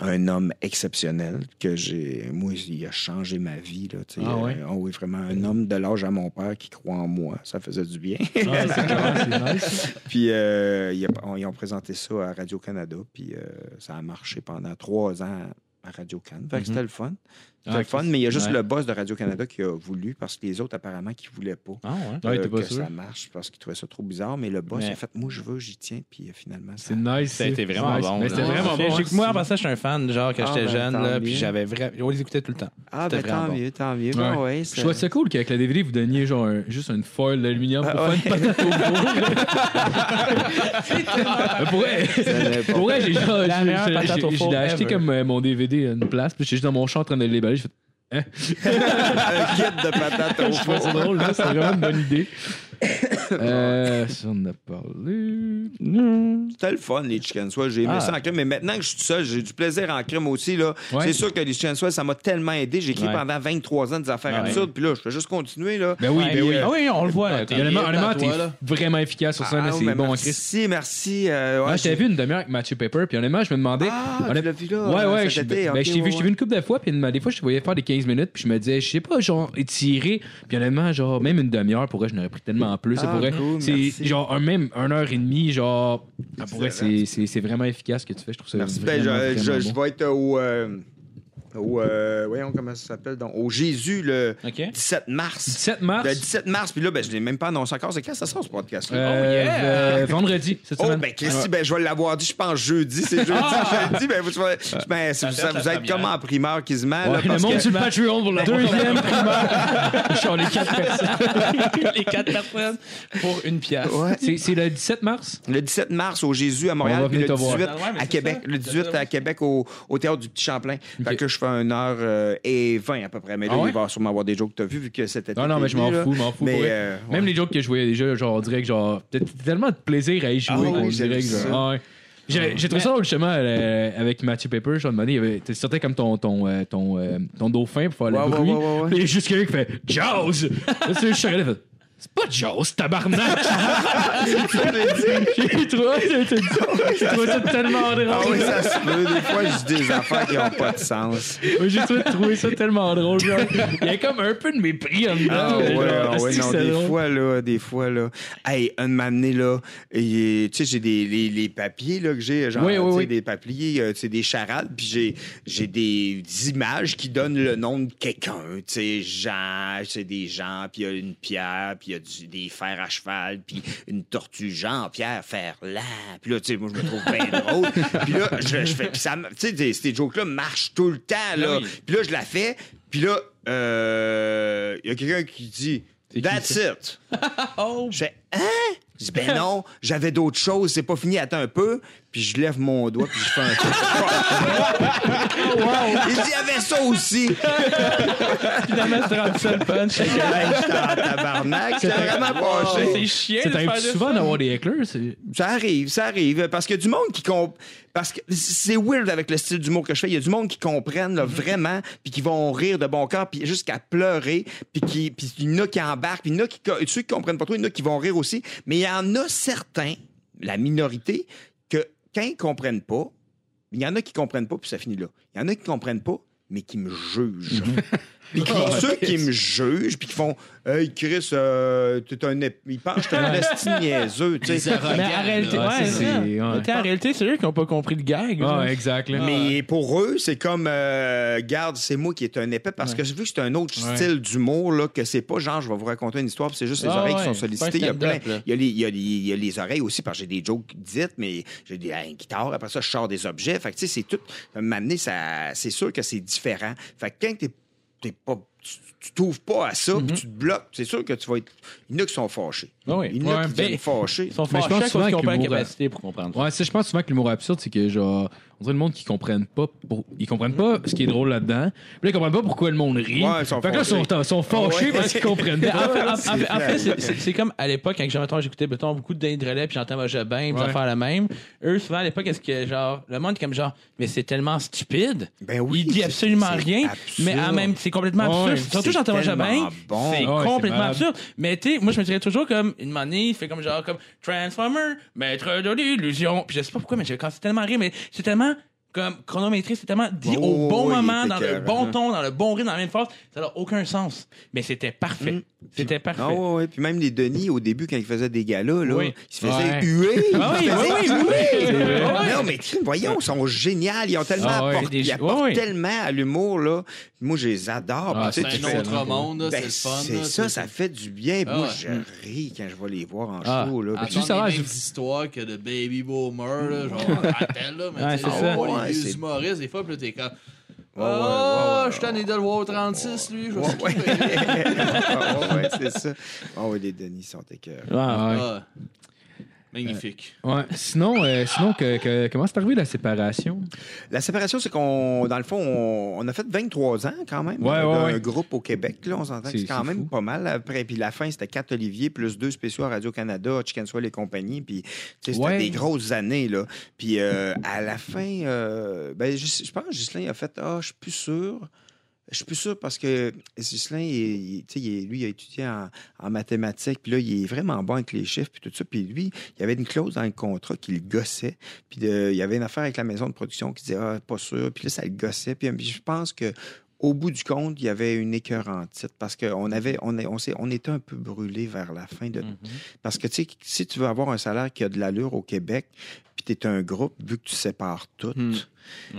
C: Un homme exceptionnel que j'ai. Moi, il a changé ma vie, là, tu sais.
D: Ah ouais?
C: Euh, ah oui, vraiment, un homme de l'âge à mon père qui croit en moi. Ça faisait du bien. *laughs*
D: Ah, c'est clair, c'est nice.
C: puis euh, il y a- on- ils ont présenté ça à Radio-Canada, puis euh, ça a marché pendant trois ans à Radio-Canada. Fait que C'était le fun. C'était
D: Mm-hmm. Ah,
C: le fun, mais il y a juste
D: ouais.
C: le boss de Radio-Canada qui a voulu, parce que les autres, apparemment, qui ne voulaient pas.
G: Ah ouais.
D: Ouais, il était
C: euh,
D: pas
C: que
D: sûr.
C: ça marche parce qu'il trouvait ça trop bizarre, mais le boss
G: Mais-
C: a fait Moi, je veux, j'y tiens, puis euh, finalement, ça.
D: C'est nice.
G: Ça a été vraiment
D: nice.
G: bon.
D: Mais
G: là.
D: C'était vraiment
G: J'ai-
D: bon. hein.
G: j'ai- Moi, en passant, je suis un fan, genre, quand
C: Ah,
G: j'étais
C: ben,
G: jeune,
C: tant
G: là,
C: mieux.
G: puis j'avais vraiment. On les écoutait tout le temps.
C: Ah, ben
G: C'était
C: tant
G: vraiment bon.
C: mieux, tant mieux.
D: Ouais.
C: Ben, ouais,
D: Je trouvais ça cool qu'avec la DVD, vous donniez genre un- juste une foil d'aluminium pour
C: Ah,
D: faire une patate au four. Ah, pour vrai,
C: n'importe
D: pour vrai, j'ai genre-
G: La meilleure
D: j'ai-
G: patate au
D: j'ai-
G: four
D: j'ai acheté
G: ever.
D: comme euh, mon DVD à une place, puis j'étais juste dans mon champ en train de l'éballer. Je fais,
C: un kit de
D: *laughs*
C: patates au
D: je trouvais ça
C: four.
D: drôle, là, c'est vraiment une bonne *coughs* idée. Euh, ça, on en a parlé.
C: C'était le fun, les chicken swells. J'ai aimé
G: Ah.
C: ça en crème. Mais maintenant que je suis tout seul, j'ai du plaisir en crème aussi. Là.
D: Ouais.
C: C'est sûr que les chicken swells, ça m'a tellement aidé. J'ai écrit
G: Ouais.
C: pendant 23 ans des affaires
G: Ouais.
C: absurdes. Puis là, je peux juste continuer. Là.
D: Ah Ben oui,
G: Ouais,
D: ben oui.
G: Ah oui, on le
D: *laughs*
G: voit. là,
F: Ah,
G: quand-
F: t'es-
D: Honnêtement,
F: bien
D: honnêtement,
F: à toi,
D: t'es
F: là.
D: vraiment efficace sur scène, là,
C: Ah,
D: c'est
C: mais
D: bon en Christ.
C: merci, merci. euh, ouais,
D: Moi, je t'avais vu une demi-heure avec Mathieu Paper, puis honnêtement, je me demandais.
C: Ah,
D: honnêt-
C: tu l'as vu là,
D: Ouais,
C: euh,
D: ouais,
C: cet
D: je,
C: été,
D: ben,
C: ok,
D: je t'ai vu,
C: ouais,
D: je t'ai vu une couple de fois, puis une- des fois, je te voyais faire des 15 minutes, puis je me disais, je sais pas, genre, étirer, puis honnêtement, genre, même une demi-heure, pourrait, je n'aurais pris tellement plus. ça
C: Ah,
D: pourrait,
C: cool,
D: c'est
C: merci.
D: genre, un, même une heure et demie, genre, ça pourrait, c'est, c'est, c'est vraiment efficace ce que tu fais, je trouve ça.
C: Merci. Ben,
D: vraiment,
C: je,
D: vraiment
C: je-
D: bon.
C: je vais être au. euh, au euh, voyons comment ça s'appelle. donc, Au Jésus le
G: OK.
C: 17 mars.
D: 17 mars.
C: Le 17 mars. Puis là, ben, je ne l'ai même pas annoncé encore. C'est quand ça sort ce podcast-là?
D: Euh, euh, vendredi, cette
C: Oh,
D: semaine. Ah!
C: ben, Christy, ben, je vais l'avoir dit, je pense, jeudi. C'est jeudi, *laughs* jeudi. Ben, vous, je- ben, si vous,
G: date de
C: vous êtes
G: première.
C: comme en primeur quasiment.
D: Ouais,
C: là,
D: le
C: parce
D: monde
C: que-
D: sur le Patreon pour la deuxième primaire. *laughs* Genre les quatre personnes.
G: les quatre personnes pour *laughs* une pièce.
C: Ouais.
D: C'est, c'est le 17 mars.
C: Le 17 mars au Jésus à
D: On
C: Montréal,
D: va
C: puis
D: venir
C: le
D: te voir.
C: 18
G: Ah ouais, mais
C: à
G: c'est
C: Québec.
G: ça.
C: Le 18 à Québec au, au théâtre du Petit Champlain.
D: Ok.
C: Fait que je fais 1 heure euh, et 20 à peu près. Mais là,
D: Ah ouais? Ah
C: il va sûrement avoir des jokes que t'as vu vu que c'était.
D: Non, non, mais je m'en fous, je m'en fous.
C: Mais,
D: pour vrai.
C: euh, ouais.
D: Même les jokes que je voyais déjà, genre, on dirait que, genre, t'as tellement de plaisir à y jouer
C: Ah oui,
D: qu'on
C: j'ai
D: dirait que,
C: vu ça.
D: genre, ah ouais. J'ai j'ai trouvé ça drôle, justement, euh, avec Mathieu Pepper, genre, de il y avait, tu sortais comme ton, ton, euh, ton, euh, ton dauphin pour faire
C: Ouais,
D: le
C: ouais,
D: bruit.
C: ouais, ouais, ouais.
D: Puis il y a juste quelqu'un qui fait
C: *laughs*
D: Jaws! Là, tu sais, je suis arrivé, fait, c'est pas Jaws, tabarnak! J'ai trouvé j'ai trouvé ça tellement
C: Ah oui,
D: drôle.
C: ça se peut. Des fois, je dis des affaires qui n'ont pas de sens.
D: J'ai trouvé- trouvé ça tellement drôle, genre. Il y a comme un peu de mépris en dedans.
C: Ah ouais,
D: genre,
C: ah ouais,
D: est-ce que
C: non,
D: c'est
C: des
D: drôle?
C: fois, là, des fois, là. Hey, un m'amener, là, et, euh, tu sais, j'ai des les, les papiers, là, que j'ai, genre,
D: Oui,
C: tu
D: oui,
C: sais,
D: oui.
C: des papiers, euh, tu sais, des charades, puis j'ai, j'ai des images qui donnent le nom de quelqu'un, tu sais, Jean, c'est des gens, puis il y a une pierre, puis il y a du- des fers à cheval, puis une tortue, Jean-Pierre Ferland, puis là, tu sais, moi, je me trouve
D: *laughs*
C: bien drôle, puis là, je, je fais, puis ça, me- tu sais, des- ces jokes-là marchent tout le temps,
D: Ben
C: là, puis là, je la fais, puis là, euh, il y a quelqu'un qui dit That's it. Je fais Hein? Je dis Ben non, j'avais d'autres choses, c'est pas fini, attends un peu. Puis je lève mon doigt, puis je fais un Il dit Il y avait ça aussi.
G: Finalement, c'est rendu ça le punch.
C: Hey, J'étais en tabarnak, c'est vraiment
D: Oh.
G: C'est-
C: fâché.
G: C'est chiant
D: Ça
G: de faire
D: t'arrive
G: de
D: souvent
G: ça.
D: d'avoir des éclairs, c'est.
C: Ça arrive, ça arrive. Parce qu'il y a du monde qui comprend. Parce que c'est weird avec le style d'humour que je fais. Il y a du monde qui comprennent là, vraiment, puis qui vont rire de bon cœur, puis jusqu'à pleurer, puis qui, puis il y en a qui embarquent, puis il y en a qui, ceux qui comprennent pas trop, il y en a qui vont rire aussi. Mais il y en a certains, la minorité, que quand ils comprennent pas, il y en a qui comprennent pas, puis ça finit là. Il y en a qui comprennent pas, mais qui me jugent. *laughs* Puis qui- ceux qui me jugent, puis qui font Hey Chris, euh, t'es un. ép- Ils pensent que je suis un esti niaiseux, tu sais.
G: Mais en réalité,
D: Ouais,
G: ouais,
D: c'est-
G: ça.
D: c'est- ouais.
G: Mais t'sais, en réalité, c'est eux qui n'ont pas compris le gag. genre.
D: Ah, exact. là.
C: Mais pour eux, c'est comme, euh, garde, c'est moi qui est un épais, parce que vu que c'est un autre style d'humour, là, que c'est pas genre, je vais vous raconter une histoire, puis c'est juste les
G: Ah
C: oreilles
G: ouais,
C: qui sont
G: c'est pas un
C: sollicitées. Il y a plein.
G: stand-up, là.
C: Il y a les, il y a les- il y a les oreilles aussi, parce que j'ai des jokes dites, mais j'ai des guitares, après ça, je sors des objets. Fait que, tu sais, c'est tout. euh, M'amener, ça, c'est sûr que c'est différent. Fait que quand t'es, t'es pas. Tu tu t'ouvres pas à ça, puis tu te bloques. C'est sûr que tu vas être. Il y en a qui sont fâchés.
G: Mm-hmm. Ah oui.
C: Il y en a
G: Ouais,
C: qui viennent
G: ben,
C: fâchés.
G: Ils sont
D: Mais je
G: forts.
D: pense
G: Chaque
D: souvent
G: fois qu'ils ont
D: que
G: pas la
D: l'humour,
G: capacité pour comprendre. ça.
D: Ouais, c'est- je pense souvent que l'humour absurde, c'est que genre, on dirait le monde qui comprennent pas, pour- ils comprennent pas ce qui est drôle là-dedans. Puis là, ils comprennent pas pourquoi le monde rit.
C: Ouais, ils sont
D: fait que là, ils
C: fâchés.
D: sont, sont fâchés
C: Ouais.
D: parce qu'ils *laughs* comprennent
G: Mais en
D: pas.
G: fait, en- en fait- en fait,
C: clair.
G: c'est- c'est c'est comme à l'époque, quand j'ai- mettons, j'écoutais mettons, beaucoup de Dane Drolet, puis j'entends Mojabin, puis
D: Ouais.
G: faire la même. Eux, souvent à l'époque, est-ce que genre, le monde est comme genre, mais c'est tellement stupide.
C: Ben oui,
G: Il dit
C: c'est-
G: absolument
C: c'est
G: rien,
C: absurde.
G: mais en même, c'est complètement
D: Ouais,
G: absurde.
C: c'est
G: Surtout j'entends Mojabin,
C: tellement bon.
G: c'est
D: Ouais, c'est
G: complètement
D: malade.
G: absurde. Mais tu sais, moi, je me dirais toujours comme, une manie, il fait comme genre, comme Transformer, maître de l'illusion. Puis je sais pas pourquoi, mais j'ai quand c'est tellement rire, mais c'est tellement. Comme chronométré, c'est tellement dit
C: Oh,
G: au bon
C: oui,
G: moment,
C: il
G: dans
C: était
G: le bon
C: écœurant.
G: ton, dans le bon rythme, dans la même phrase, ça n'a aucun sens. Mais c'était parfait. C'était parfait.
C: Mm. Ah ouais, ouais. Puis même les Denis, au début, quand ils faisaient des galas, là,
G: Oui.
C: ils se faisaient
D: Ouais.
C: huer. Ils
G: Ah oui,
C: se faisaient
G: oui, oui,
C: huer. Ah
G: oui, c'est vrai.
C: Non, mais crime, voyons, ils sont géniaux. Ils ont tellement
D: Ah ouais,
C: apporté,
G: des-
C: ils apportent
G: ouais, ouais.
C: tellement à l'humour, là. Moi, je les adore.
D: Ah,
C: Puis, tu sais, tu
F: C'est
C: fais-
F: Ben, un autre monde, là, c'est
C: Ben,
F: le fun.
C: c'est
F: là,
C: ça, ça fait du bien.
F: Ah
C: Moi,
F: ouais.
C: je ris quand je vais les voir en
G: Ah.
C: show, là.
F: Attends,
C: Puis-
D: tu sais, ça va,
F: les mêmes
D: je-
F: histoires que de Baby Boomer, là, genre, on rappelle, là, mais
G: Ouais,
F: tu sais,
G: c'est
F: les
G: ça.
F: fois, les
C: Ouais, c'est-
F: humoristes, des fois, puis là, t'es comme,
C: Ouais, ouais, ouais,
F: oh,
C: ouais,
F: je suis tanné de le voir au 36, lui, je vais
C: Ouais,
F: *laughs* s'occuper.
C: *laughs* Ah, ouais, ouais, c'est ça. Ah ouais, les Denis sont écœurés.
D: Ah, ouais.
F: Ah, Magnifique.
D: Ouais. Sinon, euh, sinon que, que- comment c'est arrivé la séparation?
C: La séparation, c'est qu'on, dans le fond, on, on a fait 23 ans quand même
D: Ouais,
C: euh,
D: ouais,
C: d'un
D: ouais.
C: groupe au Québec. Là, on s'entend que
D: C'est-
C: c'est quand
D: c'est
C: même
D: fou.
C: pas mal. Après, puis la fin, c'était 4 Olivier plus deux spéciaux à Radio-Canada, Chicken Soul et compagnie. Puis, tu sais, c'était
D: Ouais.
C: des grosses années, là. Puis, euh, à la fin, euh, ben, je, je pense que Ghislain a fait Ah, je suis plus sûr. Je suis plus sûr parce que Ghislain, il- il- tu sais, il est- lui, il a étudié en, en mathématiques, puis là, il est vraiment bon avec les chiffres, puis tout ça. Puis lui, il y avait une clause dans le contrat qui le gossait. Puis de- il y avait une affaire avec la maison de production qui disait Ah, pas sûr. Puis là, ça le gossait. Puis euh, puis je pense que. Au bout du compte, il y avait une écœurante titre parce qu'on avait, on, est- on, s'est- on était un peu brûlé vers la fin de. Parce que tu sais, si tu veux avoir un salaire qui a de l'allure au Québec, puis tu es un groupe, vu que tu sépares tout,
E: Hmm.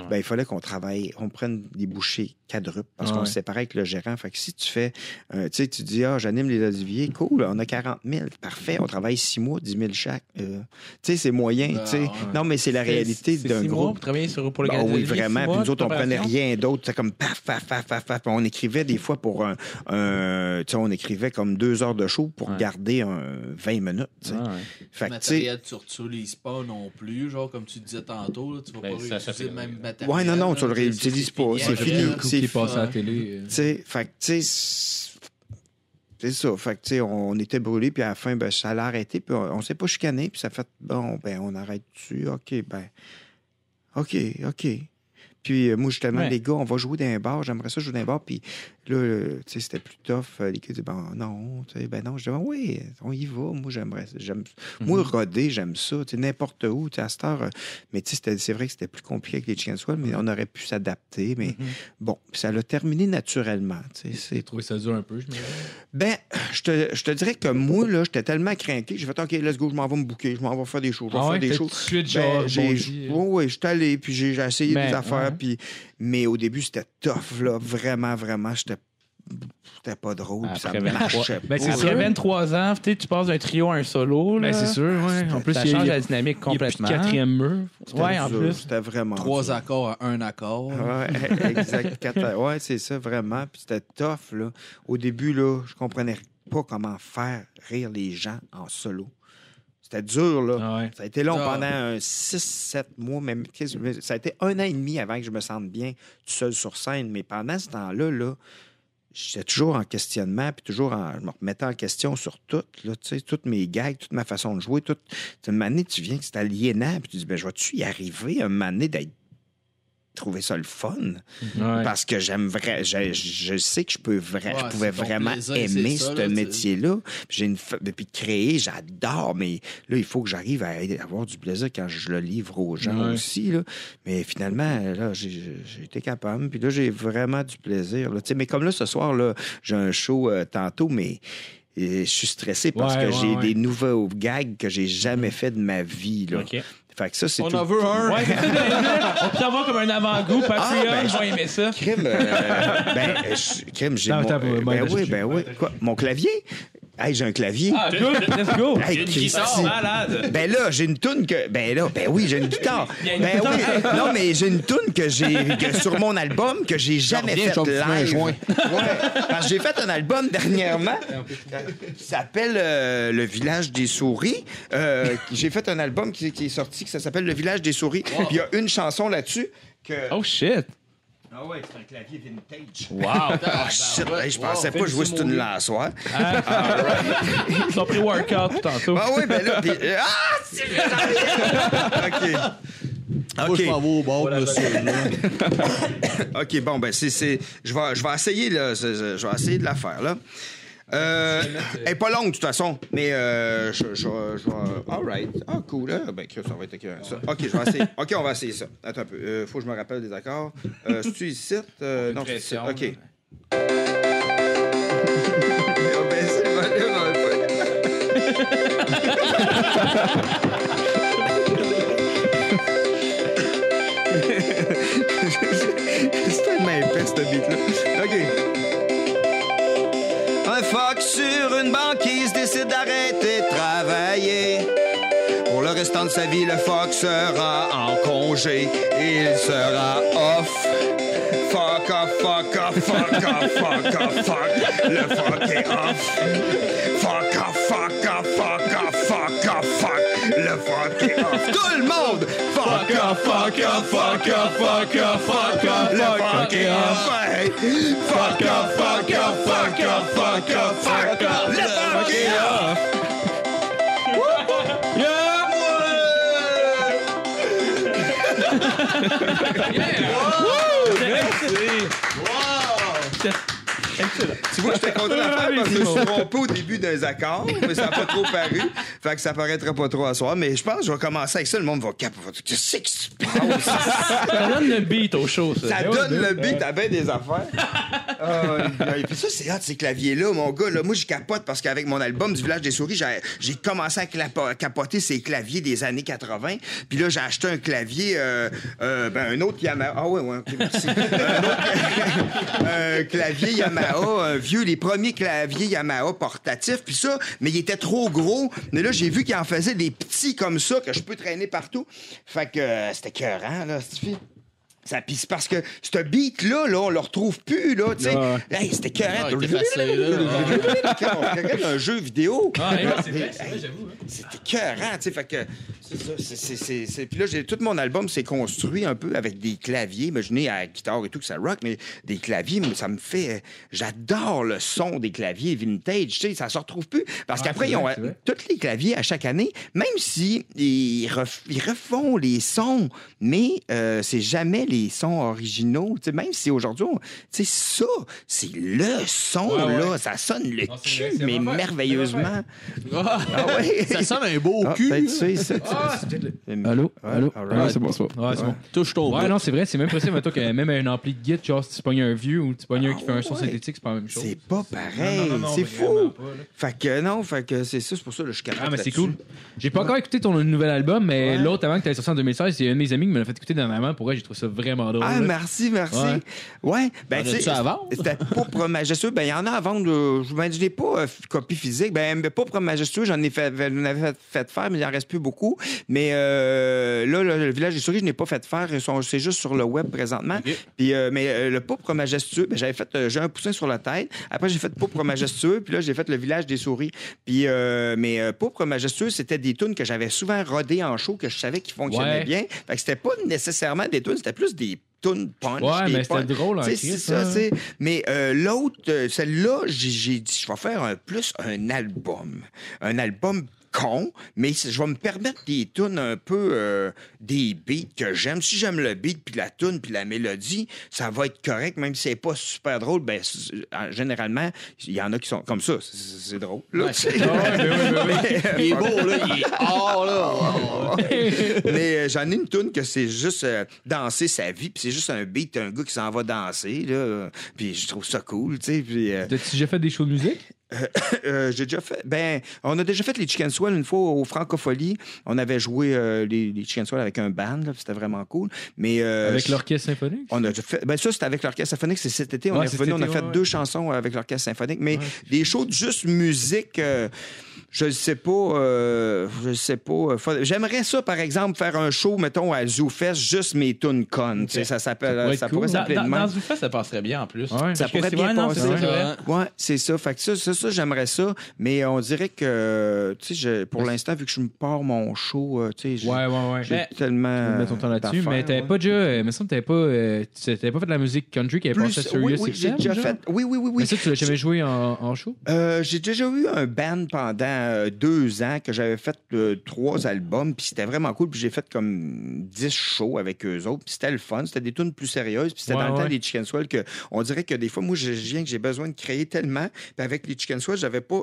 C: ben, il fallait qu'on travaille, on prenne des bouchées quadruples parce qu'on
D: Ouais.
C: se séparait avec le gérant. Fait que si tu fais, euh, tu sais, tu dis, ah, j'anime les oliviers, cool, on a 40 000, parfait, on travaille 6 mois, 10 000 chaque. Euh, tu sais, c'est moyen,
F: Ben,
C: tu sais.
F: ouais.
C: Non, mais c'est la réalité
G: C'est- c'est
C: d'un
G: six mois
C: groupe.
G: Pour travailler sur, pour le
C: Ben
G: gars-
C: oui,
G: six
C: vraiment.
G: mois
C: Puis nous autres, on prenait
G: d'opération.
C: rien d'autre. C'est comme paf, paf, paf, paf, paf. Puis on écrivait des fois pour un. un- tu sais, on écrivait comme deux heures de show pour
G: Ouais.
C: garder un 20 minutes. tu sais.
G: Ah ouais.
C: Fait que, tu sais.
F: matériel, tu réutilises pas non plus, genre, comme tu disais tantôt, là, tu vas
G: Ben,
F: pas
G: ça, ça
F: réutiliser
G: fait-
F: le même matériel.
C: Ouais, non, non,
F: là,
C: tu le
F: c'est-
C: réutilises pas. C'est
D: Ouais,
F: fini,
D: j'ai vu
C: fini.
D: le coup
C: C'est
D: qui est passé à la
F: fini.
D: télé. euh.
C: Tu sais, fait que, tu sais, c'est- c'est ça. Fait que, tu sais, on était brûlés, puis à la fin, ben, ça l'a arrêté, puis on, on s'est pas chicané, puis ça fait, bon, ben, on arrête dessus, OK, ben, OK, OK. Puis euh, moi, justement,
G: Ouais.
C: les gars, on va jouer dans un bar, j'aimerais ça jouer dans un bar, puis là, euh, tu sais, c'était plus tough. Euh, Les gars disaient, ben, non, tu sais, ben, non. Je dis, oui, on y va, moi, j'aimerais ça. J'aime... Moi, roder, j'aime ça, tu sais, n'importe où, tu sais, à cette heure, euh, mais tu sais, c'était- c'est vrai que c'était plus compliqué avec les Chicken Swell, mais on aurait pu s'adapter, mais bon, ça l'a terminé naturellement, tu sais, c'est
D: J'ai trouvé ça dur un peu, je me
C: ben, je te, je te dirais que moi, là, j'étais tellement craqué, j'ai fait OK, let's go, je m'en vais me bouquer, je m'en vais faire des shows, je vais
D: Ah
C: faire
D: ouais,
C: des
D: t'as
C: shows.
D: tout de suite,
C: Ben,
D: genre,
C: j'ai,
D: bondi, euh.
C: oui, oui, je suis allé, puis j'ai, j'ai essayé
G: Ben,
C: des affaires,
G: ouais.
C: puis, mais au début, c'était tough, là, vraiment, vraiment, j'étais, c'était pas drôle, puis ça
G: Après 23.
C: marchait
D: Ben,
C: pas.
D: C'est
G: Après
D: sûr.
G: 23 ans, tu sais, tu passes d'un trio à un solo. là.
D: Ben, c'est sûr, ouais. En plus,
G: ça
D: il y a-
G: change
D: il y a,
G: la dynamique
D: il y a plus de
G: complètement.
D: quatrième mur.
C: C'était
G: Ouais, en
C: dur,
G: plus.
C: C'était vraiment
F: Trois
C: dur.
F: accords à un accord.
C: Ouais, *laughs* exact. Quatre- ouais, c'est ça, vraiment. Puis c'était tough, là. Au début, là, je comprenais pas comment faire rire les gens en solo. C'était dur, là.
D: Ah ouais.
C: Ça a été long
F: Ah.
C: pendant un 6-7 mois, même. qu'est-ce que- Ça a été un an et demi avant que je me sente bien tout seul sur scène. Mais pendant ce temps-là, là, j'étais toujours en questionnement, puis toujours en, je me remettais en question sur tout, là, tu sais, toutes mes gags, toute ma façon de jouer, tout. Tu sais, Une année, tu viens que c'est aliénant, puis tu dis, ben, je vais-tu y arriver un moment donné d'être trouvé ça le fun
D: Ouais.
C: parce que j'aime vrai, je, je sais que je peux vrai,
F: Ouais,
C: je pouvais
F: c'est ton
C: vraiment
F: plaisir,
C: aimer
F: c'est ça,
C: ce
F: là, tu-
C: métier-là. Puis J'ai une fa- depuis créer, j'adore, mais là il faut que j'arrive à avoir du plaisir quand je le livre aux gens
D: Ouais.
C: aussi. là. Mais finalement, là j'ai- j'ai j'ai été capable. Puis là j'ai vraiment du plaisir. là. Tu sais, Mais comme là ce soir là, j'ai un show euh, tantôt, mais euh, je suis stressé parce
D: Ouais,
C: que
D: ouais,
C: j'ai
D: ouais.
C: des nouveaux gags que j'ai jamais fait de ma vie. Là.
G: OK.
C: Fait que ça, c'est
F: Mm-hmm. On
C: tout
F: en
C: le
F: veut un.
G: Ouais, c'est ça, j'allais dire. On peut avoir comme un avant-goût. Patreon,
C: ben,
G: je vais aimer ça.
C: Crime, euh, ben, euh, je- crime, j'ai
D: Attends,
C: mon,
D: attends,
C: euh,
D: moi,
C: ben
D: je-
C: oui,
D: je-
C: ben oui. Quoi, mon clavier? Hey, j'ai un clavier.
G: Ah, good, let's go.
C: Hey,
F: une
C: Christy.
F: guitare.
G: hein, Malade.
C: Ben là, j'ai une toune que ben là, ben oui, j'ai une guitare.
G: Il y a une
C: Ben
G: guitare.
C: oui, non mais j'ai une toune que j'ai que sur mon album que j'ai jamais
F: reviens,
C: fait
F: je vais me fumer un
C: live.
F: joint.
C: Ouais, parce que j'ai fait un album dernièrement qui s'appelle euh, Le village des souris. Euh, j'ai fait un album qui, qui est sorti qui ça s'appelle Le village des souris. Puis il y a une chanson là-dessus que
G: Oh shit.
C: Ah ouais, c'est un clavier vintage.
G: Wow.
C: Ah, shit,
D: Bah,
C: hey, je
F: Wow.
C: pensais pas jouer sur une lançoire.
G: Son pré-workout tout tantôt.
C: Ah oui, ben là, pis... Ah, c'est OK.
D: *laughs*
F: Moi,
C: OK,
F: je m'en vais au bord, monsieur.
C: OK, bon, ben c'est... c'est- Je vais je vais essayer, là. c'est- c'est- Je vais essayer de la faire, là. Euh, elle est pas longue, de toute façon, mais euh, je, je, je vais... All right. Ah, cool. Ah, ben, que ça va être écœurant, ça. OK, je vais essayer. OK, on va essayer ça. Attends un peu. Euh, faut que je me rappelle des accords.
D: *laughs*
C: Euh, C'est-tu ici? Euh, non, c'est ici.
D: pression,
C: OK. *laughs* Ah,
D: là.
C: On va baisser le volume un peu. C'est tellement épais, ce beat-là. OK. Un phoque sur une banquise décide d'arrêter de travailler. Pour le restant de sa vie, le phoque sera en congé. Il sera off. Fuck off, fuck off, fuck off, fuck off, fuck. Le fuck est off. Fuck off, fuck off, fuck off, fuck off, fuck. Le fuck est off. Tout le monde! Fuck off, fuck off, fuck off, fuck off, fuck off, le fuck est off. Hey. Fuck off, fuck off, fuck off, fuck off, fuck off. Le fuck est off. Tu vois, j'étais content de la faire parce que je me suis trompé au début des accords, mais ça n'a pas trop paru. Fait que ça paraîtra pas trop à soir. Mais je pense que je vais commencer avec ça. Le monde va cap. va dire, Qu'est-ce qui se passe?
G: Ça donne le beat au show, ça.
C: Ça
G: Ouais,
C: donne
G: ouais.
C: le beat à bien des *laughs* affaires. Ah, et puis ça, c'est hot, ces claviers-là, mon gars. Là, moi, je capote parce qu'avec mon album du Village des Souris, j'ai- j'ai commencé à clapo- capoter ces claviers des années 80. Puis là, j'ai acheté un clavier, euh, euh, ben, un autre Yamaha. Ah ouais, ouais, ok,
G: *laughs*
C: merci. un autre un clavier Yamaha, un vieux, les premiers claviers Yamaha portatifs. Puis ça, mais il était trop gros. Mais là, j'ai vu qu'il en faisait des petits comme ça que je peux traîner partout. Fait que euh, c'était cœurant, là, cette fille. Ça pisse parce que ce beat là là on le retrouve plus là tu sais. Hey, c'était
F: Ah,
C: carré.
F: il était
C: *laughs*
F: facile, là.
C: on regarde un jeu vidéo.
G: Ah, ouais, c'est vrai,
C: Hey, C'était écœurant, tu sais. Fait que. c'est ça, c'est- c'est- c'est- c'est- Puis là, j'ai- tout mon album s'est construit un peu avec des claviers. Imaginez à la guitare et tout que ça rock, mais des claviers, moi, ça me fait. J'adore le son des claviers vintage, tu sais. Ça se retrouve plus. Parce qu'après,
D: Ah, c'est
C: ils ont.
D: vrai, c'est vrai.
C: Tous les claviers à chaque année, même si ils, ref- ils refont les sons, mais euh, c'est jamais les sons originaux. Tu sais, même si aujourd'hui, on- tu sais, ça, c'est le son,
D: Ouais, ouais.
C: là. Ça sonne le
D: Non, c'est
C: cul,
D: vrai, c'est
C: mais
D: la bonne affaire. C'est la
C: merveilleusement.
D: bonne
C: Ah oui.
F: Ça sonne un beau
C: Ah,
F: cul.
C: peut-être
F: là.
C: c'est ça.
D: Ah, Allô,
C: Ouais,
D: allô.
C: all
E: Ah,
C: right.
E: c'est bon, c'est bon.
D: Ouais, c'est bon.
F: Touche ton
D: Ouais,
F: bout.
D: non, c'est vrai, c'est même possible, mettons, que même un ampli de Git, genre, si tu pognes un vieux ou tu pognes un qui fait un son
C: Ah ouais.
D: synthétique, c'est pas la même chose.
C: C'est pas
D: Non,
C: pareil.
D: non, non, non,
C: C'est
D: vraiment
C: fou.
D: pas, là.
C: Fait que non, fait que c'est ça, c'est pour ça que je suis capable.
D: Ah, mais c'est
C: là-dessus.
D: cool. J'ai pas encore écouté ton nouvel album, mais
C: Ouais.
D: l'autre avant que t'avais sorti en 2016, c'est un de mes amis qui me l'a fait écouter dernièrement. Pour vrai, j'ai trouvé ça vraiment drôle.
C: Ah,
D: là.
C: merci, merci.
D: Ouais.
C: Ouais. ben,
F: En
C: tu sais,
F: as-tu à vendre?
C: C'était pas pro majestueux. Ben, il y en a à vendre. euh, je ben, je l'ai pas euh, f- copie physique. Ben, mais pas pro majestueux. J'en ai fait, j'en avais fait, fait faire, mais il en reste plus beaucoup. Mais euh, là, le, le village des souris, je n'ai pas fait faire. Ils sont- C'est juste sur le web présentement. Puis, euh, mais euh, le pauvre majestueux, ben, j'avais fait, euh, j'ai un poussin sur la tête. Après, j'ai fait pauvre majestueux. Puis là, j'ai fait le village des souris. Puis, euh, mais euh, pauvre majestueux, c'était des tunes que j'avais souvent rodées en show, que je savais qu'ils fonctionnaient
D: Ouais.
C: bien. Fait que c'était pas nécessairement des tunes, c'était plus des tunes punch.
D: Ouais,
C: des
D: mais c'était
C: punch.
D: drôle en
C: Tu sais,
D: Christ,
C: c'est ça,
D: hein.
C: tu sais. Mais euh, l'autre, euh, celle-là, j'ai j'ai dit, je vais faire un, plus un album. Un album con, mais c'est- je vais me permettre des tunes un peu euh, des beats que j'aime. Si j'aime le beat, puis la tune, puis la mélodie, ça va être correct, même si c'est pas super drôle. Ben, c- euh, généralement, il y en a qui sont comme ça. C'est- C'est c'est drôle. là, tu sais. *laughs* euh,
F: Il est beau, là. Il est hors, là.
C: Mais euh, j'en ai une tune que c'est juste euh, danser sa vie, puis c'est juste un beat, un gars qui s'en va danser, là. Puis je trouve ça cool, tu sais. Puis euh,
D: *laughs* T'as-tu déjà fait des shows de musique?
C: euh, j'ai déjà fait. Ben, on a déjà fait les Chicken Swell une fois au Francofolie. On avait joué euh, les, les Chicken Swell avec un band, là, puis c'était vraiment cool. Mais euh,
D: Avec
C: je-
D: l'orchestre symphonique?
C: on a fait, ben ça, c'était avec l'Orchestre symphonique, c'est cet été. On,
D: Ouais,
C: est
D: c'est
C: revenu,
D: cet
C: on a
D: été,
C: fait
D: ouais,
C: deux
D: ouais.
C: chansons avec l'Orchestre symphonique, mais des shows de juste musique, euh, je ne sais pas. euh, je sais pas. euh, faudrait- J'aimerais ça, par exemple, faire un show, mettons, à ZooFest, juste mes tunes connes. tu sais, Ça, s'appelle-
D: pourrait
C: ça
D: être cool.
C: pourrait
G: Dans,
C: s'appeler de
G: dans,
C: même.
G: dans Zuffa, ça passerait bien en plus.
D: Ouais.
C: Ça
G: Parce que
C: pourrait
G: c'est-
C: bien
G: ouais, non,
C: passer,
G: c'est
C: ouais.
G: vrai.
C: Ouais, c'est ça. Fait que ça, ça, ça, j'aimerais ça. Mais on dirait que, euh, tu sais, je- pour l'instant, vu que je me pars mon show, euh, tu sais, j'ai-
D: Ouais, ouais, ouais.
C: j'ai
D: Mais-
C: tellement.
D: Mets ton temps là-dessus,
C: d'affaires,
D: mais t'avais
C: ouais.
D: pas déjà. euh, me semble que t'avais pas, euh, tu sais, t'avais pas fait de la musique country qui avait passé à
C: Plus,
D: Serious
C: oui, oui, j'ai
D: XM,
C: déjà
D: genre?
C: fait. Oui, oui, oui,
D: Mais
C: oui.
D: ça, tu l'as jamais joué en, en show?
C: Euh, j'ai déjà eu un band pendant euh, deux ans que j'avais fait euh, trois albums, puis c'était vraiment cool. Puis j'ai fait comme dix shows avec eux autres, puis c'était le fun. C'était des tunes plus sérieuses, puis c'était
D: Ouais,
C: dans le
D: ouais.
C: temps des Chicken Swell que on dirait que des fois, moi, je je viens que j'ai besoin de créer tellement. Puis avec les Chicken Swell, j'avais pas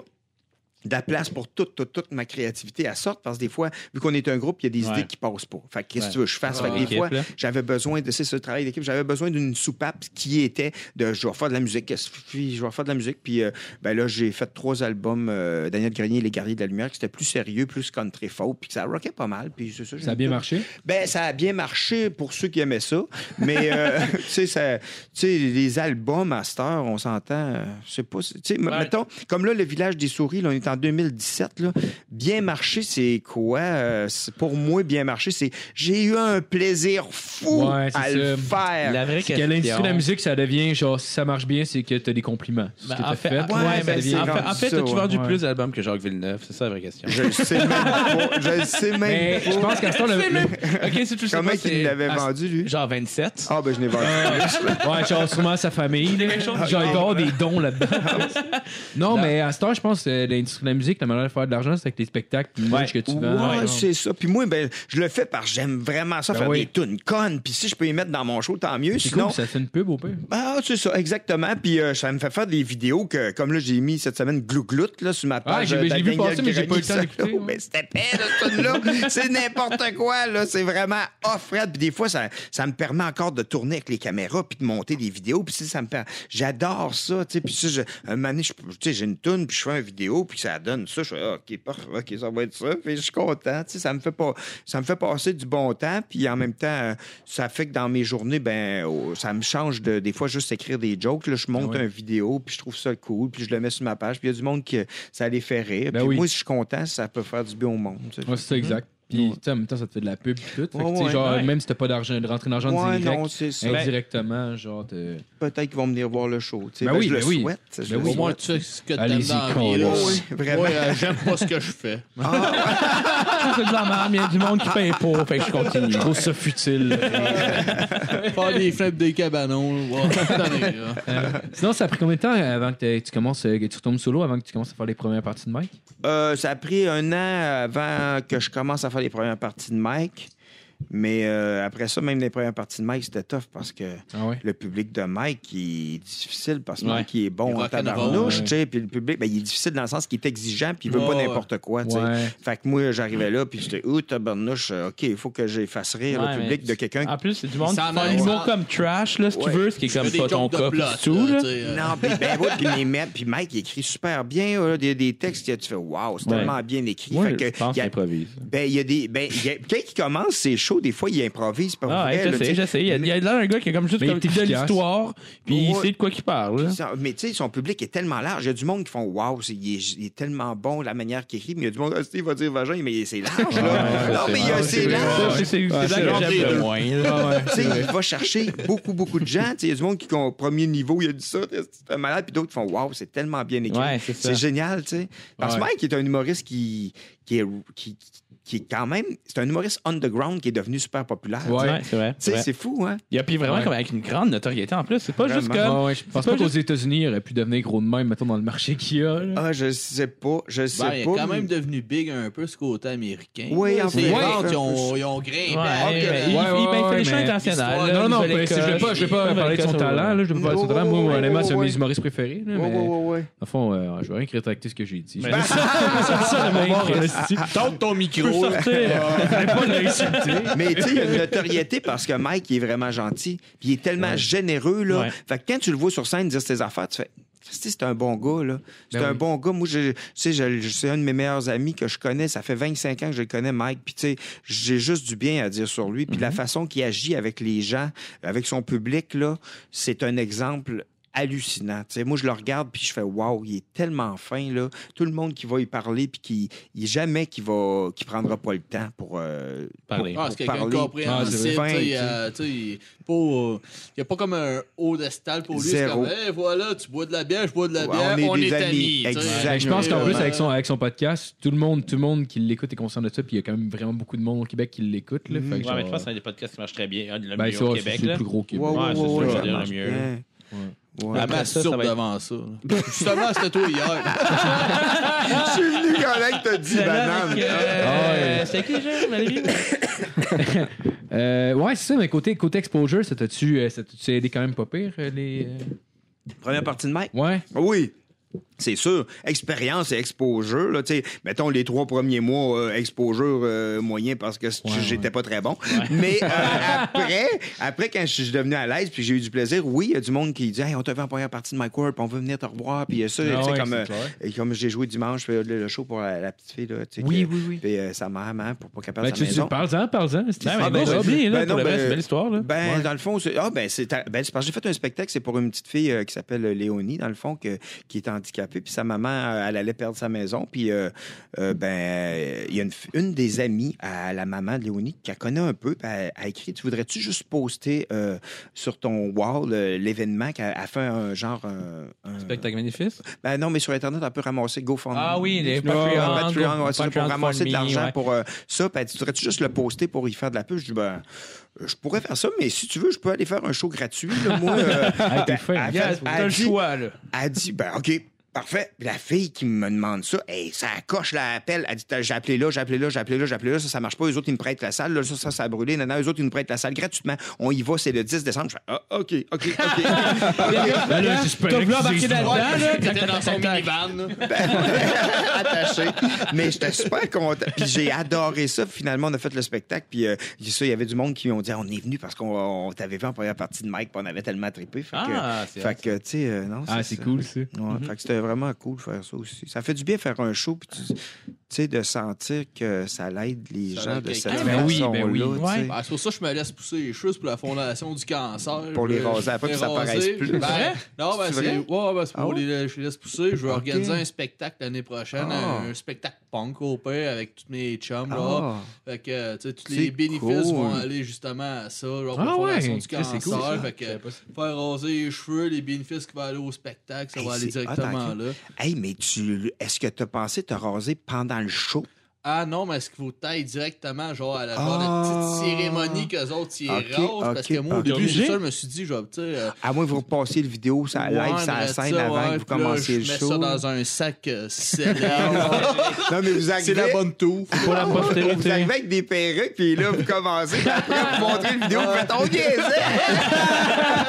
C: de la place pour toute, toute, toute ma créativité à sorte parce que des fois, vu qu'on est un groupe, il y a des
G: Ouais.
C: idées qui passent pas. Fait que qu'est-ce que
G: Ouais.
C: tu veux que je
D: Ah,
C: fasse? fait
F: Ouais,
C: que des
G: l'équipe,
C: fois,
G: là.
C: j'avais besoin de, c'est ce travail d'équipe, j'avais besoin d'une soupape qui était de je vais faire de la musique, qu'est-ce que- puis je vais faire de la musique. Puis euh, ben là, j'ai fait trois albums, euh, Daniel Grenier et Les Guerriers de la Lumière, qui c'était plus sérieux, plus country folk, puis que ça rockait pas mal. Puis c'est ça, j'ai
D: Ça a bien
C: tout-
D: marché?
C: ben, ça a bien marché pour ceux qui aimaient ça. Mais,
G: *laughs*
C: euh, tu sais, ça- tu sais, les albums à cette heure, on s'entend. euh, Je sais pas. si- Tu sais, m-
G: Ouais.
C: mettons, comme là, Le Village des Souris, là, on est en 2017. Là, bien marché, c'est quoi? Euh, c'est- pour moi, bien marché, c'est j'ai eu un plaisir fou
D: Ouais, c'est
C: à le faire.
G: La vraie
D: C'est qu'à l'industrie
G: question.
D: de la musique, ça devient genre, si ça marche bien, c'est que t'as des compliments. C'est ce
G: Ben,
D: que
G: en
D: t'as
G: fait,
D: fait.
G: ouais,
C: Ouais,
G: ben,
C: ben,
G: c'est-
C: c'est
G: en fait,
C: rendu
G: en fait,
C: ça,
G: tu
C: ouais.
G: vendu
D: Ouais.
G: plus d'albums que Jacques Villeneuve? C'est ça la vraie question.
C: Je le sais
G: *laughs*
C: même pas. Je le sais même
D: Mais
C: pas.
D: je pense qu'à ce temps, le. le-
G: ok, si tu le sais
C: Comment
G: pas,
C: il
G: c'est-
C: l'avait
G: à-
C: vendu, lui?
G: Genre 27.
C: Ah, ben, je n'ai vendu.
D: *laughs* Ouais, genre sûrement sa famille. là. Genre, il doit y avoir des dons là-dedans. non, mais à ce temps, je pense que l'industrie de la musique, la manière de faire de l'argent, c'est avec les spectacles, puis
G: Ouais.
D: les que tu vends.
C: Ouais,
D: genre.
C: c'est ça. Puis moi, ben, je le fais parce que j'aime vraiment ça,
D: Ben
C: faire
D: oui.
C: des tunes connes. Puis si je peux y mettre dans mon show, tant mieux.
D: C'est
C: Sinon,
D: cool, ça fait une pub au pire.
C: Ah, c'est ça, exactement. Puis euh, ça me fait faire des vidéos que, comme là, j'ai mis cette semaine glougloute là, sur ma
D: Ah,
C: page.
D: j'ai-
C: euh,
D: j'ai
C: de
D: vu
C: Daniel
D: passer, mais j'ai
C: Grenier
D: pas eu le temps
C: solo. *laughs*
D: d'écouter, ouais.
C: Mais c'était épais, là, ce là C'est n'importe quoi, là. C'est vraiment off-red. Puis des fois, ça, ça me permet encore de tourner avec les caméras puis de monter des vidéos. Puis si ça me per- J'adore ça, tu sais. Puis ça, je... un moment donné, je- tu sais, j'ai une toune, puis je fais une vidéo, puis ça donne ça. Je fais, ah, OK, parfait, OK, ça va être ça. Puis je suis content, tu sais. Ça me fait pas... Ça me fait passer du bon temps, puis en même temps, euh, ça fait que dans mes journées, ben, oh, ça me change de... Des fois, juste écrire des jokes, là, je monte une vidéo, puis je trouve ça cool, puis je le mets sur ma page, puis il y a du monde qui... Ça les fait rire.
D: Ben
C: puis
D: oui.
C: moi, si je suis content, ça peut faire du bien au monde, tu sais.
D: Ouais, c'est ça, exact. Puis, tu sais, en même temps, ça te fait de la pub, pis tout. Fait que,
C: Ouais,
D: tu sais,
C: ouais.
D: genre,
G: Ouais.
D: même si t'as pas d'argent, de rentrer d'argent
C: Ouais,
D: direct,
C: non, c'est ça.
D: indirectement, genre, t'es.
C: Peut-être qu'ils vont venir voir le show. tu sais.
D: Ben oui,
C: je le
D: ben oui.
C: souhaite. je
D: Ben
C: le
D: oui.
F: Au
C: souhaite.
F: moins, tu sais ce que t'aimes
D: Allez-y,
F: dans la vie, là.
D: Carlos.
C: Oui, vraiment.
F: Moi, euh, j'aime pas ce que je fais.
G: c'est de la merde, il y a du monde qui paye pour. Fait que je continue.
D: Je trouve ça futile.
F: *laughs* Faire des flips des cabanons. là. Ouais, attendez, là.
D: Euh, Sinon, ça a pris combien de temps avant que t'aies- tu commences, euh, que tu retombes solo, avant que tu commences à faire les premières parties de Mike?
C: Euh, ça a pris un an avant que je commence à faire les premières parties de Mike. Mais euh, après ça, même les premières parties de Mike, c'était tough parce que
D: Ah ouais.
C: le public de Mike, il est difficile parce que
G: Ouais.
C: Mike, il est
F: Il
C: bon en
F: rock and roll,
C: tabarnouche,
D: ouais.
C: tu sais. Puis le public, ben, il est difficile dans le sens qu'il est exigeant puis il veut
F: Ouais,
C: pas
F: ouais.
C: n'importe quoi, tu sais.
D: Ouais.
C: Fait que moi, j'arrivais là puis j'étais « Ouh, tabarnouche, euh, OK, il faut que j'efface rire
G: Ouais,
C: le
G: mais
C: public de quelqu'un
G: En plus, c'est du monde qui
F: Ça en
G: fait
F: a-
G: un humour
F: ça-
G: comme trash, là, si tu
C: Ouais.
G: veux, ce qui est
F: Je fais
G: comme
F: des
G: pas ton
F: jokes de
G: cas, pis
F: plot,
G: tout,
F: là,
G: là.
F: tu sais, euh,
C: Non, puis ben oui, puis les maîtres, puis Mike, il écrit super bien. là. Il y a des textes que tu fais Waouh, c'est
G: Ouais.
C: tellement bien écrit.
G: Moi,
C: Fait que,
G: je pense
C: il y a-
G: qu'il improvise.
C: ben, il y a des. Ben, il y a- quand il commence, c'est chaud, des fois, il improvise pas
G: Ah,
C: vrai.
G: ouais,
C: là,
G: j'essaie,
C: tu sais.
G: j'essaie. Il y a- il y a là un gars qui est comme juste
D: Mais il
G: comme
D: est
G: de
D: efficace.
G: l'histoire, puis il
C: Ouais.
G: sait de quoi qu'il parle. là.
C: Ça- Mais tu sais, son public est tellement large. Il y a du monde qui font Waouh, c'est- il, est- il est tellement bon la manière qu'il écrit. Mais il y a du monde, ah, Steve va dire vagin, mais c'est large, là.
G: ouais,
C: non,
G: c'est
C: mais il y a-
G: vrai.
C: c'est
G: Ça,
C: large.
G: c'est- C'est
C: Ouais,
G: c'est
C: c'est
G: là que
C: genre
G: j'aime
C: des-
G: le moins. là.
C: Tu sais, il va chercher beaucoup, beaucoup de gens. Tu sais, Il y a du monde qui, au premier niveau, il a dit ça, c'est un malade, puis d'autres font Waouh, c'est tellement bien écrit.
G: Ouais, c'est ça.
C: génial, tu sais. Parce que
D: Ouais.
C: Mike est un humoriste qui, qui, est- qui, qui est quand même. C'est un humoriste underground qui est devenu super populaire.
D: Ouais.
G: Ouais, c'est vrai.
C: Tu
G: c'est
C: sais,
G: vrai.
C: c'est fou, hein?
G: Il y a puis vraiment
D: Ouais.
G: comme avec une grande notoriété en plus. C'est pas juste
C: Vraiment.
G: comme.
D: Ouais, ouais, je pense
G: pas
D: pas, qu'aux États-Unis, il aurait pu devenir gros de même, mettons, dans le marché qu'il y a. là.
C: Ah, je sais pas. Je sais
F: Ben, il est
C: pas.
F: quand même devenu big un peu ce côté américain.
C: Oui,
F: Là,
C: en
F: C'est
C: fait.
F: rare
C: Ouais.
F: qu'ils ont, ils ont grimpé.
G: Ouais,
F: hein,
G: ouais, il,
F: que-
D: ouais,
G: il- il- ben, il fait
D: ouais,
G: des chants
D: mais-
G: internationaux.
F: Ouais,
G: là,
D: non, non,
G: Nouvelle
D: ben, c'est- je vais
G: Écosse,
D: pas, je vais pas parler de son
G: Nouvelle Écosse,
D: talent.
G: ouais.
D: Là, je vais pas parler de son
C: Ouais,
D: talent.
C: ouais,
D: Moi,
C: ouais,
D: honnêtement, c'est un de
C: ouais.
D: mes humoristes préférés. là,
C: Ouais,
D: mais-
C: ouais, ouais, ouais.
D: Au fond, euh, je vais rien rétracter ce que j'ai dit.
G: Mais
D: Je-
G: c'est ça, c'est ça, le moment, Christy.
F: Tente ton
G: Peut
F: micro. là.
G: sortir. Mais pas l'insulter.
C: Mais tu sais, il y a une notoriété parce que Mike, il est vraiment gentil. Puis il est tellement généreux, là.
G: Ouais.
C: Fait que quand tu le vois sur scène dire ses affaires, tu fais. Christy, C'est un bon gars, là. C'est
D: Ben
C: un
D: oui.
C: bon gars. Moi, je, tu sais, je- je- c'est un de mes meilleurs amis que je connais. Ça fait 25 ans que je le connais, Mike. Puis, tu sais, j'ai juste du bien à dire sur lui.
D: Mm-hmm.
C: Puis, la façon qu'il agit avec les gens, avec son public, là, c'est un exemple hallucinant. Tu sais, moi, je le regarde, puis je fais « Wow, il est tellement fin, là. » Tout le monde qui va y parler, puis qui, il- jamais qui va, qui prendra pas le temps pour... euh,
G: Parler.
C: pour-
F: Ah,
C: pour
F: c'est quelqu'un de
C: parler.
F: compréhensible.
C: Ah, c'est vrai.
F: Il n'y euh, a pas comme un haut d'estal pour lui. C'est
C: Zéro.
F: comme, hey, voilà, tu bois de la bière, je bois de la
C: Ouais,
F: bière,
C: on est
F: on
C: des
F: est
C: amis.
F: amis. tu sais.
C: Exact.
D: Ben, je pense qu'en plus,
F: Euh,
D: avec son, avec son podcast, tout le monde, tout le monde qui l'écoute est conscient de ça. Puis il y a quand même vraiment beaucoup de monde au Québec qui l'écoute. là. Fait que
G: Ouais, mais je
D: genre,
G: pense que c'est un des podcasts qui marche très bien. Un de
D: ben,
G: mieux
D: ça,
G: au
D: c'est
G: Québec.
D: le
G: là.
D: plus gros Québec.
C: Ouais, ouais,
G: Ouais, c'est
C: ouais,
G: sûr,
C: ouais,
G: ça
C: ça
G: devient
C: marche
G: mieux.
C: bien. Ouais.
F: La
G: Après ça, ça
F: masturbe
G: va être-
F: devant ça. là. Justement, c'était toi hier.
G: Ah,
C: Je suis venu quand là que t'as
G: *laughs*
C: dit
G: Celle-là
C: banane.
G: avec, euh, C'est qui, Jean, *laughs* Valérie?
D: Euh, ouais, c'est ça, mais côté, côté exposure, ça t'a-tu euh, ça t'a-tu aidé quand même pas pire? euh, Les... euh,
C: Première partie de Mike.
D: Ouais.
C: Oui. C'est sûr, expérience et exposure. Là, tu sais, mettons les trois premiers mois, euh, exposure euh, moyen parce que c- j'étais pas très bon. *laughs* Mais
D: *laughs*
C: euh, après, après, quand je suis devenu à l'aise puis j'ai eu du plaisir, oui, il y a du monde qui dit hey, on te fait en première partie de Mike Ward, puis on veut venir te revoir. Puis euh, ça,
D: Ah
C: tu sais,
D: ouais,
C: comme,
D: c'est
C: euh,
D: clair.
C: et comme j'ai joué dimanche, euh, le, le show pour la, la petite fille. Là, tu sais,
D: Oui,
C: que-
D: oui, oui.
C: Puis euh, sa mère, maman, pour pas qu'elle perde
D: Ben,
C: sa
D: tu, tu
C: maison.
D: parles-en, parles-en. c'est-
G: Non,
D: Ah,
G: mais
D: ben,
G: ben,
D: là,
G: c'est oublié, là,
C: ben
G: pour
C: non,
G: le reste,
C: ben-
G: c'est une belle histoire, là.
C: Ben, dans le fond, c'est ah, ben, c'est ta- ben, c'est parce que j'ai fait un spectacle, c'est pour une petite fille euh, qui s'appelle Léonie, dans le fond, que- qui est handicapée. Puis sa maman, euh, elle allait perdre sa maison. Puis, euh, euh, ben, euh, il y a une, f- une des amies à la maman de Léonie qu'elle connaît un peu. Puis elle a écrit Tu voudrais-tu juste poster euh, sur ton wall euh, l'événement qu'elle a fait un genre. euh, un-
G: Spectacle magnifique.
C: Ben non, mais sur Internet, on peut ramasser GoFundMe.
G: Ah oui, les
C: Non,
G: Patreon,
C: Patreon, ouais, c'est ça, pour
G: Patreon
C: ramasser de
G: Fund Me,
C: l'argent
G: ouais.
C: pour euh, ça. Puis elle dit, tu voudrais-tu juste le poster pour y faire de la pub? Je dis, ben, euh, je pourrais faire ça, mais si tu veux, je peux aller faire un show gratuit. là,
G: *laughs*
C: moi, euh,
D: Ah, t'es
C: ben,
D: fin.
C: elle fait-
G: Yes,
C: elle
G: t'as le
C: dit-
G: choix, là.
C: Elle dit, ben, OK, parfait. Puis La fille qui me demande ça, hey, ça coche l'appel. Elle dit, T'as- j'ai appelé là, j'ai appelé là, j'ai appelé là, j'ai appelé là, ça, ça marche pas. Eux autres, ils me prêtent la salle. Là, ça, ça, ça a brûlé. Non, non, eux autres, ils nous prêtent la salle gratuitement. On y va, c'est le 10 décembre. Je fais, ah, OK, OK,
G: *laughs*
C: OK.
D: Ben là, j'espère
G: T'as
D: que
G: voulu
D: tu
G: embarquer
D: dises-
G: là-dedans, là?
F: T'étais dans son minivan. là.
C: attaché. Mais j'étais super content. Puis j'ai adoré ça. Finalement, on a fait le spectacle. Puis euh, ça, il y avait du monde qui ont dit on est venu parce qu'on on t'avait vu en première partie de Mike. Puis on avait tellement trippé. Fait que,
G: Ah, c'est
C: fait que, tu sais, euh, non.
D: Ah, c'est
C: ça.
D: cool, ça.
C: Ouais, Fait que c'était vraiment cool de faire ça aussi. Ça fait du bien de faire un show. Puis tu tu sais, de sentir que ça l'aide les
F: Ça
C: gens
F: aide
C: de cette
F: quelqu'un.
D: Ben oui,
C: façon-là.
D: ben oui.
C: tu sais.
F: Ben, c'est pour ça que je me laisse pousser les cheveux c'est pour la fondation du cancer.
C: Pour les
F: Je-
C: raser après
F: je
C: que ça
F: les
C: paraisse plus.
F: Ben,
C: C'est vrai?
F: non, ben,
C: C'est
F: c'est
C: vrai?
F: ouais, ben, c'est pour
C: Ah ouais?
F: les, je les laisse pousser. Je vais organiser un spectacle l'année prochaine,
C: Ah.
F: un, un spectacle punk au pire avec tous mes chums. Là.
C: Ah.
F: Fait que, euh, tu sais, tous
C: C'est
F: les bénéfices
C: cool.
F: vont aller justement à ça, genre pour la
D: Ah ouais,
F: fondation du
D: Chris, c'est
F: cancer.
D: cool, ça.
F: fait que, faire raser les cheveux, les bénéfices qui vont aller au spectacle, ça
C: Hey,
F: va aller
C: c'est hot,
F: directement
C: hein,
F: là.
C: Hey, mais tu, est-ce que tu as pensé te raser pendant le show?
F: Ah non, mais est-ce qu'il faut tailler directement, genre, à la genre
C: Ah.
F: de petite cérémonie qu'eux autres y
C: Ok,
F: rasent? Parce
C: ok,
F: que moi, au
C: ok.
F: début,
G: Obligé?
F: j'ai ça, je me suis dit, genre, tu sais. euh,
C: À moins que vous repassiez le vidéo, ça
F: ouais,
C: live, ça
F: mais
C: scène
F: ça,
C: avant
F: ouais,
C: que vous
F: puis là,
C: commenciez le
F: Je mets
C: show.
F: ça dans un sac
C: *laughs*
F: euh, célèbre.
C: Non, mais vous arrivez.
F: C'est la bonne touffe.
G: Pour la
C: Vous
G: postérité.
C: arrivez avec des perruques, puis là, vous commencez. *laughs* puis Après, vous montrez une vidéo, vous faites On niaisait!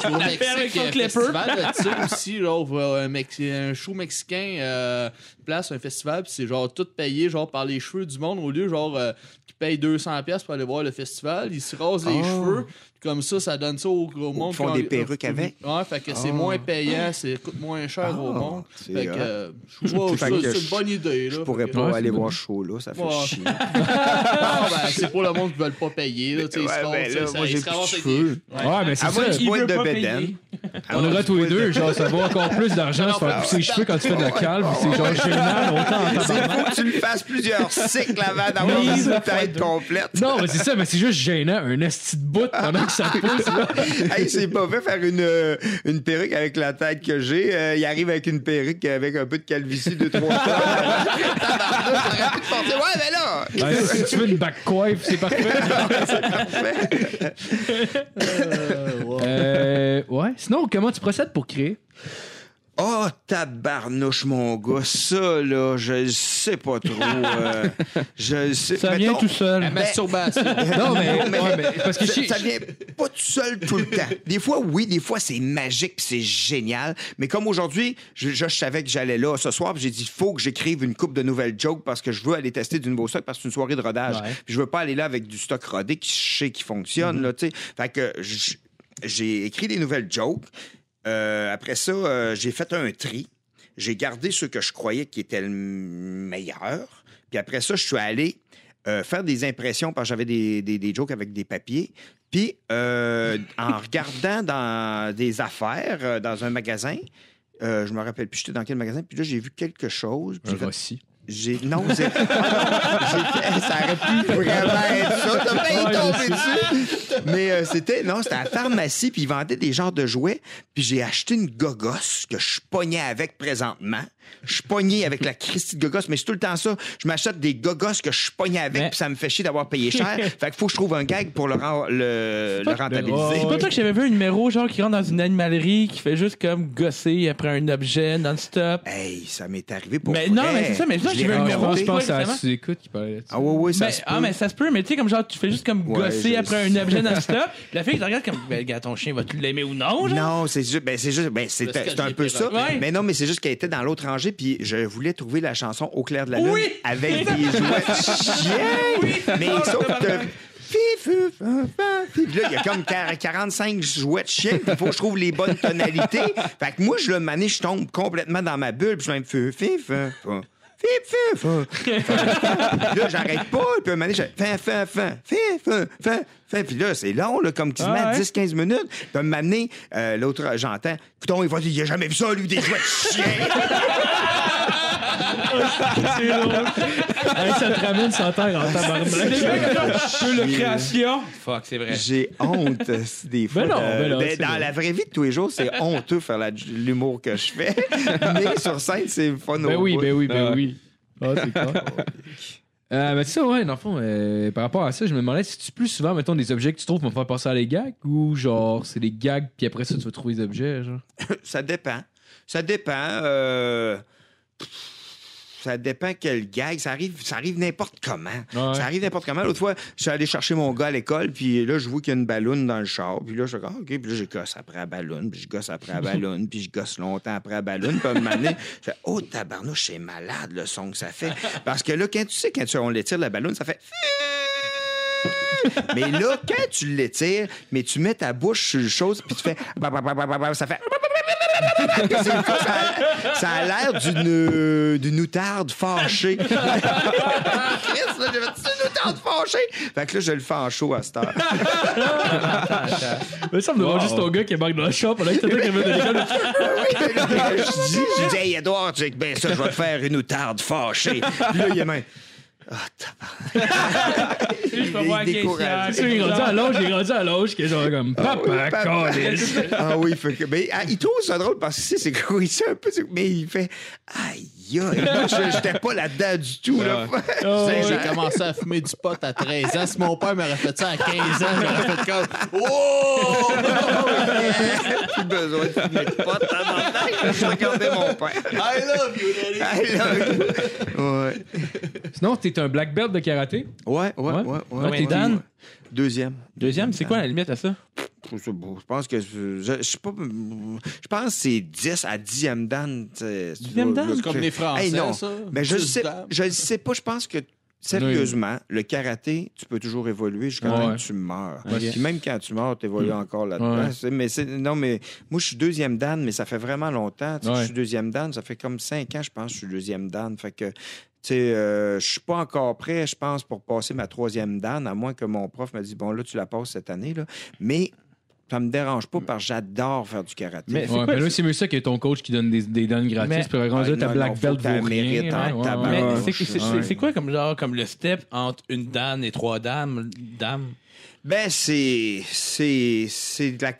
F: Tu vas au Mexique,
G: paire avec son
F: euh,
G: clipper.
F: festival, là, tu sais, aussi, genre, on va à un, Mexi- un show mexicain euh, place un festival, puis c'est genre tout payé, genre, par les cheveux du monde, au lieu, genre, euh, qu'ils payent 200$ piastres pour aller voir le festival, ils se rasent les
C: Oh.
F: cheveux, comme ça, ça donne ça au gros monde.
C: font
F: quand-
C: des perruques avec.
F: Ouais, fait que c'est
C: Oh.
F: moins payant, c'est coûte moins cher
C: Ah,
F: au monde.
C: c'est
F: Fait que,
C: hot.
F: euh,
C: *laughs*
F: je trouve
C: Fait
F: ça,
C: que
F: c'est
C: je-
F: une bonne idée, là.
C: Je
F: Fait
C: pourrais
F: que-
C: pas
D: Ouais,
C: aller
D: c'est
C: voir ce show-là, ça fait
F: Ouais.
C: chier.
F: Ah, ben, c'est pour le monde qui veut pas payer, là, tu sais, ils se
C: Ouais,
F: rasent,
C: ben
F: tu
C: là,
F: sais, ça-
C: moi,
F: ils
C: j'ai
F: se
C: plus de
F: ramassent avec des-
C: cheveux.
D: Ouais, mais c'est
C: À moins
D: ça.
C: que je
G: il
C: bois
G: veut
C: de
G: pas
C: bédaine.
G: payer.
D: On aura tous les deux, genre, ça vaut encore plus d'argent, se
F: Non,
D: faire pousser les cheveux quand tu fais de la calve, c'est genre génial, autant en
C: C'est faut que tu le fasses plusieurs cycles avant d'avoir
D: Oui,
C: une
D: ça
C: tête complète.
D: Non, mais c'est ça, mais c'est juste gênant, un esti de bout pendant que
C: *laughs*
D: ça pousse. là.
C: Hey, c'est pas fait faire une, euh, une perruque avec la tête que j'ai. Euh, il arrive avec une perruque avec un peu de calvitie de trois fois. T'aurais pu te penser, ouais, mais là!
D: Ouais, si tu veux une back coiffe, c'est parfait. Euh, ouais. Sinon, comment tu procèdes pour créer?
C: Oh, tabarnouche, mon gars, ça, là, je le sais pas trop. euh, je le sais.
G: Ça vient
C: Mettons-
G: tout seul.
F: La masturbation.
D: Non,
C: *laughs*
D: mais,
C: Non, mais-
D: ouais, mais parce que
C: ça,
D: chez-
C: ça vient pas tout seul tout le temps. Des fois, oui, des fois, c'est magique, pis c'est génial. Mais comme aujourd'hui, je, je savais que j'allais là ce soir, pis j'ai dit, il faut que j'écrive une coupe de nouvelles jokes parce que je veux aller tester du nouveau stock parce que c'est une soirée de rodage.
G: Ouais. Mhm.
C: Puis je veux pas aller là avec du stock rodé qui je sais qui fonctionne, là, tu sais. Fait que j- j'ai écrit des nouvelles jokes. Euh, après ça, euh, j'ai fait un tri. J'ai gardé ceux que je croyais qui étaient le meilleur. Puis après ça, je suis allé euh, faire des impressions parce que j'avais des, des, des jokes avec des papiers. Puis euh, en regardant dans des affaires, euh, dans un magasin, euh, je me rappelle plus, j'étais dans quel magasin. Puis là, j'ai vu quelque chose. puis
D: Un
C: j'ai fait-
D: Rossi.
C: j'ai. Non, c'est. *laughs* J'ai- ça aurait pu vraiment être ça. T'as failli tomber dessus. Mais euh, c'était. Non, c'était à la pharmacie, puis ils vendaient des genres de jouets. Puis j'ai acheté une gogosse que je pognais avec présentement. Je pognais avec la Christie de gogosse, mais c'est tout le temps ça. Je m'achète des gogosses que je pognais avec,
G: Mais-
C: puis ça me fait chier d'avoir payé cher.
G: *laughs*
C: fait que faut que je trouve un gag pour le, ren- le, le rentabiliser.
G: C'est pas toi que j'avais vu un numéro genre qui rentre dans une animalerie qui fait juste comme gosser après un objet non-stop.
C: Hey, ça m'est arrivé pour
G: Mais non,
C: vrai.
G: mais c'est ça, mais ça,
C: Je
G: j'ai
C: l'ai
G: vu un
D: Ah, je
G: numéro,
C: raconté.
D: pense, je pense que
G: c'est
D: c'est à
G: récemment?
D: sous-écoute qui parlait de ça.
C: Ah, ouais, ouais, ça
G: Mais-
C: se
G: ah,
C: peut.
G: mais ça se peut, mais tu sais, comme genre, tu fais juste comme
C: Ouais,
G: gosser
C: je
G: après
C: sais.
G: un objet non-stop. Puis la fille qui te regarde comme, ben, gars, ton chien, va-tu l'aimer ou non, genre?
C: Non, c'est juste, ben, c'est juste, ben, c'est,
F: Parce que
C: c'est un
F: j'ai
C: peu
F: été
C: ça.
G: rocké. Ouais.
C: Mais non, mais c'est juste qu'elle était dans l'autre rangée, puis je voulais trouver la chanson Au clair de la lune
G: Oui! *laughs*
C: avec des jouets de chiens. Mais sauf que. Fi, fu, fa, fa, fi. Puis là, il y a comme quar- 45 jouets de chiens, puis il faut que je trouve les bonnes tonalités. Fait que moi, je le mané, je tombe complètement dans ma bulle, puis je me fais fi, fa, fa. Fi, fi, fa. Puis là, j'arrête pas, puis un moment donné, je fais fin, fin, fin, fin, fin, fin, fin. Puis là, c'est long, là, comme tu dis,
G: Ah ouais.
C: 10-15 minutes. Puis à un moment donné, euh, l'autre, j'entends, écoutons, il va dire, il a jamais vu ça, lui, des jouets de chien.
D: Ah Hey, ça te ramène sans terre en tabarnak.
G: le création. Fuck, c'est vrai.
C: J'ai honte euh, si des fois.
D: Ben non, ben non,
C: ben,
D: c'est
C: dans
D: vrai.
C: la vraie vie de tous les jours, c'est
D: *laughs*
C: honteux faire la- l'humour que je fais. Mais sur scène, c'est fun
D: Ben
C: au
D: oui,
C: bout.
D: ben oui, ben
E: Ah.
D: oui. Ah, c'est quoi?
C: *laughs*
D: Euh, ben, tu sais, ouais, dans le fond, euh, par rapport à ça, je me demandais si tu plus souvent, mettons, des objets que tu trouves pour me faire passer à les gags ou genre, c'est des gags, puis après ça, tu vas trouver des objets, genre.
C: Ça dépend. Ça dépend. euh, Ça dépend quel gag. Ça arrive, ça arrive n'importe comment.
D: Ouais.
C: Ça arrive n'importe comment. L'autre fois, je suis allé chercher mon gars à l'école, puis là, je vois qu'il y a une balloune dans le char. Puis là, je suis comme, Ah, OK. Puis là, je gosse après la balloune, puis je gosse après la balloune, puis je gosse longtemps après la balloune. Puis à un moment donné, je fais, oh, tabarnouche, c'est malade le son que ça fait. Parce que là, quand tu sais, quand tu, on l'étire la balloune, ça fait. *laughs* Mais là, quand tu l'étires, mais tu mets ta bouche sur le chose, puis tu fais. *laughs* Bah, Ça fait. *laughs* C'est fou, ça, a- ça a l'air d'une euh, d'une outarde fâchée. Chris, Ah, là, j'avais dit, c'est une outarde fâchée. Fait que là, je le fais en chaud à cette heure.
D: Mais ça me demande juste ton gars qui embarque dans le shop, là, que t'as qui de
C: *laughs*
D: l'école.
C: je dis, je dis, hey, Edouard, j'ai dit, ben ça, je vais te faire une outarde fâchée. Puis là, il est même. Ah,
G: Je peux
C: Il
G: voir hein.
C: est
G: qu'il est
C: découragé.
G: fier.
D: il est rendu à l'âge, il est rendu à l'âge, qui est genre comme, papa,
C: Papa.
D: câlisse.
C: Ah oui, fait que, mais, ah, il trouve ça drôle parce que tu sais, c'est quoi, il sait un peu, mais il fait aïe, aïe, moi, je- j'étais pas là-dedans du tout. Là. *laughs*
G: Ah
F: Tu sais, J'ai commencé à fumer du pot à 13 ans. Si mon père m'aurait fait ça à 15 ans, j'aurais fait *laughs* comme Oh!
C: Plus besoin de fumer de potes, hein, dans le temps, je regardais mon père.
F: I love you, daddy!
C: I love you. Ouais.
D: *laughs* Sinon, t'es un black belt de karaté.
C: Ouais, ouais,
D: Ouais.
C: ouais. ouais,
G: Ouais, t'es
C: ouais.
G: Dan?
C: Deuxième.
G: Deuxième, c'est quoi la limite à ça?
C: Je sais pas, je pense que. Je, je sais pas. Je pense que c'est 10 à 10e Dan. c'est- c'est-
G: Dixième dan?
C: le-
F: C'est comme les Français,
C: Hey, non.
F: ça.
C: Mais Ben, je le
F: Dix
C: sais,
F: dames.
C: je le sais pas. Je pense que, sérieusement, le karaté, tu peux toujours évoluer jusqu'à
D: Ouais.
C: temps que tu meurs.
D: Ok.
C: Puis même quand tu meurs, tu évolues encore là-dedans.
D: Ouais.
C: C'est- Mais c'est- non, mais moi, je suis deuxième Dan, mais ça fait vraiment longtemps. Tu sais,
D: Ouais.
C: Je suis deuxième Dan. Ça fait comme cinq ans, je pense, que je suis deuxième Dan. Fait que. Tu sais, euh, je suis pas encore prêt, je pense, pour passer ma troisième dan, à moins que mon prof me dise, bon, là, tu la passes cette année, là. Mais Ça me dérange pas parce que j'adore faire du karaté.
G: Mais- C'est
D: Ouais,
G: quoi
D: ben là,
G: le-
D: c'est mieux ça que ton coach qui donne des, des donnes
G: Mais-
D: gratuites. Puis rendu là,
C: Ouais,
D: ta
C: non, non,
D: black
C: faut
D: belt
C: que t'en
D: vaut rien.
C: mérites, hein,
D: Ouais, ouais,
C: tabarnak.
G: Mais
D: ouais.
C: Ah,
G: c'est- c'est
C: ouais.
G: c'est- c'est quoi comme genre comme le step entre une danne et trois dames dames
C: Ben, c'est, c'est, c'est de la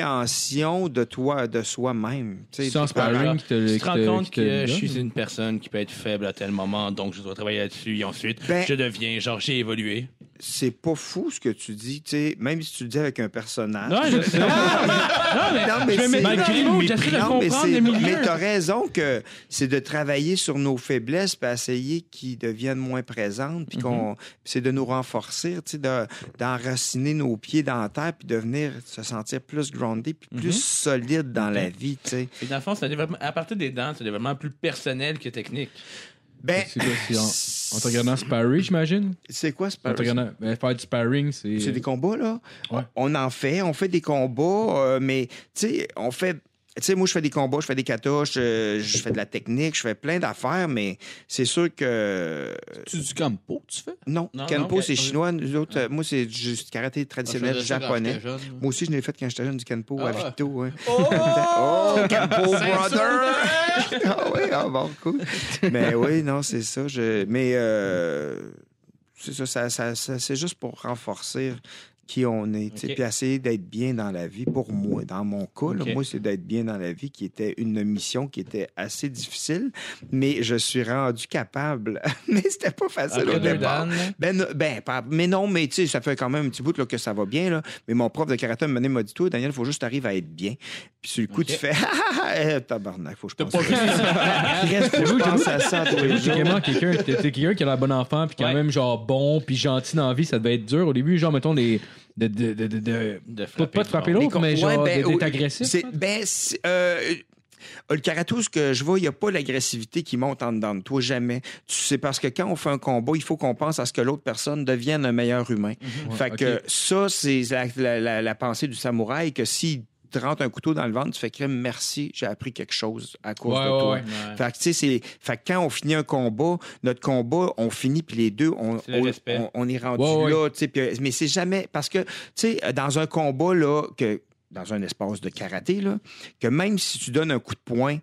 C: compréhension de toi, de soi-même. Tu sais,
D: Sans
C: tu parles-
D: sparring qui te
G: Tu
D: qui
G: te rends
D: te-
G: compte
D: qui te
G: que je
D: donne.
G: suis une personne qui peut être faible à tel moment, donc je dois travailler là-dessus et ensuite
C: Ben-
G: je deviens genre j'ai évolué.
C: C'est pas fou ce que tu dis, tu sais, même si tu le dis avec un personnage.
G: Non, je sais. non, mais,
C: Non, mais
G: je me
C: c'est-
G: mets malgré le mot, j'essaie de
C: Non, mais
G: comprendre
C: c'est-
G: le milieu.
C: Mais t'as raison que c'est de travailler sur nos faiblesses puis essayer qu'ils deviennent moins présentes
D: Mhm.
C: puis qu'on puis c'est de nous renforcer, tu sais, de- d'enraciner nos pieds dans la terre puis de venir se sentir plus groundé puis
D: Mhm.
C: plus solide dans la vie, tu sais.
G: Puis dans le fond, c'est un développement- à partir des dents, c'est un développement plus personnel que technique.
C: Ben,
D: C'est quoi, c'est en, en te regardant sparring, j'imagine?
C: c'est quoi ce
D: En te regardant- ben, faire du sparring, c'est.
C: C'est des combats, là.
D: Ouais.
C: On en fait, on fait des combats, euh, mais tu sais, on fait. Tu sais, moi, je fais des combats, je fais des katas, je, je fais de la technique, je fais plein d'affaires, mais c'est sûr que. euh,
F: Tu du campo, tu fais?
C: Non,
G: Non,
C: Kenpo,
G: non,
C: c'est
G: ok.
C: chinois. Nous autres, euh, moi, c'est juste karaté traditionnel japonais. Moi aussi, je l'ai fait quand j'étais jeune du Kenpo
F: Ah
C: à
F: ouais.
C: Vito. ouais.
F: Oh!
C: *laughs* Oh, Kenpo Brother! ah oui, ah bon, cool. *laughs* Mais oui, non, c'est ça. Je... Mais euh, c'est ça, ça, ça- ça- c'est juste pour renforcer qui on est, tu sais,
G: OK.
C: puis essayer d'être bien dans la vie. Pour moi, dans mon cas, là,
G: OK.
C: moi, c'est d'être bien dans la vie qui était une mission qui était assez difficile, mais je suis rendu capable. *laughs* mais c'était pas facile au
G: Après deux
C: départ.
G: dames,
C: Ben, non, ben, pas- mais non, mais tu sais, ça fait quand même un petit bout là, que ça va bien. Là. Mais mon prof de karaté m'a donné, m'a dit Toi, Daniel, il faut juste arriver à être bien. Puis sur le coup, tu fais *laughs* Ah, ah, ah, eh, tabarnak, *laughs* faut que je pense. à ça. Reste, faut que je pense à ça tous les
D: J'ai
C: jours.
D: vraiment quelqu'un t'es- t'es quelqu'un qui a la bonne enfant, puis quand
G: Ouais.
D: même, genre, bon, puis gentil dans la vie, ça devait être dur. Au début, genre, mettons, les. De, de, de, de- de-
G: de
D: pas, pas de frapper l'autre, mais
C: Ouais,
D: genre,
C: ben,
D: de- d'être
C: oui.
D: agressif.
C: C'est, ben, c'est, euh, le karatou, ce que je vois, il n'y a pas l'agressivité qui monte en dedans de toi, jamais. Tu sais, parce que quand on fait un combat, il faut qu'on pense à ce que l'autre personne devienne un meilleur humain. fait
D: Ouais,
C: que
D: ok.
C: ça, c'est la, la- la- la pensée du samouraï que s'il te rentre un couteau dans le ventre, tu fais crème, merci, j'ai appris quelque chose à cause
D: Ouais,
C: de
D: ouais,
C: toi.
D: ouais.
C: *laughs* Fait que, tu sais, c'est- fait que quand on finit un combat, notre combat, on finit, puis les deux, on,
G: C'est le
C: on-
G: respect.
C: on- on est rendu
D: Ouais, ouais.
C: là, tu sais, puis, euh, mais c'est jamais... Parce que, tu sais, euh, dans un combat, là, que, dans un espace de karaté, là, que même si tu donnes un coup de poing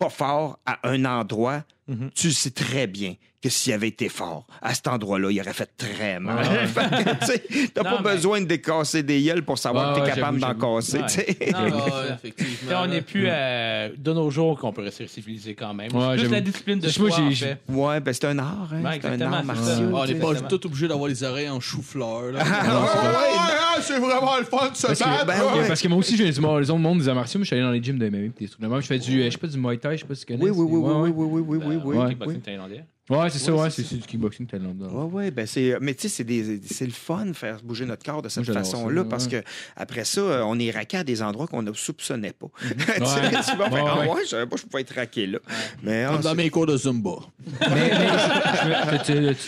C: pas fort à un endroit,
D: Mhm.
C: tu le sais très bien que s'il avait été fort à cet endroit-là, il aurait fait très mal. *laughs* Fait que, tu sais, t'as
G: Non,
C: pas
G: mais-
C: besoin de décasser des gueules pour savoir
D: Ouais,
C: que t'es
D: ouais,
C: capable d'en
D: j'avoue,
C: casser,
G: Ouais.
C: tu sais.
G: Non,
F: *laughs*
C: *laughs*
G: mais-
F: Ah, effectivement.
G: Là, on n'est plus à... de nos jours qu'on peut rester civilisé quand même.
D: Ouais,
G: C'est juste
D: j'avoue.
G: la discipline de
D: Je- moi,
G: soi,
D: j'ai-
G: en
D: j'ai-
G: fait.
C: *laughs* Ouais, ben c'est un art, hein,
G: Ouais,
C: c'est un art
G: exactement, c'est ça.
C: martial.
G: Ah,
F: on n'est pas
G: Exactement.
F: tout obligé d'avoir les oreilles en chou-fleur.
C: *laughs*
F: là.
C: Ah,
E: c'est vraiment le fun de se
D: que-
E: battre,
C: ben
E: là.
D: Ok,
C: ouais.
D: Parce que moi aussi, j'ai du monde, les autres monde des arts martiaux, mais je suis allé dans les gyms de MMA, puis des trucs de même. Je fais du, euh, je sais pas, du Muay Thai, je sais pas si tu connais.
C: Oui, oui, oui,
D: c'est- ouais,
C: oui, oui,
D: ouais. ben,
C: oui, oui, oui, oui,
G: Euh,
C: oui,
G: kickboxing
C: oui.
G: thaïlandais.
D: Ouais, c'est ça,
C: Ouais,
D: ouais,
C: c'est
D: c'est c'est du kickboxing talent.
C: Ouais, ouais, ben c'est, mais tu sais, c'est, des- c'est le fun faire bouger notre corps de cette
D: j'adore ça,
C: façon-là
D: ouais.
C: parce que après ça, euh, on est raqué à des endroits qu'on ne soupçonnait pas. tu sais, *laughs* tu vas
D: Mm-hmm. Ouais.
C: faire,
D: Ouais,
C: ah
D: ouais.
C: ouais, je savais pas que je pouvais être raqué là. Mais
F: Comme
C: ah,
F: dans mes cours de Zumba.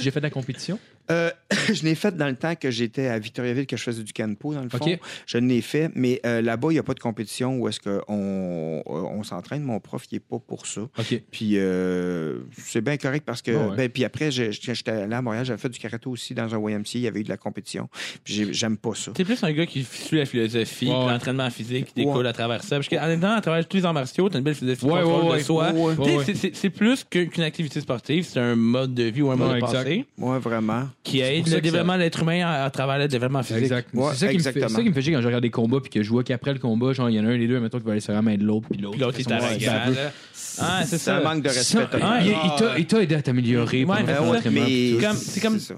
D: J'ai fait de la compétition.
C: Euh, *laughs* je n'ai fait dans le temps que j'étais à Victoriaville, que je faisais du canpo, dans le fond.
D: OK.
C: Je n'ai fait, mais euh, là-bas, il n'y a pas de compétition où est-ce qu'on on, euh, on s'entraîne. Mon prof, il n'est pas pour ça.
D: Ok.
C: Puis euh, c'est bien correct parce que.
D: Ah ouais.
C: ben, puis après, j'ai- j'étais allé à Montréal, j'avais fait du karaté aussi dans un YMCA, il y avait eu de la compétition. Puis j'ai- j'aime pas ça.
G: T'es plus un gars qui suit la philosophie,
D: Ouais.
G: puis l'entraînement physique qui découle
C: Ouais.
G: à travers ça. Parce qu'en étant à travers tous les arts martiaux, t'as une belle philosophie de
D: Ouais,
G: contrôle
D: ouais,
G: de
D: ouais.
G: soi.
C: Ouais, ouais.
G: Tu sais,
D: Ouais.
G: c'est- c'est- C'est plus que- qu'une activité sportive, c'est un mode de vie ou un mode
D: Ouais,
G: de
D: exact.
G: pensée
C: Moi, vraiment.
D: C'est
G: qui
D: pour
G: aide
D: ça
G: le
D: que ça-
G: développement de l'être humain à, à travers le développement physique.
D: Exact.
C: Ouais,
D: c'est ça qui me fait-
C: exactement.
D: c'est ça qui me fait chier quand je regarde des combats puis que je vois qu'après le combat, genre il y en a un des deux, mettons qui va aller se la main de l'autre puis l'autre.
G: Puis l'autre, il est
D: Ouais,
G: arrogant,
D: ça veut-
G: là. Ah, c'est
C: C'est un
G: ça.
C: manque de respect.
G: Ça-
C: total.
G: Ouais.
D: hein, ah, Il, il t'a- il t'a aidé à t'améliorer. pour
G: Ouais,
D: le
G: ben
D: reste de
G: ouais,
D: l'entraînement, puis tout.
G: c'est comme- c'est comme-
C: ça.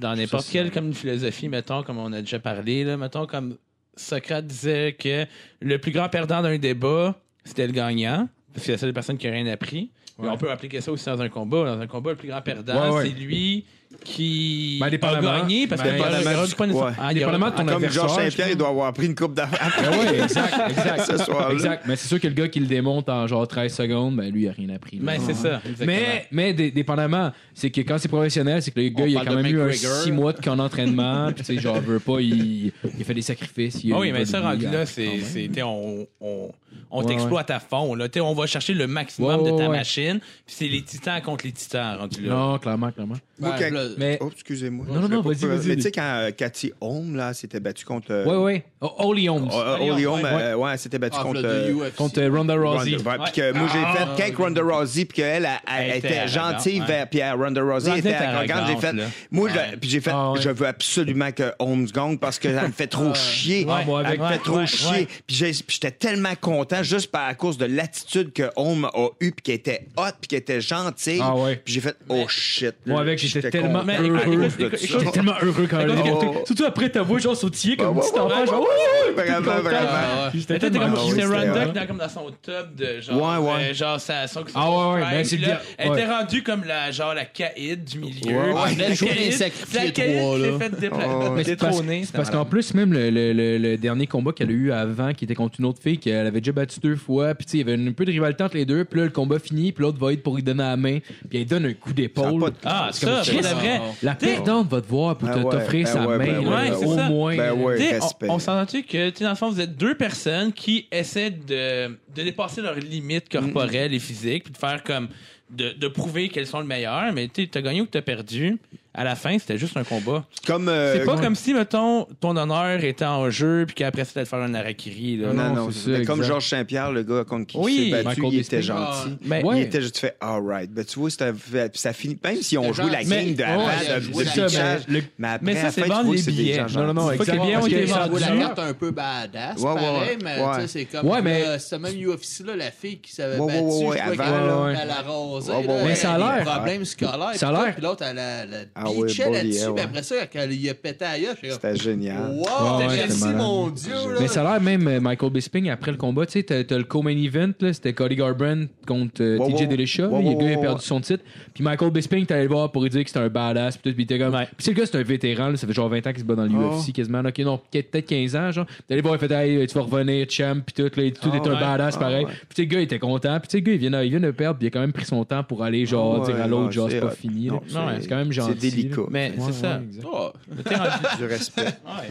G: Dans n'importe quelle comme une philosophie, mettons, comme on a déjà parlé, là, mettons, comme Socrate disait que le plus grand perdant d'un débat, c'était le gagnant, parce que c'est la seule personne qui a rien appris. Mais
D: Ouais.
G: On peut appliquer ça aussi dans un combat. Dans un combat, le plus grand perdant,
D: Ouais, ouais.
G: c'est lui qui
D: Ben,
G: a
D: dépendamment.
G: gagné parce que
D: Ben,
G: le gagnant,
C: dépendamment
G: il
C: du-
G: pas nécessaire-
C: ouais.
G: Ah, il y aura-
D: Dépendamment de ton
C: Comme
D: adversaire,
C: Georges
D: je pense.
C: Saint-Pierre, il doit avoir pris une coupe d'avant
D: Ben ouais,
C: *laughs*
D: exact, exact.
C: ce soir-là.
D: Exact. Mais c'est sûr que le gars qui le démonte en genre 13 secondes, ben lui, il a rien appris. là.
G: Ben, c'est ça. exactement.
D: Mais, mais dé- dépendamment, c'est que quand c'est professionnel, c'est que le gars, il a
F: parle
D: quand
F: de
D: même eu un
F: McGregor.
D: 6 mois de camp d'entraînement, puis tu sais, genre, veut pas, il, il a fait des sacrifices. il a
G: Ah oui, mais
D: évolué
G: ça, rendu
D: à-
G: là,
D: quand
G: c'est,
D: même.
G: c'est- t'sais, on, on, on
D: Ouais,
G: t'exploite à fond. Là. T'sais, on va chercher le maximum
D: Ouais,
G: de ta
D: ouais, ouais.
G: machine. Puis c'est les titans contre les titans, rendu là.
D: Non, clairement, clairement.
F: Ben,
C: Moi, quand-
F: là, euh,
D: Mais.
C: Oh, excusez-moi.
D: Non, non,
C: Je l'ai
D: non,
C: pas
D: vas-y,
C: pu-
D: vas-y.
C: Mais tu sais, quand euh, Cathy Holm, là, s'était battue contre. euh,
D: Ouais, ouais. Oh, ben, Holy Holmes.
C: Oh, oh, Holly Holm, euh, ouais, elle s'était battue
F: ah,
C: contre.
F: le
C: euh,
F: de UFC.
D: Contre euh, Ronda Rousey.
C: Ronda- ouais, puis que moi, j'ai
F: Ah,
C: fait, quand Ronda Rousey, puis qu'elle, elle, elle
G: Elle était
C: était
G: arrogante,
C: gentille,
G: ouais.
C: vers- puis euh, Ronda Rousey
G: Ronda
C: était
G: était
C: arrogante, j'ai fait,
G: arrogante, là.
C: moi, je- puis j'ai fait,
D: Ah, ouais.
C: je veux absolument que Holmes gagne parce que ça me fait trop chier.
D: Ah, moi,
C: Elle
D: avec-
C: me fait
D: ouais,
C: trop
D: ouais,
C: chier.
D: ouais.
C: Puis j'ai- puis j'étais tellement content juste par à cause de l'attitude que Holmes a eue, puis qu'elle était hot, puis qu'elle était gentille.
D: Ah, ouais.
C: Puis j'ai fait, oh shit.
D: Moi, avec, j'étais tellement
C: content.
D: heureux.
G: écoute, écoute,
D: J'étais tellement heureux quand elle
G: Écoute,
D: l'a
C: écoute,
D: porté.
C: écoute.
D: Surtout après ta voix, genre sautiller comme
C: Bah Ouais,
D: une petite
C: ouais,
D: enfant.
C: ouais,
D: Genre,
C: ouais,
D: Ouh!
C: ouais, vraiment,
D: T'es content.
C: vraiment.
F: Ah, ouais.
D: J'étais
G: T'es
D: tellement
G: comme
C: Ah
D: heureux.
C: oui,
G: Kirsten
C: c'était
G: Ronda
C: vrai.
G: qui était comme dans son top de genre.
C: Ouais, ouais.
G: euh, genre, ça son
D: Ah, ouais, ouais, ben, c'est
G: là,
D: bien,
G: Elle
D: ouais.
G: était rendue comme la, genre, la caïd du milieu.
C: Ouais, ouais.
G: La
F: Elle jouait les
G: caïd-
F: sacrifiés
G: La caïd
F: trois,
G: qui
F: là.
G: s'est faite dépla-
C: Oh, ouais.
D: Mais c'est parce,
G: détrôner.
D: c'est parce qu'en plus, même le, le- le- le dernier combat qu'elle a eu avant, qui était contre une autre fille, qu'elle avait déjà battu deux fois, puis tu sais, il y avait un peu de rivalité entre les deux, puis là, le combat finit, puis l'autre va être pour lui donner la main, puis elle donne un coup
C: Ça a pas
D: d'épaule.
C: de-
G: Ah,
D: C'est comme
G: ça, pour
D: Christ.
G: de vrai.
D: La
G: T'sais-
D: perdante va te voir pour te-
C: Ben ouais,
D: t'offrir
C: ben
D: sa
C: ouais, ben
D: main,
G: ouais,
D: là,
G: c'est
D: au
G: ça.
D: moins.
C: Ben ouais.
G: T'sais,
C: respect.
G: on on s'en tu que, t'sais, dans le fond, vous êtes deux personnes qui essaient de, de dépasser leurs limites corporelles et physiques, puis de faire comme. de, de prouver qu'elles sont le meilleur, mais tu t'as gagné ou que t'as perdu. À la fin, c'était juste un combat.
C: Comme. euh,
G: C'est pas comme si, mettons, ton honneur était en jeu, puis qu'après, c'était de faire un harakiri. Là.
C: Non,
D: Non,
C: non,
D: c'est
C: c'est-
D: ça,
C: mais comme
D: exact.
C: Georges Saint-Pierre, le gars contre qui
G: Oui,
C: il s'est battu,
D: Michael
C: il était
D: Bisping.
F: Ah,
D: Ah,
C: gentil.
G: Mais-
D: Ouais.
C: Il était juste fait, alright. Ben, tu vois, c'était- puis ça finit, même si on
F: C'était
C: jouait la
F: gentil.
C: game de
F: Mais-
C: avant,
F: ouais,
C: de-
F: il a
C: de
F: joué la
C: pitchage,
G: game. Le-
C: mais après,
G: mais
C: à
G: ça,
C: la
G: c'est
C: fin, tu
G: vendre
C: vois que
G: les
C: c'est des
G: billets.
C: gens
D: Non, non, non,
C: gentils.
G: Faut que les
D: exact.
G: biens ont
D: Parce
G: été
D: que-
F: Ça vaut la
G: vendus.
F: carte un peu badass,
C: Ouais, ouais,
F: pareil,
C: ouais.
F: mais
C: Ouais.
F: tu sais, c'est comme
D: Ouais, mais-
F: là, ce même UFC là, la fille qui s'avait
C: Ouais, ouais,
F: battue,
C: ouais, ouais,
F: je crois
C: avant,
F: qu'elle
D: là, ouais.
F: elle a rasé,
C: Ouais, ouais,
F: là,
C: ouais.
D: Mais ça a
F: elle eu
D: l'air.
F: des problèmes scolaires,
D: Ça a
F: puis tout,
D: l'air.
F: puis l'autre elle a la
C: Ah ouais,
F: bitchait
C: body,
F: là-dessus,
C: ouais,
F: puis
C: ouais.
F: après ça quand elle y a pété à gueule, j'étais
C: C'était
F: comme
C: génial.
F: wow,
D: Ouais, ouais,
F: t'es
D: c'était
F: gentil,
D: malade.
F: mon dieu là.
D: Mais ça a l'air même euh, Michael Bisping après le combat, tu sais, t'as t'as le co-main event, là, c'était Cody Garbrandt contre euh,
C: Ouais,
D: TJ
C: ouais,
D: Dillashaw,
C: ouais,
D: là,
C: ouais,
D: le gars il a
C: ouais,
D: perdu
C: ouais.
D: son titre, puis Michael Bisping t'allais le voir pour lui dire que c'était un badass, puis tout, puis t'es comme,
G: Ouais.
D: puis tu sais, le gars c'est un vétéran, là, ça fait genre 20 ans qu'il se bat dans
C: Ah.
D: l'UFC quasiment, là, ok, non, peut-être 15 ans, genre, t'allais voir, il fait, hey, tu vas revenir, champ, puis tout, là, tout
C: Ah,
D: est un
C: ouais.
D: badass
C: Ah,
D: pareil,
C: ouais.
D: puis tu sais, le gars il était content, puis tu sais, le gars il vient, de- il vient de perdre, puis il a quand même pris son temps pour aller genre
C: Ouais,
D: dire à
C: non,
D: l'autre, genre
C: c'est
D: c'est pas
C: hot.
D: fini, là.
C: Non,
D: Ouais,
C: c'est-
D: c'est quand même
C: c'est
D: gentil. là.
C: délicat.
G: Mais
D: Ouais,
G: c'est ça.
D: ouais, exact.
F: Oh,
G: T'es rendu-
C: Du
D: *laughs*
C: respect.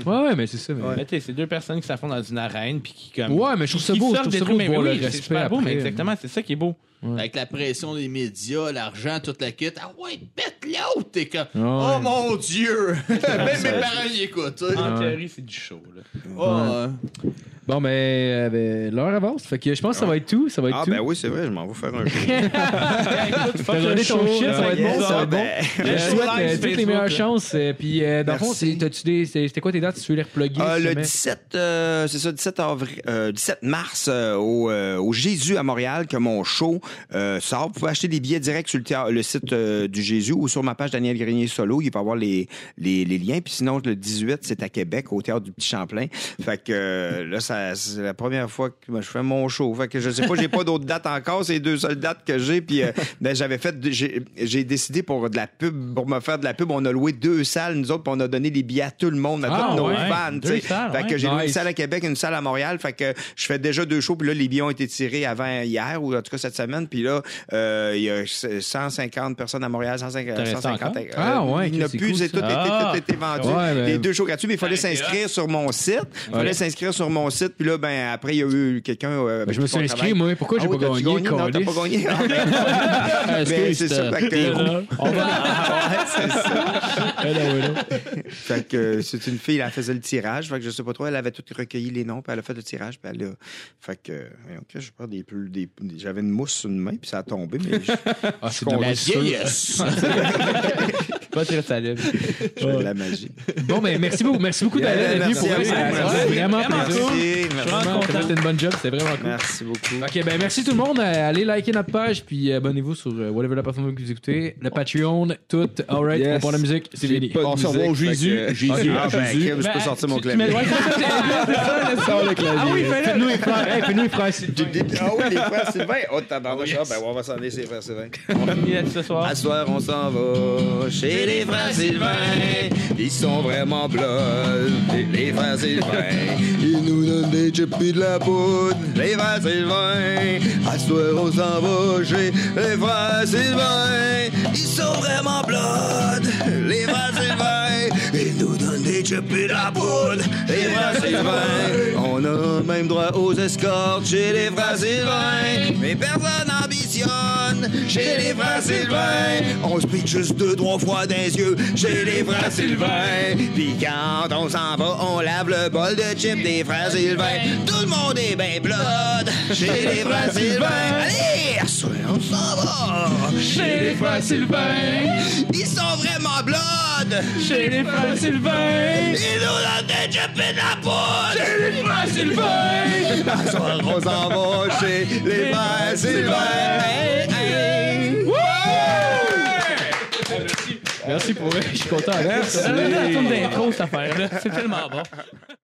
D: Ouais, ouais, mais c'est ça, mais-
G: Mais t'sais, c'est deux personnes qui s'affrontent dans une arène, puis qui comme.
D: Ouais, mais je trouve ça
G: qui
D: beau, je
G: sortent
D: trouve
G: des
D: ça
G: trucs,
D: beau de
G: mais
D: voir le
G: oui, c'est
D: respect
G: super beau, mais
D: après,
G: exactement, c'est ça qui est beau.
F: Avec la pression des médias, l'argent, toute la quête. Ah ouais, bête l'autre! T'es comme,
D: Ouais.
F: oh mon Dieu! *laughs* Même mes parents y écoutent. tu sais.
G: En
D: Ouais.
G: théorie, c'est du show.
D: *laughs*
G: Là.
F: Oh, euh,
D: Bon, mais euh, ben, l'heure avance. Fait que je pense que ça va être tout. Ça va être
C: Ah,
D: tout.
C: ben oui, c'est vrai, je m'en vais
D: *laughs*
C: faire un jeu.
D: Fait que regardez ton shit, ça va être
C: Yeah,
D: bon, ça va
C: ça,
D: être bon.
C: ben,
D: Je te
G: Yes.
D: souhaite euh,
G: Live
D: toutes les
G: Facebook,
D: meilleures
G: là.
D: chances. euh, Puis, euh, dans le fond,
C: Merci.
D: c'est- t'as-tu des- c'est- c'était quoi tes dates si tu veux les reploguer?
C: Ah,
D: si
C: le
D: jamais?
C: 17, euh, c'est ça, 17, avril, euh, 17 mars euh, au, euh, au Jésus à Montréal que mon show euh, sort. Vous pouvez acheter des billets directs sur le, théâ- le site euh, du Jésus ou sur ma page Daniel Grenier Solo. Il va y avoir les, les, les liens. Puis sinon, le 18, c'est à Québec, au Théâtre du Petit Champlain. Fait que euh, là, ça- c'est la première fois que moi, je fais mon show. Fait que je sais pas, j'ai pas d'autres dates encore. C'est les deux seules dates que j'ai. Puis euh, ben, j'avais fait, j'ai j'ai décidé pour de la pub, pour me faire de la pub, on a loué deux salles, nous autres, puis on a donné les billets à tout le monde, à
D: Ah,
C: tous nos
D: ouais.
C: fans. tu
G: Deux
C: sais.
G: salles,
C: fait que
G: ouais.
C: j'ai loué une
D: Nice.
C: salle à Québec, une salle à Montréal. Fait que je fais déjà deux shows, puis là, les billets ont été tirés avant hier, ou en tout cas cette semaine. Puis là, euh, il y a 150 personnes à Montréal, 150.
G: resté
C: 150 euh,
D: Ah, ouais,
C: il n'y en a
D: c'est
C: plus,
D: cool,
C: c'est
D: ça.
C: tout, été,
G: Ah.
C: tout été vendu.
D: Ouais, ben-
C: Les deux shows gratuits, mais il fallait s'inscrire sur mon site. Il fallait s'inscrire sur mon site, puis là, ben après, il y a eu quelqu'un. euh, avec
D: Ben, je me
C: qui
D: suis
C: on
D: inscrit,
C: travaille.
D: moi. Pourquoi j'ai
C: Ah oui,
D: pas
C: t'as-tu
D: gagné?
C: Non, t'as pas
D: câlisse?
C: gagné.
D: *laughs*
C: Mais c'est ça. fait que- *laughs* Ouais, c'est ça.
D: Ah, là, ouais, là.
C: Fait que euh, c'est une fille, elle faisait le tirage. Fait que je sais pas trop, elle avait tout recueilli les noms, puis elle a fait le tirage, puis elle a. Fait que, euh, ok, je parle des plus. Des, des- J'avais une mousse sur une main, puis ça a tombé, mais je,
D: Ah, c'est
C: content.
D: dommage.
F: la vieillesse!
G: Pas très salubre.
C: je fais de la magie.
D: Bon, ben, merci beaucoup. Merci beaucoup d'aller
C: Merci
D: pour
C: à
D: vrai.
C: vous.
D: ça- ça-
C: Merci.
D: C'est vraiment
G: Vraiment
D: plaisir.
C: Merci, merci,
D: Vraiment, T'as fait une bonne job. C'était vraiment cool.
C: merci beaucoup.
D: Ok, ben merci tout le monde. Euh, Allez liker notre page, puis euh, abonnez-vous sur euh, whatever la plateforme que vous écoutez. Le Patreon, tout. Alright,
E: Yes.
D: on part la musique. C'est
E: J'ai
D: fini.
E: pas de
D: On se revoit.
E: musique,
D: au Jésus.
E: fait que-
D: Jésus.
C: Ah, ben, Kim, je peux
G: Ben,
C: sortir mon
G: tu- tu mets-
C: clavier.
G: ouais, c'est ça, c'est- c'est ça, le clavier. Ah oui, fais-le.
D: Fais-nous les frères. Hey, fais-nous les frères. Sylvain.
C: Ah oui, les frères Sylvain. Oh, tabarnak, ah, ben, on va s'en aller, c'est frères Sylvain.
G: On finit là-dessus ce soir.
C: À soir, on s'en va chez les frères Sylvain. Ils sont vraiment blood, les frères Sylvain. Ils nous donnent des chips et de la poudre, les frères Sylvain. À soir, on s'en va chez les frères Sylvain. Ils sont vraiment blood, les frères Sylvain. Ils nous donnent des chips et de la poudre, les frères Sylvain. On a même droit aux escortes chez les frères Sylvain. Mais personne n'ambitionne. m'impressionne. J'ai les bras Sylvain. On se pique juste deux, trois fois des yeux. J'ai les bras Sylvain. Puis quand on s'en va, on lave le bol de chips des frères Sylvain. Tout le monde est ben blood. J'ai les bras Sylvain. Allez, sois, on s'en va.
D: Chez les frères Sylvain,
C: Ils sont vraiment blood.
D: chez les frères Sylvain,
C: Ils nous donnent des chips et de la poudre.
D: les frères Sylvain.
C: Ce soir, on s'en va chez les frères Sylvain. Hey, hey.
H: Merci pour Je suis content.
D: C'est la tourne d'intro, cette affaire-là. C'est tellement bon.